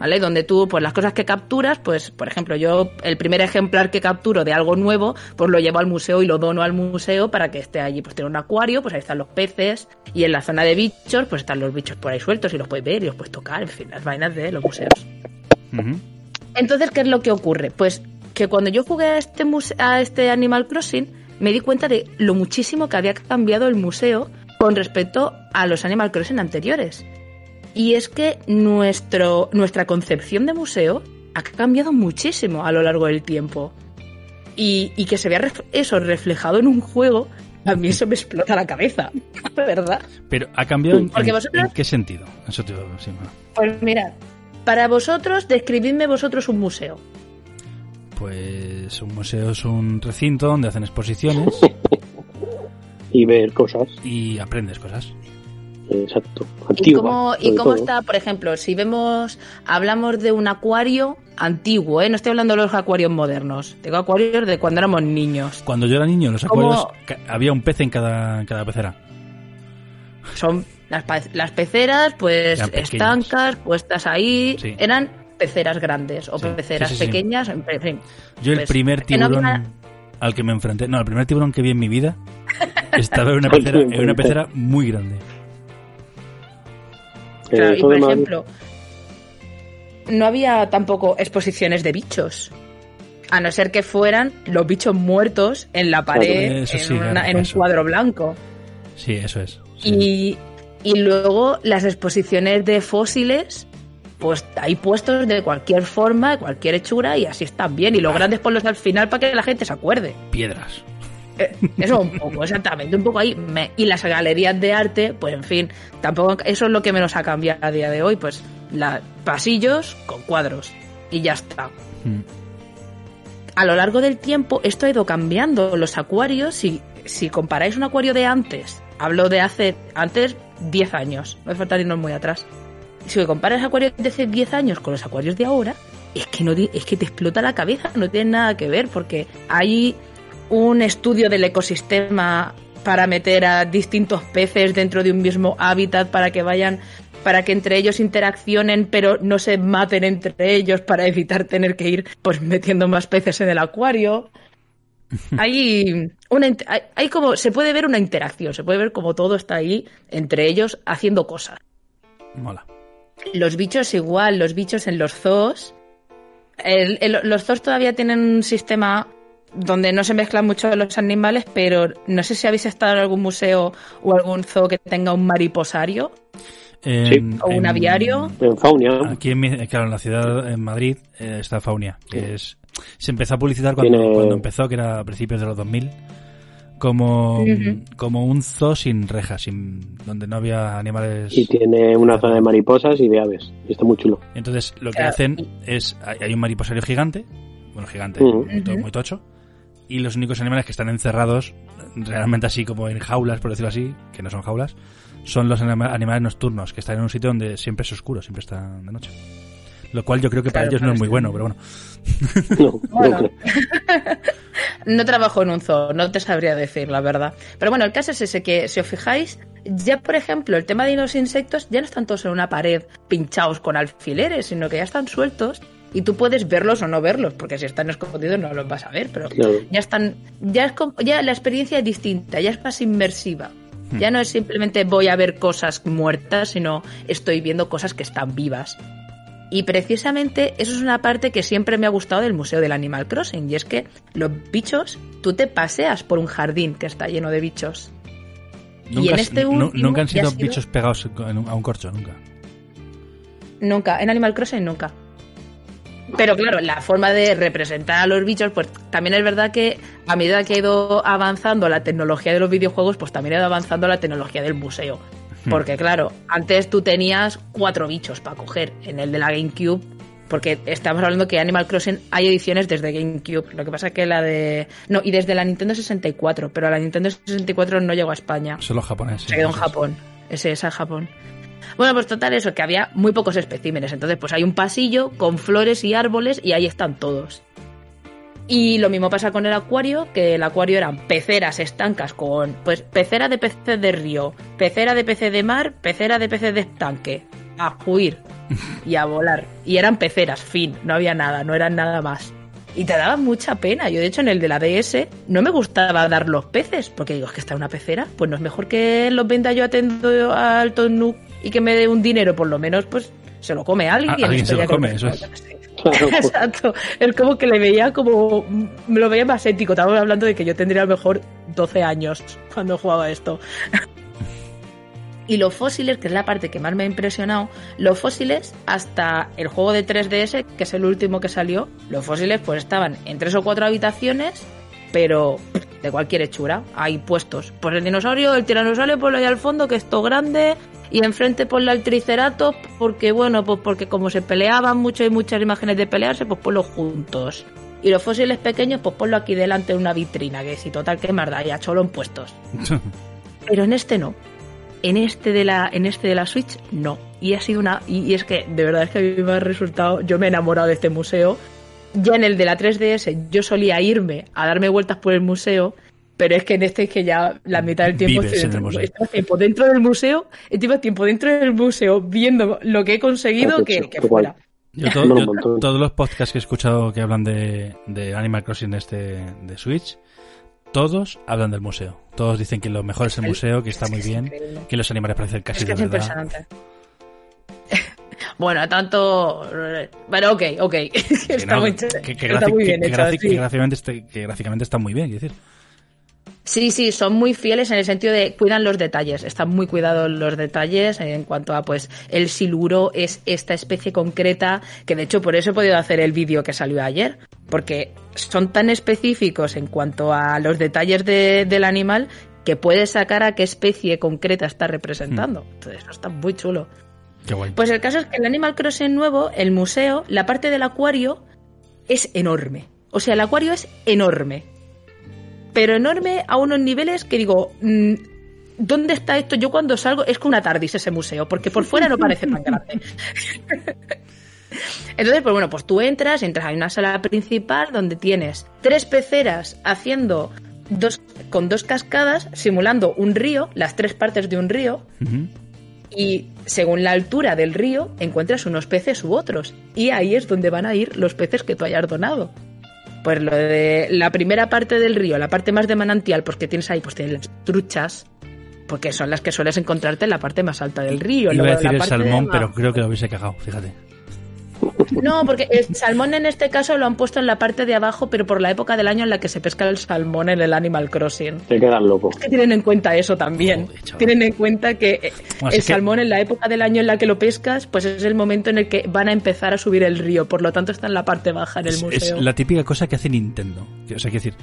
[SPEAKER 5] ¿vale? Donde tú, pues las cosas que capturas, pues por ejemplo, yo el primer ejemplar que capturo de algo nuevo, pues lo llevo al museo y lo dono al museo para que esté allí. Pues tiene un acuario, pues ahí están los peces, y en la zona de bichos, pues están los bichos por ahí sueltos y los puedes ver y los puedes tocar, en fin, las vainas de los museos. Entonces, ¿qué es lo que ocurre? Pues que cuando yo jugué a este, muse- a este Animal Crossing, me di cuenta de lo muchísimo que había cambiado el museo con respecto a los Animal Crossing anteriores. Y es que nuestro, nuestra concepción de museo ha cambiado muchísimo a lo largo del tiempo. Y, y que se vea ref- eso reflejado en un juego, a mí eso me explota la cabeza, <laughs> la verdad.
[SPEAKER 3] Pero ha cambiado en,
[SPEAKER 5] Porque
[SPEAKER 3] en-
[SPEAKER 5] vosotros-
[SPEAKER 3] en qué sentido. Eso te digo, sí, bueno.
[SPEAKER 5] Pues mirad, para vosotros, describidme vosotros un museo.
[SPEAKER 3] Pues un museo es un recinto donde hacen
[SPEAKER 5] <laughs>
[SPEAKER 3] exposiciones
[SPEAKER 4] y ver cosas.
[SPEAKER 3] y aprendes cosas.
[SPEAKER 4] Exacto.
[SPEAKER 5] ¿Y cómo, y cómo está, por ejemplo, si vemos, hablamos de un acuario antiguo, ¿eh? no estoy hablando de los acuarios modernos, tengo acuarios de cuando éramos niños.
[SPEAKER 3] Cuando yo era niño en los
[SPEAKER 5] ¿Cómo?
[SPEAKER 3] acuarios ca- había un pez en cada, en cada pecera.
[SPEAKER 5] Son las, pa- las peceras, pues
[SPEAKER 3] Eran pequeñas.
[SPEAKER 5] estancas, puestas ahí,
[SPEAKER 3] Sí.
[SPEAKER 5] eran peceras grandes o peceras
[SPEAKER 3] sí, sí, sí.
[SPEAKER 5] pequeñas, en fin.
[SPEAKER 3] Yo el
[SPEAKER 5] Pues,
[SPEAKER 3] primer
[SPEAKER 5] que no había
[SPEAKER 3] tiburón
[SPEAKER 5] nada.
[SPEAKER 3] al que me enfrenté, no, el primer tiburón que vi en mi
[SPEAKER 5] <laughs>
[SPEAKER 3] vida estaba en una pecera, en una pecera muy grande.
[SPEAKER 4] Eh,
[SPEAKER 5] Claro, y por ejemplo, no había tampoco exposiciones de bichos. A no ser que fueran los bichos muertos en la pared,
[SPEAKER 3] Eso
[SPEAKER 5] en,
[SPEAKER 3] sí,
[SPEAKER 5] una-
[SPEAKER 3] claro,
[SPEAKER 5] en un
[SPEAKER 3] eso.
[SPEAKER 5] cuadro blanco.
[SPEAKER 3] Sí, eso es.
[SPEAKER 5] Y, y luego las exposiciones de fósiles, pues hay puestos de cualquier forma, de cualquier hechura, y así están bien. Y los grandes ponlos al final para que la gente se acuerde.
[SPEAKER 3] Piedras.
[SPEAKER 5] Eh, Eso un poco, exactamente, un poco ahí. Me- y las galerías de arte, pues en fin, tampoco eso es lo que menos ha cambiado a día de hoy, pues la, pasillos con cuadros y ya está.
[SPEAKER 3] Mm.
[SPEAKER 5] A lo largo del tiempo esto ha ido cambiando. Los acuarios, si, si comparáis un acuario de antes, hablo de hace antes 10 años, no hace falta irnos muy atrás. Si comparas acuarios de hace 10 años con los acuarios de ahora, es que, no, ti- es que te explota la cabeza, no tiene nada que ver, porque hay un estudio del ecosistema para meter a distintos peces dentro de un mismo hábitat para que vayan para que entre ellos interaccionen pero no se maten entre ellos para evitar tener que ir pues metiendo más peces en el acuario hay una int- hay, hay como se puede ver una interacción se puede ver como todo está ahí entre ellos haciendo cosas
[SPEAKER 3] Mola.
[SPEAKER 5] los bichos igual, los bichos en los zoos. El- el- los zoos todavía tienen un sistema donde no se mezclan mucho los animales, pero no sé si habéis estado en algún museo o algún zoo que tenga un mariposario
[SPEAKER 3] En-
[SPEAKER 5] o un
[SPEAKER 3] en-
[SPEAKER 5] aviario.
[SPEAKER 4] En Faunia.
[SPEAKER 3] Aquí en, mi- claro, en la ciudad, en Madrid, eh, está Faunia, que es, se empezó a publicitar cuando,
[SPEAKER 4] Tiene-
[SPEAKER 3] cuando empezó, que era a principios de los 2000, como,
[SPEAKER 4] Ujú.
[SPEAKER 3] como un zoo sin rejas, sin, donde no había animales.
[SPEAKER 4] Y tiene una zona de mariposas y de aves. Y está muy chulo. <laughs>
[SPEAKER 3] Entonces, lo que
[SPEAKER 4] Claro.
[SPEAKER 5] Ah,
[SPEAKER 3] hacen es, hay hay un mariposario gigante, bueno, gigante,
[SPEAKER 4] Ujú.
[SPEAKER 3] muy to- muy tocho, y los únicos animales que están encerrados, realmente así como en jaulas, por decirlo así, que no son jaulas, son los anima- animales nocturnos, que están en un sitio donde siempre es oscuro, siempre están de noche. Lo cual yo creo que para
[SPEAKER 5] Claro,
[SPEAKER 3] ellos no
[SPEAKER 5] claro,
[SPEAKER 3] es muy
[SPEAKER 5] sí.
[SPEAKER 3] bueno, pero bueno.
[SPEAKER 4] <laughs>
[SPEAKER 5] Bueno, no trabajo en un zoo, no te sabría decir la verdad. Pero bueno, el caso es ese que, si os fijáis, ya por ejemplo, el tema de los insectos ya no están todos en una pared pinchados con alfileres, sino que ya están sueltos y tú puedes verlos o no verlos, porque si están escondidos no los vas a ver, pero
[SPEAKER 4] Claro.
[SPEAKER 5] ya están, ya es como- ya la experiencia es distinta, ya es más inmersiva.
[SPEAKER 3] Hmm.
[SPEAKER 5] Ya no es simplemente voy a ver cosas muertas, sino estoy viendo cosas que están vivas. Y precisamente eso es una parte que siempre me ha gustado del Museo del Animal Crossing, y es que los bichos, tú te paseas por un jardín que está lleno de bichos. y en
[SPEAKER 3] has-
[SPEAKER 5] este
[SPEAKER 3] nu-
[SPEAKER 5] último
[SPEAKER 3] nunca han
[SPEAKER 5] ya
[SPEAKER 3] sido
[SPEAKER 5] ha sido-
[SPEAKER 3] bichos pegados en un- a un corcho, nunca.
[SPEAKER 5] Nunca, en Animal Crossing nunca. Pero claro, la forma de representar a los bichos, pues también es verdad que a medida que ha ido avanzando la tecnología de los videojuegos, pues también ha ido avanzando la tecnología del museo. Porque claro, antes tú tenías cuatro bichos para coger en el de la GameCube, porque estamos hablando que Animal Crossing hay ediciones desde GameCube, lo que pasa que la de... No, y desde la Nintendo 64, pero la Nintendo 64 no llegó a España.
[SPEAKER 3] Son los japoneses.
[SPEAKER 5] Se quedó en Japón. Ese es a Japón. Bueno, pues total eso, que había muy pocos especímenes. Entonces, pues hay un pasillo con flores y árboles y ahí están todos. Y lo mismo pasa con el acuario, que el acuario eran peceras estancas con, pues, pecera de peces de río, pecera de peces de mar, pecera de peces de estanque. A huir y a volar. Y eran peceras, fin, no había nada, no eran nada más. Y te daba mucha pena. Yo, de hecho, en el de la DS no me gustaba dar los peces, porque digo, es que está en una pecera, pues no es mejor que los venda yo atendo a Alto Nook y que me dé un dinero, por lo menos, pues se lo come alguien.
[SPEAKER 3] A- alguien se
[SPEAKER 5] Esto
[SPEAKER 3] lo
[SPEAKER 5] ya
[SPEAKER 3] come,
[SPEAKER 5] que-
[SPEAKER 3] eso es.
[SPEAKER 5] <laughs>
[SPEAKER 4] pues,
[SPEAKER 5] Exacto. Es como que le veía como. Me lo veía más ético. Estábamos hablando de que yo tendría a lo mejor 12 años cuando jugaba esto. Y los fósiles, que es la parte que más me ha impresionado, los fósiles hasta el juego de 3DS, que es el último que salió, los fósiles pues estaban en tres o cuatro habitaciones, pero de cualquier hechura, ahí puestos. Pues el dinosaurio, el tiranosaurio, ponlo ahí al fondo, que esto grande, y enfrente ponlo al triceratops, porque bueno, pues porque como se peleaban mucho y muchas imágenes de pelearse, pues ponlo juntos. Y los fósiles pequeños, pues ponlo aquí delante de una vitrina, que si total que más da, ya cholón puestos. Pero en este no. En este de la, en este de la Switch, no. Y ha sido una. Y, y es que, de verdad es que a mí me ha resultado. Yo me he enamorado de este museo. Ya en el de la 3DS, yo solía irme a darme vueltas por el museo. Pero es que en este es que ya la mitad del tiempo
[SPEAKER 3] Vives en el museo.
[SPEAKER 5] estoy tiempo dentro del museo, encima tiempo dentro del museo, viendo lo que he conseguido que, que fuera.
[SPEAKER 3] Yo, to- yo todos los podcasts que he escuchado que hablan de, de Animal Crossing este de Switch, todos hablan del museo. Todos dicen que lo mejor es el museo, que está muy bien, que los animales parecen casi
[SPEAKER 5] Es que
[SPEAKER 3] de
[SPEAKER 5] es
[SPEAKER 3] verdad.
[SPEAKER 5] impresionante. <laughs> bueno, tanto. Pero ok, ok. <laughs> está
[SPEAKER 3] no,
[SPEAKER 5] muy,
[SPEAKER 3] que-
[SPEAKER 5] ch-
[SPEAKER 3] que, que
[SPEAKER 5] está
[SPEAKER 3] grafi- que-
[SPEAKER 5] muy bien
[SPEAKER 3] que
[SPEAKER 5] hecho.
[SPEAKER 3] grafi-
[SPEAKER 5] sí.
[SPEAKER 3] que gráficamente este- que gráficamente está muy bien, quiero decir.
[SPEAKER 5] Sí, sí, son muy fieles en el sentido de cuidan los detalles, están muy cuidados los detalles en cuanto a pues el siluro es esta especie concreta, que de hecho por eso he podido hacer el vídeo que salió ayer, porque son tan específicos en cuanto a los detalles de- del animal que puedes sacar a qué especie concreta está representando.
[SPEAKER 3] Mm.
[SPEAKER 5] Entonces, eso está muy chulo.
[SPEAKER 3] Qué guay.
[SPEAKER 5] Pues el caso es que el Animal Crossing nuevo, el museo, la parte del acuario es enorme. O sea, el acuario es enorme. Pero enorme a unos niveles que digo, mm, ¿dónde está esto? Yo cuando salgo es que una tardis ese museo, porque por fuera no parece tan grande. <laughs> Entonces, pues bueno, pues tú entras, entras a una sala principal donde tienes tres peceras haciendo dos con dos cascadas simulando un río, las tres partes de un río, y según la altura del río encuentras unos peces u otros y ahí es donde van a ir los peces que tú hayas donado. Pues lo de la primera parte del río, la parte más de manantial, pues que tienes ahí, pues tienes las truchas, porque son las que sueles encontrarte en la parte más alta del
[SPEAKER 3] Iba
[SPEAKER 5] río.
[SPEAKER 3] a
[SPEAKER 5] Luego
[SPEAKER 3] decir
[SPEAKER 5] la
[SPEAKER 3] el
[SPEAKER 5] parte de
[SPEAKER 3] salmón,
[SPEAKER 5] la-
[SPEAKER 3] pero creo que lo hubiese cagado, fíjate.
[SPEAKER 5] No, porque el salmón en este caso lo han puesto en la parte de abajo, pero por la época del año en la que se pesca el salmón en el Animal Crossing.
[SPEAKER 4] Te quedas loco.
[SPEAKER 5] que tienen en cuenta eso también. tienen en cuenta que eh,
[SPEAKER 4] Bueno,
[SPEAKER 5] el
[SPEAKER 4] es que-
[SPEAKER 5] salmón en la época del año en la que lo pescas, pues es el momento en el que van a empezar a subir el río, por lo tanto está en la parte baja del
[SPEAKER 3] Es, es
[SPEAKER 5] museo.
[SPEAKER 3] la típica cosa que hace Nintendo. Que- O sea, quiero decir,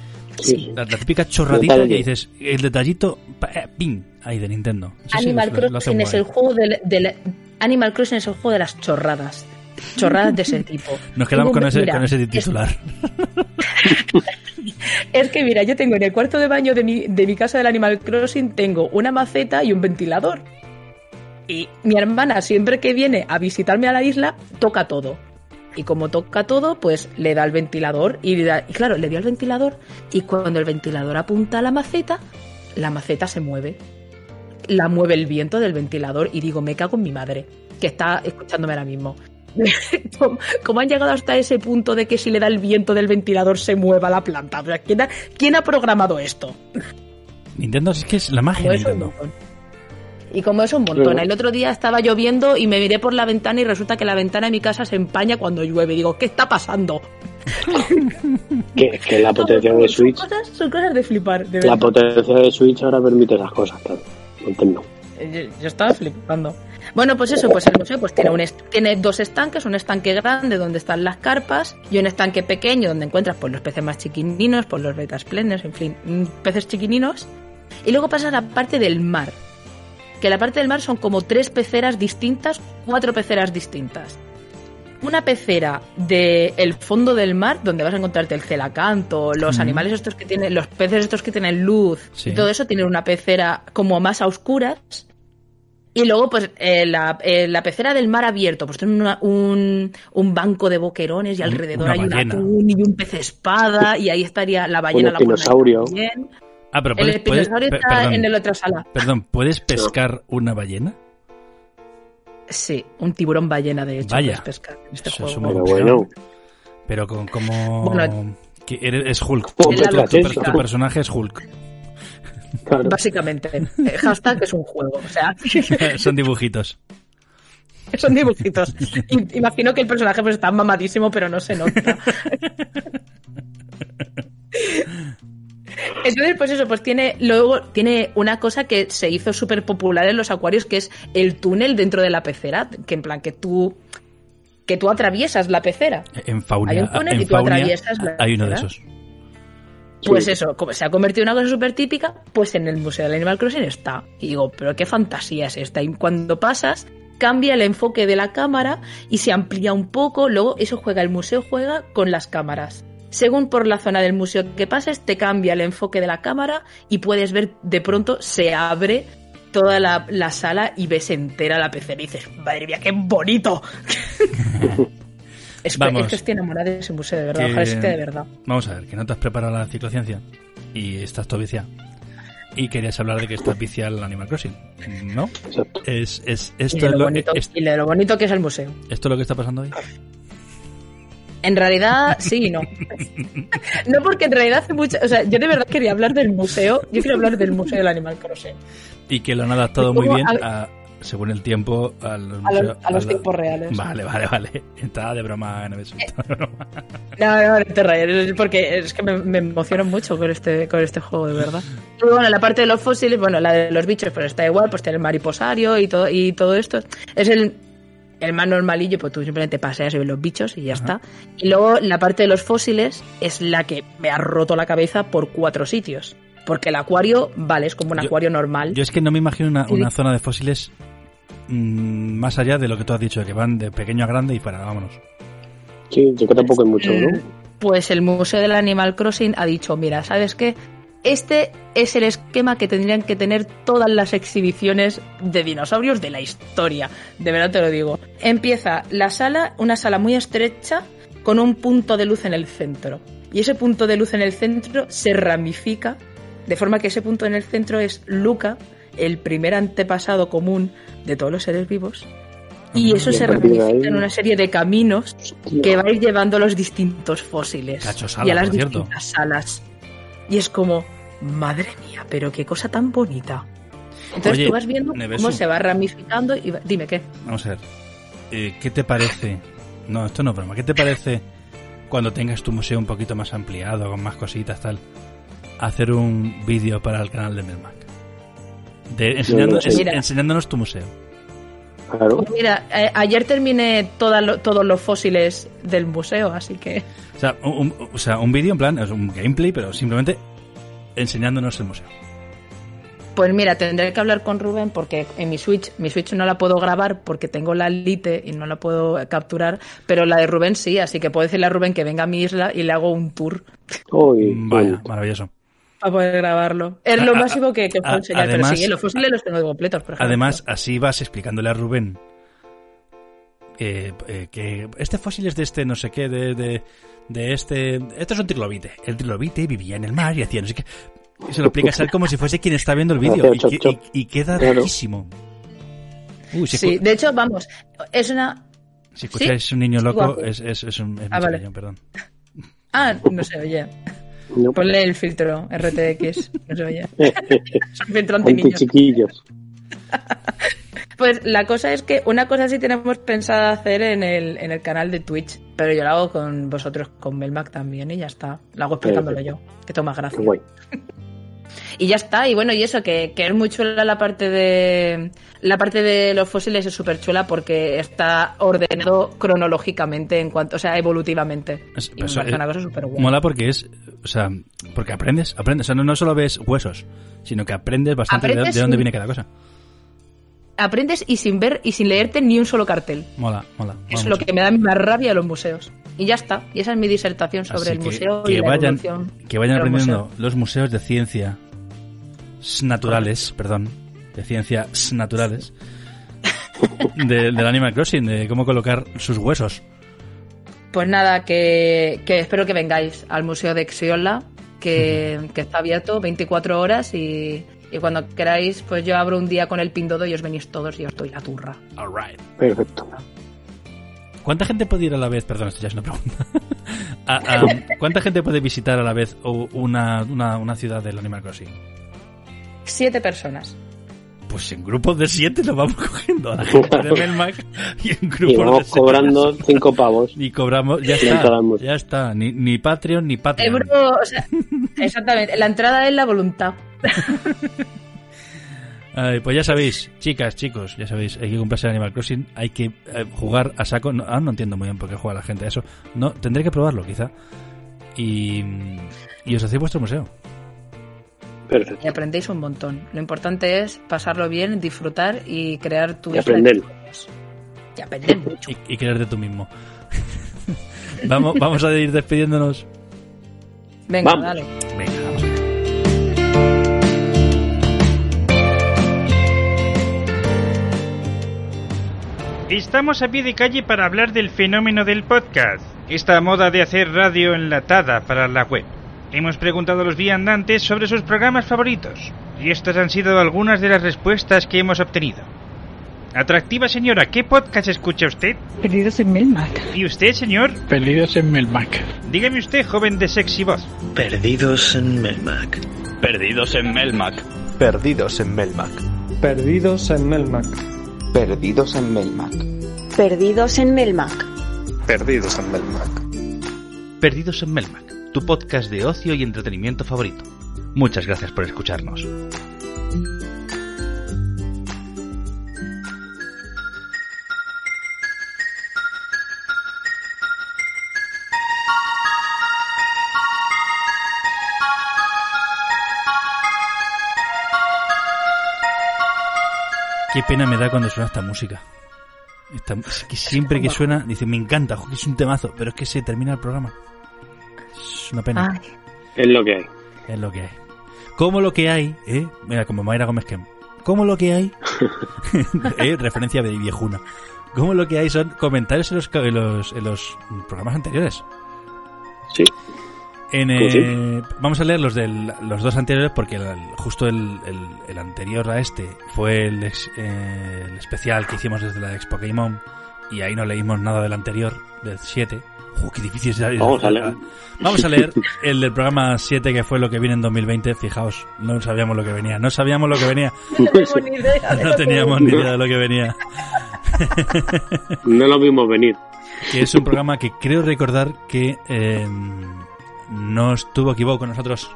[SPEAKER 5] Sí.
[SPEAKER 3] la, la típica chorradita
[SPEAKER 5] Detalle.
[SPEAKER 3] que dices, el detallito, pa- eh, ping, ahí de Nintendo. Eso sí,
[SPEAKER 5] Animal
[SPEAKER 3] lo- lo- lo hacen
[SPEAKER 5] Crossing es
[SPEAKER 3] guay.
[SPEAKER 5] el juego del, del- Animal Crossing es el juego de las chorradas. Chorradas de ese tipo.
[SPEAKER 3] Nos quedamos
[SPEAKER 5] Tengo-
[SPEAKER 3] con ese,
[SPEAKER 5] mira,
[SPEAKER 3] con ese titular.
[SPEAKER 5] Es que mira, yo tengo en el cuarto de baño de mi, de mi casa del Animal Crossing, tengo una maceta y un ventilador. Y mi hermana, siempre que viene a visitarme a la isla, toca todo. Y como toca todo, pues le da el ventilador. Y, le da- y claro, le dio el ventilador. Y cuando el ventilador apunta a la maceta, la maceta se mueve. La mueve el viento del ventilador. Y digo, me cago en mi madre, que está escuchándome ahora mismo. ¿Cómo- ¿Cómo han llegado hasta ese punto de que si le da el viento del ventilador se mueva la planta? O sea, ¿quién, ha, quién ha programado esto?
[SPEAKER 3] Nintendo es que es la magia de
[SPEAKER 5] Eso es un
[SPEAKER 3] Nintendo.
[SPEAKER 5] Y como es un montón.
[SPEAKER 3] Claro.
[SPEAKER 5] El otro día estaba lloviendo y me miré por la ventana y resulta que la ventana de mi casa se empaña cuando llueve. Y digo, ¿qué está pasando?
[SPEAKER 4] Que, que la potencia de Switch,
[SPEAKER 5] Cosas- son cosas de flipar, de
[SPEAKER 4] la
[SPEAKER 5] verdad.
[SPEAKER 4] potencia de Switch ahora permite esas cosas, claro. Nintendo.
[SPEAKER 5] Yo, yo estaba flipando. Bueno, pues eso, pues el museo pues tiene, un est- tiene dos estanques, un estanque grande donde están las carpas y un estanque pequeño donde encuentras pues, los peces más chiquininos, pues los betasplendens, en fin, mm, peces chiquininos. Y luego pasa a la parte del mar, que la parte del mar son como tres peceras distintas, cuatro peceras distintas. Una pecera del el fondo del mar, donde vas a encontrarte el celacanto, los
[SPEAKER 14] Mm.
[SPEAKER 5] animales estos que tienen, los peces estos que tienen luz,
[SPEAKER 14] Sí.
[SPEAKER 5] y todo eso tienen una pecera como más a oscuras. Y luego, pues, eh, la, eh, la pecera del mar abierto, pues tiene una- un, un banco de boquerones y
[SPEAKER 3] Un-
[SPEAKER 5] alrededor
[SPEAKER 3] una
[SPEAKER 5] hay un
[SPEAKER 3] ballena.
[SPEAKER 5] atún y un pez espada y ahí estaría la ballena. la pulmonía
[SPEAKER 4] espinosaurio.
[SPEAKER 5] también.
[SPEAKER 3] Ah, pero
[SPEAKER 5] El
[SPEAKER 3] puedes, puedes-
[SPEAKER 5] espinosaurio
[SPEAKER 3] pe-
[SPEAKER 5] está
[SPEAKER 3] perdón,
[SPEAKER 5] en la otra sala.
[SPEAKER 3] perdón, ¿puedes pescar una ballena?
[SPEAKER 5] Sí, un tiburón ballena, de hecho,
[SPEAKER 3] Vaya.
[SPEAKER 5] puedes pescar en este
[SPEAKER 3] Eso es
[SPEAKER 5] juego.
[SPEAKER 3] un
[SPEAKER 4] Pero
[SPEAKER 3] complicado.
[SPEAKER 4] bueno.
[SPEAKER 3] Pero con como...
[SPEAKER 5] Bueno.
[SPEAKER 3] que eres, es Hulk.
[SPEAKER 4] Oh,
[SPEAKER 3] Tu-
[SPEAKER 4] es la
[SPEAKER 3] tu- tu,
[SPEAKER 4] lotería.
[SPEAKER 3] tu personaje es
[SPEAKER 5] <laughs>
[SPEAKER 3] Hulk.
[SPEAKER 4] Claro.
[SPEAKER 5] Básicamente, <laughs> Eh, hashtag es un juego, o sea,
[SPEAKER 3] Son dibujitos.
[SPEAKER 5] <laughs> son dibujitos. I- Imagino que el personaje pues está mamadísimo, pero no se nota. Entonces, pues eso, pues tiene, luego tiene una cosa que se hizo súper popular en los acuarios, que es el túnel dentro de la pecera, que en plan que tú, que tú atraviesas la pecera.
[SPEAKER 3] En Faunia.
[SPEAKER 5] Hay un túnel
[SPEAKER 3] en
[SPEAKER 5] y tú
[SPEAKER 3] Faunia
[SPEAKER 5] atraviesas la
[SPEAKER 3] hay uno de
[SPEAKER 5] ciudad.
[SPEAKER 3] esos.
[SPEAKER 5] Pues
[SPEAKER 4] Sí.
[SPEAKER 5] eso, como se ha convertido en una cosa súper típica, pues en el Museo del Animal Crossing está. Y digo, pero qué fantasía es esta. Y cuando pasas, cambia el enfoque de la cámara y se amplía un poco. Luego, eso juega, el museo juega con las cámaras. Según por la zona del museo que pases, te cambia el enfoque de la cámara y puedes ver, de pronto se abre toda la, la sala y ves entera la pecera y dices, madre mía, qué bonito. <laughs> es, que-
[SPEAKER 3] Vamos.
[SPEAKER 5] es que estoy enamorada de ese museo, de verdad.
[SPEAKER 3] Que-
[SPEAKER 5] Ojalá exista de verdad.
[SPEAKER 3] Vamos a ver, que no te has preparado la ciclociencia y estás todo viciado. Y querías hablar de que estás viciado al Animal Crossing, ¿no?
[SPEAKER 4] Exacto.
[SPEAKER 3] Es, es,
[SPEAKER 5] Y
[SPEAKER 3] esto,
[SPEAKER 5] de,
[SPEAKER 3] es
[SPEAKER 5] lo
[SPEAKER 3] lo,
[SPEAKER 5] bonito,
[SPEAKER 3] es-
[SPEAKER 5] y de lo bonito que es el museo.
[SPEAKER 3] esto es lo que está pasando hoy.
[SPEAKER 5] En realidad, sí
[SPEAKER 3] <laughs>
[SPEAKER 5] y no. No, porque en realidad hace mucho. O sea, yo de verdad quería hablar del museo. Yo quiero hablar del Museo del Animal Crossing.
[SPEAKER 3] Y que lo han adaptado muy
[SPEAKER 5] Luego,
[SPEAKER 3] bien,
[SPEAKER 5] a-
[SPEAKER 3] a- según el tiempo, a los,
[SPEAKER 5] A los,
[SPEAKER 3] museos-
[SPEAKER 5] a los
[SPEAKER 3] la-
[SPEAKER 5] tiempos reales. Eh,
[SPEAKER 3] Vale, vale, vale. <laughs> Estaba de broma, Neves, estaba de broma.
[SPEAKER 5] No, no, no te rayes, es porque es que me, me emociono mucho con este, con este juego, de verdad. Y bueno, la parte de los fósiles, bueno, la de los bichos, pues está igual, pues tiene el mariposario y todo, y todo esto. Es el, el más normalillo, pues tú simplemente paseas y ves los bichos y ya está. Y luego la parte de los fósiles es la que me ha roto la cabeza por cuatro sitios. Porque el acuario, vale, es como un
[SPEAKER 3] Yo-
[SPEAKER 5] acuario normal.
[SPEAKER 3] Yo es que no me imagino una,
[SPEAKER 5] Sí.
[SPEAKER 3] una zona de fósiles mm, más allá de lo que tú has dicho, de que van de pequeño a grande y fuera, vámonos.
[SPEAKER 4] Sí, yo que tampoco es mucho, ¿no?
[SPEAKER 5] pues el Museo del Animal Crossing ha dicho, mira, ¿sabes qué? Este es el esquema que tendrían que tener todas las exhibiciones de dinosaurios de la historia. De verdad te lo digo. Empieza la sala, una sala muy estrecha, con un punto de luz en el centro. Y ese punto de luz en el centro se ramifica, de forma que ese punto en el centro es Luca, el primer antepasado común de todos los seres vivos. Y eso
[SPEAKER 4] Y a
[SPEAKER 5] se
[SPEAKER 4] partir de
[SPEAKER 5] ramifica
[SPEAKER 4] ahí-
[SPEAKER 5] en una serie de caminos que va a ir llevando los distintos fósiles
[SPEAKER 3] Cacho sala,
[SPEAKER 5] y a las
[SPEAKER 3] por cierto.
[SPEAKER 5] distintas salas. Y es como, madre mía, pero qué cosa tan bonita. Entonces
[SPEAKER 3] Oye,
[SPEAKER 5] tú vas viendo
[SPEAKER 3] Nevesu.
[SPEAKER 5] cómo se va ramificando y va- dime qué.
[SPEAKER 3] Vamos a ver. eh, ¿Qué te parece? No, esto no es broma. ¿Qué te parece cuando tengas tu museo un poquito más ampliado, con más cositas, tal? Hacer un vídeo para el canal de Melmac. De, enseñando-
[SPEAKER 4] No, no sé.
[SPEAKER 3] ens-
[SPEAKER 5] Mira.
[SPEAKER 3] enseñándonos tu museo.
[SPEAKER 4] Claro.
[SPEAKER 5] Pues mira, eh, ayer terminé toda lo- todos los fósiles del museo, así que
[SPEAKER 3] O sea, un, un- o sea, un vídeo en plan, es un gameplay, pero simplemente enseñándonos el museo.
[SPEAKER 5] pues mira, tendré que hablar con Rubén porque en mi Switch, mi Switch no la puedo grabar porque tengo la Lite y no la puedo capturar, pero la de Rubén sí, así que puedo decirle a Rubén que venga a mi isla y le hago un tour
[SPEAKER 4] Uy,
[SPEAKER 3] Vaya,
[SPEAKER 4] bueno.
[SPEAKER 3] maravilloso.
[SPEAKER 5] para poder grabarlo. Es
[SPEAKER 3] A-
[SPEAKER 5] lo
[SPEAKER 3] a-
[SPEAKER 5] máximo que, que puedo
[SPEAKER 3] a-
[SPEAKER 5] enseñar,
[SPEAKER 3] además-
[SPEAKER 5] pero sí, los fósiles los tengo completos, por ejemplo.
[SPEAKER 3] Además, así vas explicándole a Rubén eh, eh, que este fósil es de este no sé qué, de, de, de este... Esto es un trilobite. El trilobite vivía en el mar y hacía no sé qué. Y se lo explicas a él como si fuese quien está viendo el vídeo. Y, que- y- y queda
[SPEAKER 4] Claro.
[SPEAKER 3] riquísimo. Uy, si,
[SPEAKER 5] Sí,
[SPEAKER 3] escu-
[SPEAKER 5] de hecho, vamos, es una...
[SPEAKER 3] si escucháis un niño
[SPEAKER 5] sí,
[SPEAKER 3] loco,
[SPEAKER 5] guapo.
[SPEAKER 3] es, es, es un... es
[SPEAKER 5] Ah,
[SPEAKER 3] mi
[SPEAKER 5] vale.
[SPEAKER 3] cariño, perdón.
[SPEAKER 5] Ah, no se oye.
[SPEAKER 4] No.
[SPEAKER 5] Ponle el filtro RTX, no se oye. Son filtro
[SPEAKER 4] Anti
[SPEAKER 5] antiniños.
[SPEAKER 4] chiquillos.
[SPEAKER 5] Pues la cosa es que una cosa sí tenemos pensada hacer en el, en el canal de Twitch, pero yo la hago con vosotros, con Melmac también, y ya está. La hago explicándolo yo, que toma gracia.
[SPEAKER 4] Qué guay.
[SPEAKER 5] Y ya está, y bueno, y eso, que, que es muy chula la parte de. La parte de los fósiles es súper chula porque está ordenado cronológicamente, en cuanto, o sea, evolutivamente.
[SPEAKER 3] Es-
[SPEAKER 5] Y me
[SPEAKER 3] eso-
[SPEAKER 5] parece
[SPEAKER 3] eh,
[SPEAKER 5] una cosa súper guay.
[SPEAKER 3] Mola porque es... O sea, porque aprendes, aprendes. O sea, no, no solo ves huesos, sino que aprendes bastante de-
[SPEAKER 5] Aprendes
[SPEAKER 3] de dónde
[SPEAKER 5] un-
[SPEAKER 3] viene cada cosa.
[SPEAKER 5] Aprendes y sin ver y sin leerte ni un solo cartel.
[SPEAKER 3] Mola, mola. mola
[SPEAKER 5] Es lo
[SPEAKER 3] mucho.
[SPEAKER 5] que me da más rabia a los museos. Y ya está. Y esa es mi disertación sobre
[SPEAKER 3] Así
[SPEAKER 5] el
[SPEAKER 3] que-
[SPEAKER 5] museo
[SPEAKER 3] que
[SPEAKER 5] y la
[SPEAKER 3] vayan,
[SPEAKER 5] evolución
[SPEAKER 3] que vayan
[SPEAKER 5] de los
[SPEAKER 3] aprendiendo
[SPEAKER 5] museos.
[SPEAKER 3] los museos de ciencia s- naturales, perdón, de ciencias naturales, de- del Animal Crossing, de cómo colocar sus huesos.
[SPEAKER 5] Pues nada, que, que espero que vengáis al Museo de Xiola, que, que está abierto 24 horas y, y cuando queráis, pues yo abro un día con el pindodo y os venís todos y os doy la turra.
[SPEAKER 4] Perfecto.
[SPEAKER 3] ¿Cuánta gente puede ir a la vez? Perdón, esto ya es una pregunta. <laughs> A- a- ¿Cuánta gente puede visitar a la vez o una, una, una ciudad del Animal Crossing?
[SPEAKER 5] Siete personas.
[SPEAKER 3] Pues en grupos de siete lo vamos <laughs> cogiendo a la gente de Melmac y en grupos
[SPEAKER 4] Y vamos
[SPEAKER 3] de seis.
[SPEAKER 4] cobrando cinco pavos.
[SPEAKER 3] Y cobramos, ya
[SPEAKER 4] Y
[SPEAKER 3] está,
[SPEAKER 4] entramos.
[SPEAKER 3] ya está, ni, ni Patreon ni Patreon.
[SPEAKER 5] Euro, o sea, <laughs> exactamente, la entrada es la voluntad.
[SPEAKER 3] Ay, pues ya sabéis, chicas, chicos, ya sabéis, hay que comprarse el Animal Crossing, hay que eh, jugar a saco. No, ah, no entiendo muy bien por qué juega la gente a eso. No, tendré que probarlo, quizá. Y, y os hacéis vuestro museo.
[SPEAKER 4] Perfecto.
[SPEAKER 5] Y aprendéis un montón. Lo importante es pasarlo bien, disfrutar y crear tu
[SPEAKER 3] Y
[SPEAKER 5] isla
[SPEAKER 3] aprender.
[SPEAKER 5] de colores. Y aprender mucho.
[SPEAKER 3] Y, y creerte tú mismo. <laughs> vamos, vamos a ir despidiéndonos.
[SPEAKER 5] Venga,
[SPEAKER 3] Vamos.
[SPEAKER 5] dale.
[SPEAKER 3] Venga, vamos allá.
[SPEAKER 14] Estamos a pie de calle para hablar del fenómeno del podcast, esta moda de hacer radio enlatada para la web. Hemos preguntado a los viandantes sobre sus programas favoritos, y estas han sido algunas de las respuestas que hemos obtenido. Atractiva señora, ¿qué podcast escucha usted?
[SPEAKER 15] Perdidos en Melmac.
[SPEAKER 14] ¿Y usted, señor?
[SPEAKER 16] Perdidos en Melmac.
[SPEAKER 14] Dígame usted, joven de sexy voz.
[SPEAKER 16] Perdidos en Melmac. Perdidos en Melmac. Perdidos en Melmac.
[SPEAKER 17] Perdidos en Melmac.
[SPEAKER 18] Perdidos en Melmac.
[SPEAKER 19] Perdidos en Melmac.
[SPEAKER 18] Perdidos en Melmac.
[SPEAKER 12] Perdidos en Melmac, tu podcast de ocio y entretenimiento favorito. Muchas gracias por escucharnos.
[SPEAKER 3] Qué pena me da cuando suena esta música. Esta- es que siempre que suena, dice, me encanta, jo, que es un temazo, pero es que se termina el programa. Es una pena.
[SPEAKER 4] Es lo que hay.
[SPEAKER 3] Es lo que hay. Como lo que hay, ¿eh? Mira, como Mayra Gómez Kem. Como lo que <laughs> hay. Eh, Referencia de viejuna. Como lo que hay son comentarios en los, ca- en los, en los programas anteriores.
[SPEAKER 4] Sí.
[SPEAKER 3] En, eh,
[SPEAKER 4] Pues sí.
[SPEAKER 3] Vamos a leer los, del, los dos anteriores porque el- justo el, el- el anterior a este fue el, ex- eh, el especial que hicimos desde la Expo Pokémon y ahí no leímos nada del anterior, del 7. ¡Uy, qué difícil es leer.
[SPEAKER 4] Vamos a leer.
[SPEAKER 3] <laughs> Vamos a
[SPEAKER 4] <laughs>
[SPEAKER 3] leer el del programa 7 que fue lo que viene en 2020. Fijaos, no sabíamos lo que venía, no sabíamos lo que venía. No teníamos ni idea de lo que venía.
[SPEAKER 4] <laughs> No lo vimos venir.
[SPEAKER 3] que es un programa que creo recordar que eh, no estuvo equivoco con nosotros.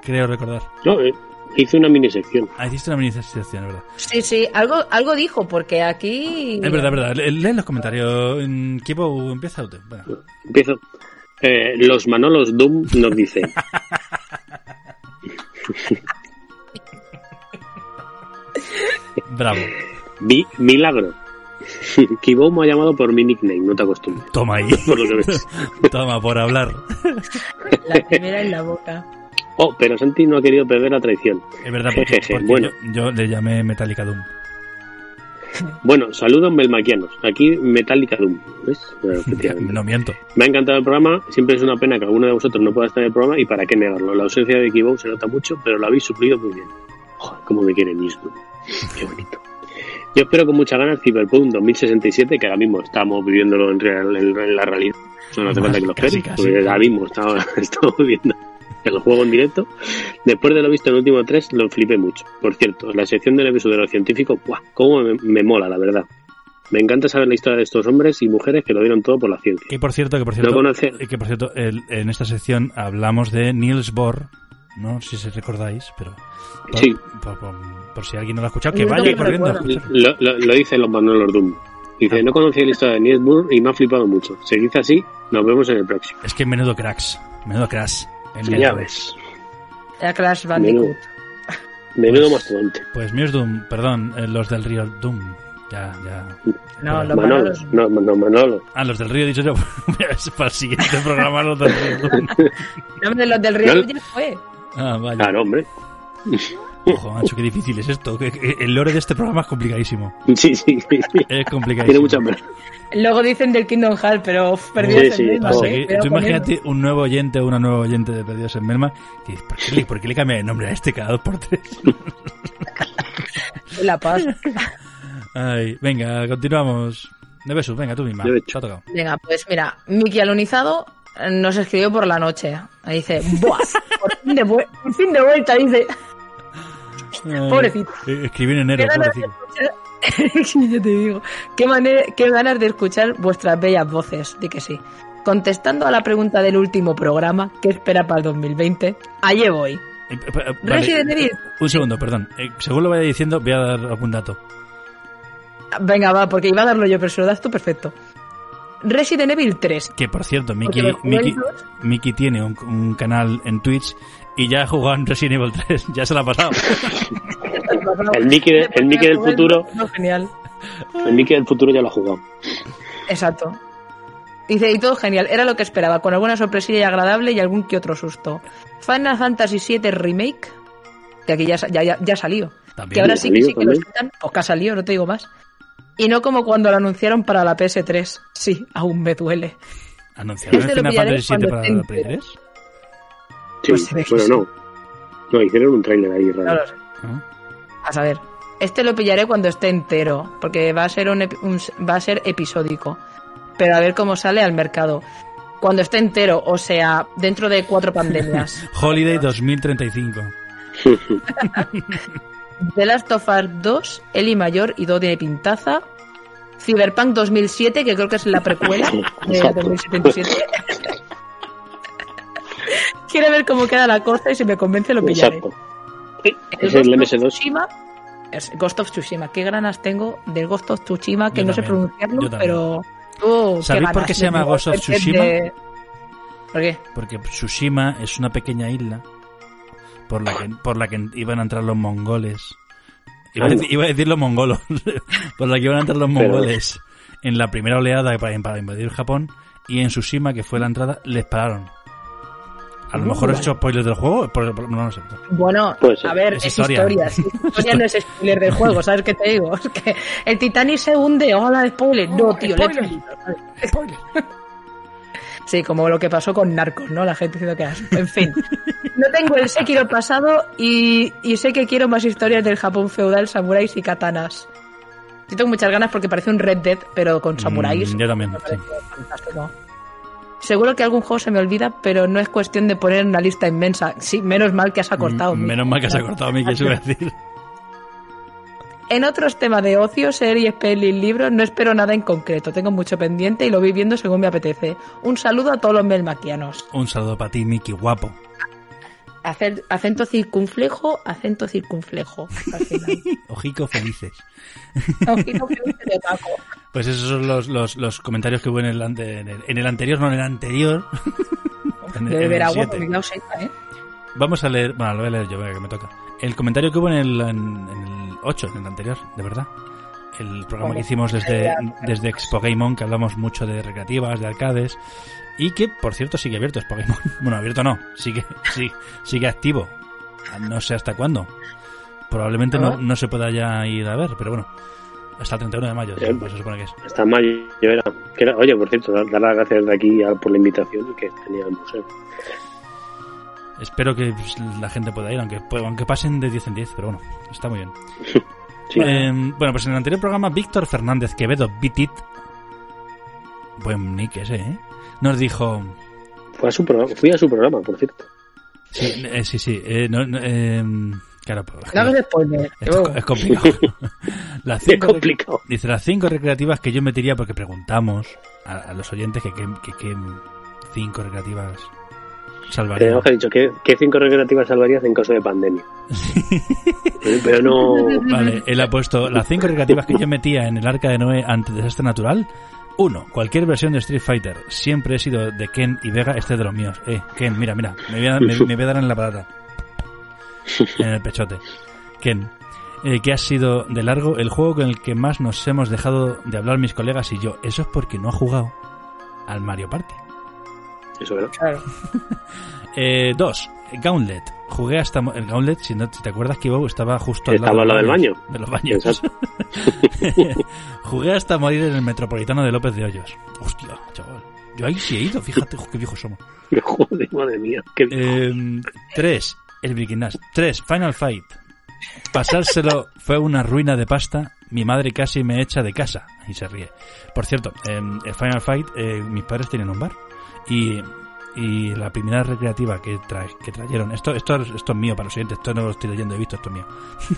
[SPEAKER 3] Creo recordar.
[SPEAKER 4] No, eh, hice una mini sección.
[SPEAKER 3] Ah, hiciste una mini sección, es verdad.
[SPEAKER 5] Sí, sí, algo, algo dijo, porque aquí.
[SPEAKER 3] Es verdad, es verdad. Le- Lee los comentarios. Mm, Kipo, empieza usted. Venga.
[SPEAKER 4] Empiezo. Eh, los Manolos Doom nos dicen.
[SPEAKER 3] Bravo.
[SPEAKER 4] Vi- milagro. <laughs> Kibou me ha llamado por mi nickname, no te acostumbres.
[SPEAKER 3] Toma ahí. <laughs>
[SPEAKER 4] Por lo que ves.
[SPEAKER 3] Toma, por hablar.
[SPEAKER 5] La primera en la boca.
[SPEAKER 4] Oh, pero Santi no ha querido perder la traición.
[SPEAKER 3] Es verdad, porque,
[SPEAKER 4] Jejeje,
[SPEAKER 3] porque
[SPEAKER 4] bueno.
[SPEAKER 3] yo, yo le llamé Metallica Doom.
[SPEAKER 4] Bueno, saludos melmaquianos. Aquí Metallica Doom. ¿Ves? Bueno, efectivamente.
[SPEAKER 3] No miento.
[SPEAKER 4] Me ha encantado el programa. Siempre es una pena que alguno de vosotros no pueda estar en el programa y para qué negarlo. La ausencia de Kibou se nota mucho, pero lo habéis suplido muy bien. Joder, cómo me
[SPEAKER 3] <laughs>
[SPEAKER 4] quiere mismo. Qué bonito. Yo espero con mucha ganas Cyberpunk 2067, que ahora mismo estamos viviéndolo en, real- en- en la realidad. O sea, no hace falta que lo
[SPEAKER 3] Casi,
[SPEAKER 4] esperes,
[SPEAKER 3] casi.
[SPEAKER 4] porque ahora mismo estamos, <laughs> estamos viendo el juego en directo. Después de lo visto en el último 3, lo flipé mucho. Por cierto, la sección del episodio de los científicos, ¡buah! ¿Cómo me, me mola, la verdad? Me encanta saber la historia de estos hombres y mujeres que lo dieron todo por la ciencia.
[SPEAKER 3] Que por cierto, que por
[SPEAKER 4] No
[SPEAKER 3] cierto,
[SPEAKER 4] conoce-
[SPEAKER 3] eh, que por cierto el- en esta sección hablamos de Niels Bohr. No sé si recordáis, pero. Por,
[SPEAKER 4] Sí.
[SPEAKER 3] por- por- por si alguien no lo ha escuchado, que
[SPEAKER 4] No
[SPEAKER 3] vaya
[SPEAKER 4] lo
[SPEAKER 3] corriendo. a
[SPEAKER 4] recuerdo.
[SPEAKER 3] escucharlo.
[SPEAKER 4] Lo, lo- lo dicen los Manolos Doom. Dice, no conocía la historia de Niels Bohr y me ha flipado mucho. Seguid así, nos vemos en el próximo.
[SPEAKER 3] Es que menudo cracks. Menudo cracks.
[SPEAKER 4] Sí, ya ves.
[SPEAKER 5] Era Crash Bandicoot.
[SPEAKER 4] Menudo mastodonte.
[SPEAKER 3] Pues Doom, perdón, eh, los del río Doom. Ya, ya.
[SPEAKER 5] No, los
[SPEAKER 4] Manolos. No, no, Manolo.
[SPEAKER 3] Ah, los del río, he dicho yo. <laughs> es para el siguiente programa, los del río Doom.
[SPEAKER 5] No, hombre, los del río
[SPEAKER 3] No.
[SPEAKER 5] ya fue.
[SPEAKER 3] Ah, vaya.
[SPEAKER 4] Claro, hombre.
[SPEAKER 3] Ojo, macho, qué difícil es esto. que- que El lore de este programa es complicadísimo.
[SPEAKER 4] <laughs> Sí, sí, sí.
[SPEAKER 3] Es complicadísimo.
[SPEAKER 4] Tiene mucha hambre.
[SPEAKER 5] Luego dicen del Kingdom Hearts, pero uf, perdidos en Melmac,
[SPEAKER 3] Pasa
[SPEAKER 5] eh,
[SPEAKER 3] que
[SPEAKER 5] cuidado
[SPEAKER 3] tú
[SPEAKER 5] con
[SPEAKER 3] imagínate
[SPEAKER 5] ello.
[SPEAKER 3] un nuevo oyente o una nueva oyente de Perdidos en Melma que dice, ¿por qué, le- por qué le cambia de nombre a este cada dos por tres?
[SPEAKER 5] La paz.
[SPEAKER 3] Ay, venga, continuamos. Nevesus, venga, tú misma. Te ha tocado.
[SPEAKER 5] Venga, pues mira, Miki Alunizado eh, nos escribió por la noche. Ahí dice, ¡buah! Por fin de, vue- por fin de vuelta, <laughs> dice.
[SPEAKER 3] Ay,
[SPEAKER 5] Pobrecito.
[SPEAKER 3] eh, Escribí en enero,
[SPEAKER 5] Qué ganas de
[SPEAKER 3] pobrecito.
[SPEAKER 5] escuchar- Yo te digo, qué, manera, qué ganas de escuchar vuestras bellas voces, di que sí. Contestando a la pregunta del último programa, ¿qué espera para el 2020? Allí voy.
[SPEAKER 3] Eh, eh, eh, vale,
[SPEAKER 5] Resident Evil.
[SPEAKER 3] Un segundo, perdón. Eh, según lo vaya diciendo, voy a dar algún dato.
[SPEAKER 5] Venga, va, porque iba a darlo yo, pero se lo das tú perfecto. Resident Evil 3.
[SPEAKER 3] Que por cierto, Miki,
[SPEAKER 5] Porque me jugué el
[SPEAKER 3] Miki,
[SPEAKER 5] dos.
[SPEAKER 3] Miki tiene un, un canal en Twitch y ya ha jugado en Resident Evil 3. Ya se la ha
[SPEAKER 5] <laughs>
[SPEAKER 3] pasado.
[SPEAKER 4] El Mickey, de- el Mickey del
[SPEAKER 5] Jugué el
[SPEAKER 4] futuro.
[SPEAKER 5] dos, no, genial.
[SPEAKER 4] El Mickey del futuro ya lo ha jugado.
[SPEAKER 5] Exacto. Dice, y todo genial, era lo que esperaba, con alguna sorpresilla y agradable y algún que otro susto. Final Fantasy VII Remake, que aquí ya, sa- ya, ya, ya salió.
[SPEAKER 3] También.
[SPEAKER 5] Que ahora
[SPEAKER 3] Ya
[SPEAKER 5] sí que
[SPEAKER 3] salió,
[SPEAKER 5] sí que lo
[SPEAKER 3] también.
[SPEAKER 5] sacan, pues que ha salido, no te digo más. Y no como cuando lo anunciaron para la PS3. Sí, aún me duele.
[SPEAKER 3] ¿Anunciaron el
[SPEAKER 5] Este
[SPEAKER 3] Final
[SPEAKER 5] lo pillaré
[SPEAKER 3] Fantasy VII
[SPEAKER 5] cuando
[SPEAKER 3] para
[SPEAKER 5] esté
[SPEAKER 3] la
[SPEAKER 5] entero.
[SPEAKER 3] Play 3?
[SPEAKER 4] Sí,
[SPEAKER 5] Pues se ve que
[SPEAKER 4] bueno,
[SPEAKER 5] sí.
[SPEAKER 4] no. No, hicieron un tráiler ahí raro.
[SPEAKER 5] No lo sé. A saber. Este lo pillaré cuando esté entero, porque va a ser un, ep- un- va a ser episódico. Pero a ver cómo sale al mercado. Cuando esté entero, o sea, dentro de cuatro pandemias.
[SPEAKER 4] <laughs>
[SPEAKER 3] Holiday 2035.
[SPEAKER 5] The Last of Us 2, Eli Mayor y Dodi de Pintaza. Cyberpunk 2007, que creo que es
[SPEAKER 4] <laughs>
[SPEAKER 5] la precuela de
[SPEAKER 4] Exacto. <laughs>
[SPEAKER 5] 2077. Quiero ver cómo queda la cosa y si me convence lo pillaré.
[SPEAKER 4] Exacto. Es el
[SPEAKER 5] Ghost of
[SPEAKER 4] MS2.
[SPEAKER 5] Tsushima, es Ghost of Tsushima. Qué ganas tengo del Ghost of Tsushima, que
[SPEAKER 3] Yo
[SPEAKER 5] no sé
[SPEAKER 3] también, yo
[SPEAKER 5] pronunciarlo,
[SPEAKER 3] también.
[SPEAKER 5] pero... oh, qué
[SPEAKER 3] ¿Sabéis por
[SPEAKER 5] ganas
[SPEAKER 3] qué se
[SPEAKER 5] de
[SPEAKER 3] llama
[SPEAKER 5] nuevo
[SPEAKER 3] Ghost of
[SPEAKER 5] ver de-
[SPEAKER 3] Tsushima?
[SPEAKER 5] ¿Por qué?
[SPEAKER 3] Porque Tsushima es una pequeña isla por la que, por la que iban a entrar los mongoles. Iba a,
[SPEAKER 12] Anda.
[SPEAKER 3] decir, iba a decir los mongolos. <laughs> por la que iban a entrar los
[SPEAKER 12] Pero-
[SPEAKER 3] mongoles en la primera oleada para, para invadir Japón. Y en Tsushima, que fue la entrada, les pararon. A lo
[SPEAKER 5] Mm,
[SPEAKER 3] mejor he
[SPEAKER 5] vale.
[SPEAKER 3] hecho spoilers del juego. por- por- no lo sé.
[SPEAKER 5] Bueno, a ver, es, historia. si es historia no es spoiler del juego, ¿sabes qué te digo? Es que el Titanic se hunde, hola, spoiler. No, tío, no
[SPEAKER 10] spoiler.
[SPEAKER 5] spoiler. Sí, como lo que pasó con Narcos, ¿no? La gente diciendo que era- En fin, no tengo el Sekiro pasado y, y sé que quiero más historias del Japón feudal, samuráis y katanas. Yo tengo muchas ganas porque parece un Red Dead, pero con samuráis.
[SPEAKER 3] Mm, yo también. sí.
[SPEAKER 5] Fantástico. Seguro que algún juego se me olvida, pero no es cuestión de poner una lista inmensa. Sí, menos mal que has acortado. Miki.
[SPEAKER 3] Mm, Menos mal que
[SPEAKER 5] <laughs>
[SPEAKER 3] se ha cortado a mí, que eso iba a decir.
[SPEAKER 5] En otros temas de ocio, series, pelis, libros, no espero nada en concreto. Tengo mucho pendiente y lo voy viendo según me apetece. Un saludo a todos los melmaquianos.
[SPEAKER 3] Un saludo para ti, Miki, guapo.
[SPEAKER 5] Acel- Acento circunflejo, acento circunflejo. <laughs> Al final.
[SPEAKER 3] Ojico felices.
[SPEAKER 5] Ojito feliz de taco.
[SPEAKER 3] Pues esos son los, los, los comentarios que hubo en el, ante- en el- en el anterior, no en el anterior. <laughs> En el- en
[SPEAKER 5] De
[SPEAKER 3] el
[SPEAKER 5] beber agua,
[SPEAKER 3] siete.
[SPEAKER 5] porque claro, seca, ¿eh?
[SPEAKER 3] Vamos a leer, bueno, lo voy a leer yo, venga, que me toca. El comentario que hubo en el, en, en el 8, en el anterior, de verdad. El programa que hicimos desde, desde Expo Gameon, que hablamos mucho de recreativas, de arcades, y que, por cierto, sigue abierto Expo Gameon. <laughs> Bueno, abierto no, sigue, <laughs> sí, sigue activo. No sé hasta cuándo. Probablemente no, no se pueda ya ir a ver, pero bueno. Hasta el 31 de mayo, se supone que es.
[SPEAKER 4] Hasta mayo era. que era- Oye, por cierto, dar dar las gracias de aquí a- por la invitación que tenía el museo.
[SPEAKER 3] Espero que pues, la gente pueda ir, aunque, pues, aunque pasen de 10 en 10, pero bueno, está muy bien.
[SPEAKER 4] Sí.
[SPEAKER 3] Eh, bueno, pues en el anterior programa, Víctor Fernández Quevedo, Bitit, buen nick ese, ¿eh? Nos dijo...
[SPEAKER 4] Fui a su programa, fui a su programa por cierto.
[SPEAKER 3] Sí, eh, sí, sí. eh, no, no, eh, claro, pues,
[SPEAKER 5] No hagas spoiler.
[SPEAKER 3] <laughs> esto es, co- es complicado. Las
[SPEAKER 4] <laughs> Es
[SPEAKER 3] cinco rec-
[SPEAKER 4] complicado.
[SPEAKER 3] Dice, las cinco recreativas que yo metería porque preguntamos a, a los oyentes que qué que, que cinco recreativas salvarían.
[SPEAKER 4] Tenemos que haber dicho, ¿qué, qué cinco recreativas salvarías en caso de pandemia? Eh,
[SPEAKER 3] <laughs>
[SPEAKER 4] Pero no.
[SPEAKER 3] Vale, él ha puesto las cinco recreativas que yo metía en el arca de Noé ante desastre natural. Uno, cualquier versión de Street Fighter. Siempre he sido de Ken y Vega, este es de los míos. Eh, Ken, mira, mira, me voy a, me- me voy a dar en la patata. En el pechote. Ken, eh, que ha sido de largo el juego con el que más nos hemos dejado de hablar mis colegas y yo. Eso es porque no ha jugado al Mario Party.
[SPEAKER 4] Eso, ¿verdad?
[SPEAKER 5] Claro.
[SPEAKER 3] Eh, dos, Gauntlet. Jugué hasta mo- el Gauntlet, si, no, si te acuerdas que iba, estaba justo al
[SPEAKER 4] Estaba
[SPEAKER 3] lado
[SPEAKER 4] al lado
[SPEAKER 3] de los
[SPEAKER 4] del
[SPEAKER 3] baños-
[SPEAKER 4] baño.
[SPEAKER 3] De los baños. <laughs> Jugué hasta morir en el Metropolitano de López de Hoyos. Hostia, chaval. Yo ahí sí he ido, fíjate, jo, qué viejos somos.
[SPEAKER 4] Joder, madre mía. qué-
[SPEAKER 3] Eh, tres, el Viking Nash. Tres, Final Fight. Pasárselo fue una ruina de pasta. Mi madre casi me echa de casa. Y se ríe. Por cierto, en el Final Fight, eh, mis padres tienen un bar. Y, y la primera recreativa que, tra- que trajeron. Esto, esto, esto es mío para los siguientes. Esto no lo estoy leyendo, he visto, esto es mío.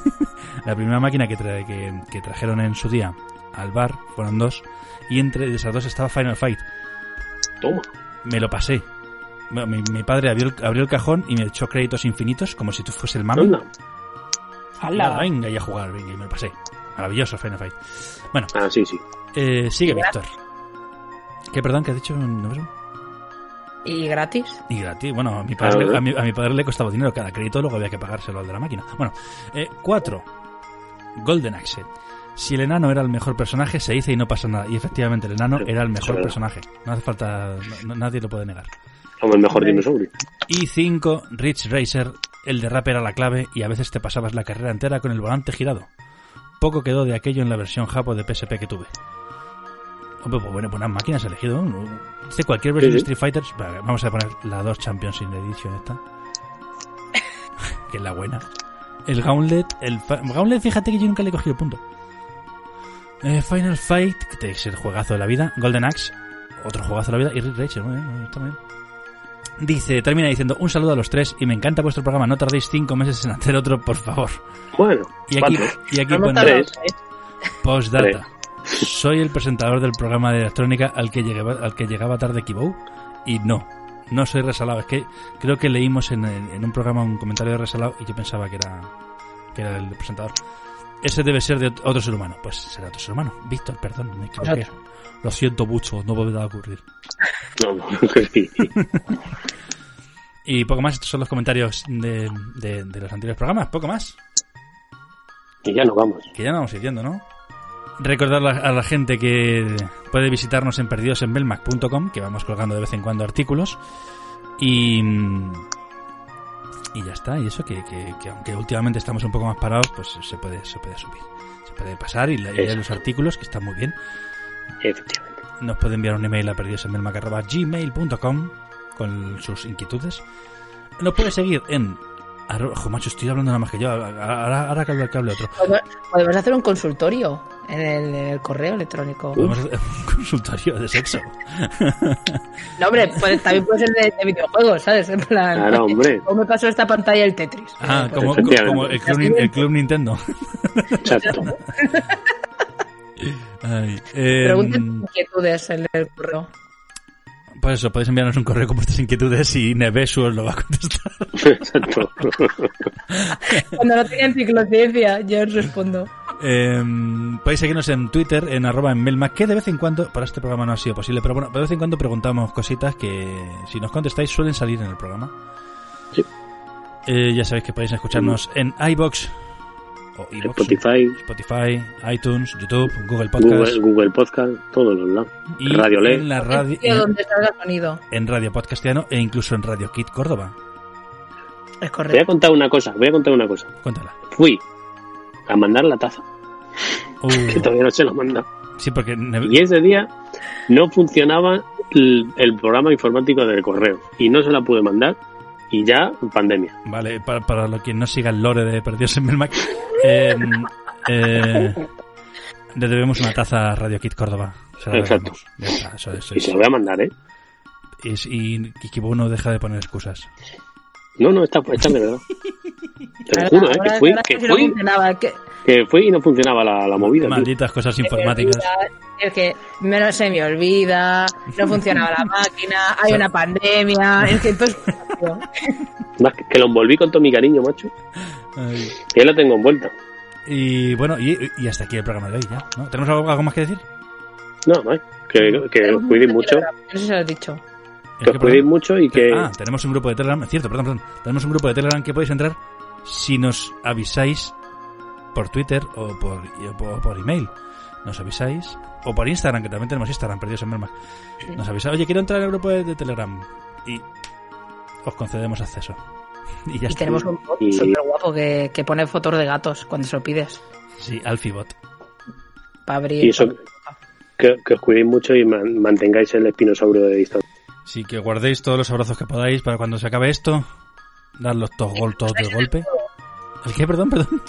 [SPEAKER 3] <laughs> la primera máquina que, tra- que, que trajeron en su día al bar fueron dos. Y entre esas dos estaba Final Fight.
[SPEAKER 4] Toma.
[SPEAKER 3] Me lo pasé. Bueno, Mi, mi padre abrió el, abrió el cajón y me echó créditos infinitos como si tú fuese el mami.
[SPEAKER 4] Anda.
[SPEAKER 3] Ala, venga y a jugar, venga, y me lo pasé. Maravilloso Final Fight. Bueno.
[SPEAKER 4] Ah, sí, sí.
[SPEAKER 3] Eh, sigue, Víctor. ¿Qué, perdón, que has dicho? ¿No ves?
[SPEAKER 5] Y gratis.
[SPEAKER 3] Y gratis. Bueno, a mi, padre,
[SPEAKER 4] Claro.
[SPEAKER 3] a, mi, a mi padre le costaba dinero cada crédito, luego había que pagárselo al de la máquina. Bueno, eh, cuatro. Golden Axe. Si el enano era el mejor personaje, se dice y no pasa nada. Y efectivamente, el enano era el mejor
[SPEAKER 4] verdad.
[SPEAKER 3] personaje. No hace falta. no- no- nadie lo puede negar.
[SPEAKER 4] Como el
[SPEAKER 3] Eh.
[SPEAKER 4] mejor dinosaurio.
[SPEAKER 3] Y 5, Rich Racer, el derrape era la clave y a veces te pasabas la carrera entera con el volante girado. Poco quedó de aquello en la versión japo de PSP que tuve. Hombre, pues bueno, buenas máquinas he elegido. ¿no? Este cualquier versión
[SPEAKER 4] Sí,
[SPEAKER 3] de Street Fighter, vale, vamos a poner la 2 Champions in Edition
[SPEAKER 4] <laughs>
[SPEAKER 3] esta. que es la buena. El Gauntlet, el fa- Gauntlet, fíjate que yo nunca le he cogido el punto. Eh, Final Fight, que es el juegazo de la vida. Golden Axe, otro juegazo de la vida. Y Rick Rachel, muy bien, muy bien, está muy bien. Dice, termina diciendo, un saludo a los tres y me encanta vuestro programa. No tardéis cinco meses en hacer otro, por favor.
[SPEAKER 4] Bueno,
[SPEAKER 3] y aquí,
[SPEAKER 4] ¿cuánto?
[SPEAKER 3] y aquí
[SPEAKER 4] No, no
[SPEAKER 3] pone
[SPEAKER 4] tardáis,
[SPEAKER 5] ¿eh?
[SPEAKER 3] postdata. Soy el presentador del programa de electrónica al que llegaba, al que llegaba tarde Kibou y no, no soy resalado. Es que creo que leímos en, el- en un programa un comentario de resalado y yo pensaba que era, que era el presentador. Ese debe ser de ot- otro ser humano. Pues será otro ser humano. Víctor, perdón, me equivoqué. Lo siento mucho, no volverá a ocurrir.
[SPEAKER 4] No, no, <laughs> sí.
[SPEAKER 3] Y poco más, estos son los comentarios de, de- de los anteriores programas, poco más.
[SPEAKER 4] Y ya nos vamos.
[SPEAKER 3] Que ya nos vamos diciendo, ¿no? Recordar a, a la gente que puede visitarnos en perdidosenbelmac.com, que vamos colgando de vez en cuando artículos. Y. Y ya está, y eso que, que- que aunque últimamente estamos un poco más parados, pues se puede, se puede subir. Se puede pasar y leer
[SPEAKER 4] Eso.
[SPEAKER 3] los artículos, que están muy bien.
[SPEAKER 4] Efectivamente.
[SPEAKER 3] Nos puede enviar un email a perdidosenbelmac.gmail.com con sus inquietudes. Nos puede seguir en... arro- Jo, macho, estoy hablando nada más que yo. Ahora, ahora- ahora que hable- que hable otro.
[SPEAKER 5] Podemos- Podemos hacer un consultorio en el, en el correo electrónico.
[SPEAKER 3] Podemos hacer <laughs> un consultorio de sexo.
[SPEAKER 5] No, hombre, puede- también puede ser de, de videojuegos, ¿sabes? En plan.
[SPEAKER 3] Claro, <laughs> hombre.
[SPEAKER 5] ¿Cómo me pasó esta pantalla el Tetris?
[SPEAKER 3] Ah,
[SPEAKER 5] Pues,
[SPEAKER 3] como,
[SPEAKER 5] efectivamente.
[SPEAKER 3] como el, club, Nin- el Club Nintendo.
[SPEAKER 4] Exacto.
[SPEAKER 3] Ay, eh,
[SPEAKER 5] Pregunten inquietudes en el correo.
[SPEAKER 3] Pues eso, podéis enviarnos un correo con vuestras inquietudes y Nevesu os lo va a contestar.
[SPEAKER 4] <laughs> Exacto.
[SPEAKER 5] Cuando no tenía enciclopedia, yo os respondo.
[SPEAKER 3] Eh, podéis seguirnos en Twitter, en arroba en Melma, que de vez en cuando, para este programa no ha sido posible, pero bueno, de vez en cuando preguntamos cositas que si nos contestáis suelen salir en el programa. Eh, ya sabéis que podéis escucharnos en iBox,
[SPEAKER 4] Mm. Spotify,
[SPEAKER 3] Spotify, iTunes, YouTube, Google Podcast
[SPEAKER 4] Google, Google Podcast, todos los lados.
[SPEAKER 3] y
[SPEAKER 4] Radio LED.
[SPEAKER 3] en la radio
[SPEAKER 5] Tío, donde salga sonido.
[SPEAKER 3] en Radio Podcastiano e incluso en Radio Kit Córdoba.
[SPEAKER 5] Es
[SPEAKER 4] Te voy a
[SPEAKER 5] correcto.
[SPEAKER 4] contar una cosa, voy a contar una cosa.
[SPEAKER 3] Cuéntala.
[SPEAKER 4] Fui a mandar la taza,
[SPEAKER 3] Uh,
[SPEAKER 4] que todavía no se la manda.
[SPEAKER 3] sí, porque Neve-
[SPEAKER 4] Y ese día no funcionaba el, el programa informático del correo. Y no se la pude mandar. Y ya, pandemia.
[SPEAKER 3] Vale, para, para lo que no siga el lore de Perdidos en Melmac, eh, eh, le debemos una taza a Radio Kit Córdoba. Se la
[SPEAKER 4] Exacto.
[SPEAKER 3] debemos. Ya está, eso es, eso
[SPEAKER 4] Y
[SPEAKER 3] es.
[SPEAKER 4] se la voy a mandar, ¿eh?
[SPEAKER 3] Es- y Kikibo no deja de poner excusas.
[SPEAKER 4] No, no, está, está de verdad. Te lo
[SPEAKER 5] Ahora-
[SPEAKER 4] juro, ¿eh? Que
[SPEAKER 5] ahora-
[SPEAKER 4] fui,
[SPEAKER 5] ahora
[SPEAKER 4] que
[SPEAKER 5] sí no
[SPEAKER 4] fui,
[SPEAKER 5] funcionaba, que-
[SPEAKER 4] que fui y no funcionaba la, la movida. tío.
[SPEAKER 3] Malditas cosas informáticas.
[SPEAKER 5] Es que menos se me olvida, no funcionaba la máquina, hay una pandemia, es que todo es-
[SPEAKER 4] <laughs> Más que, que lo envolví con todo mi cariño, macho.
[SPEAKER 3] Ay.
[SPEAKER 4] Ya lo tengo envuelta.
[SPEAKER 3] Y bueno, y, y hasta aquí el programa de hoy ya. ¿no? ¿Tenemos algo, algo más que decir?
[SPEAKER 4] No, no, que, que os cuidéis mucho.
[SPEAKER 5] No sé si lo has dicho.
[SPEAKER 3] Es
[SPEAKER 4] Que os cuidéis mucho y que...
[SPEAKER 3] Ah, tenemos un grupo de Telegram, es cierto, perdón, perdón. Tenemos un grupo de Telegram que podéis entrar si nos avisáis por Twitter o por, o por- o por email. Nos avisáis. O por Instagram, que también tenemos Instagram, perdidos en Melmac. Nos avisáis, oye, quiero entrar en el grupo de, de Telegram. Y os concedemos acceso. <laughs> Y ya
[SPEAKER 5] Y
[SPEAKER 3] está.
[SPEAKER 5] tenemos un bot súper guapo que, que pone fotos de gatos cuando se lo pides.
[SPEAKER 3] Sí, Alfibot.
[SPEAKER 5] Para abrir.
[SPEAKER 4] Y eso, que, que os cuidéis mucho y man- mantengáis el espinosaurio de distancia.
[SPEAKER 3] Sí, que guardéis todos los abrazos que podáis para cuando se acabe esto. Darlos todos, gol, todos de golpe. ¿El qué? Perdón, perdón.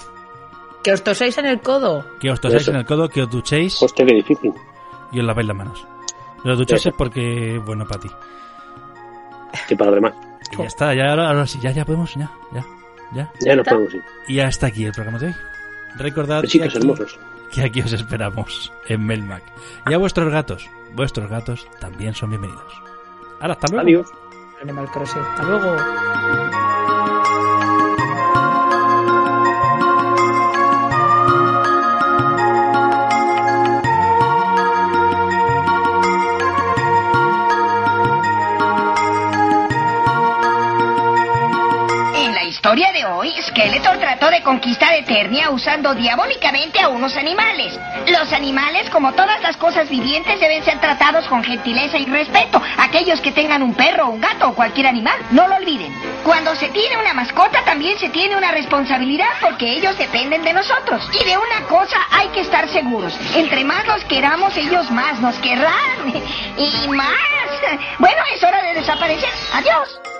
[SPEAKER 5] Que os toséis en el codo.
[SPEAKER 3] Que os toséis en el codo, que os duchéis.
[SPEAKER 4] Hostia, qué difícil.
[SPEAKER 3] Y os laváis las manos. Los duchéis
[SPEAKER 4] Eso.
[SPEAKER 3] es porque, bueno, para ti.
[SPEAKER 4] Que para los demás.
[SPEAKER 3] Y ya está, ya ahora, ahora sí, ya, ya podemos, ya, ya, ya.
[SPEAKER 4] Ya nos podemos ir.
[SPEAKER 3] Y hasta aquí el programa de hoy. Recordad
[SPEAKER 4] Besitos
[SPEAKER 3] que aquí-
[SPEAKER 4] hermosos.
[SPEAKER 3] que aquí os esperamos en Melmac. Y a vuestros gatos, vuestros gatos también son bienvenidos. Ahora, hasta luego.
[SPEAKER 5] Adiós. Animal Crossing. Hasta luego.
[SPEAKER 14] En la historia de hoy, Skeletor trató de conquistar Eternia usando diabólicamente a unos animales. Los animales, como todas las cosas vivientes, deben ser tratados con gentileza y respeto. Aquellos que tengan un perro, un gato o cualquier animal, no lo olviden. Cuando se tiene una mascota, también se tiene una responsabilidad porque ellos dependen de nosotros. Y de una cosa hay que estar seguros. Entre más los queramos, ellos más nos querrán. Y más. Bueno, es hora de desaparecer. Adiós.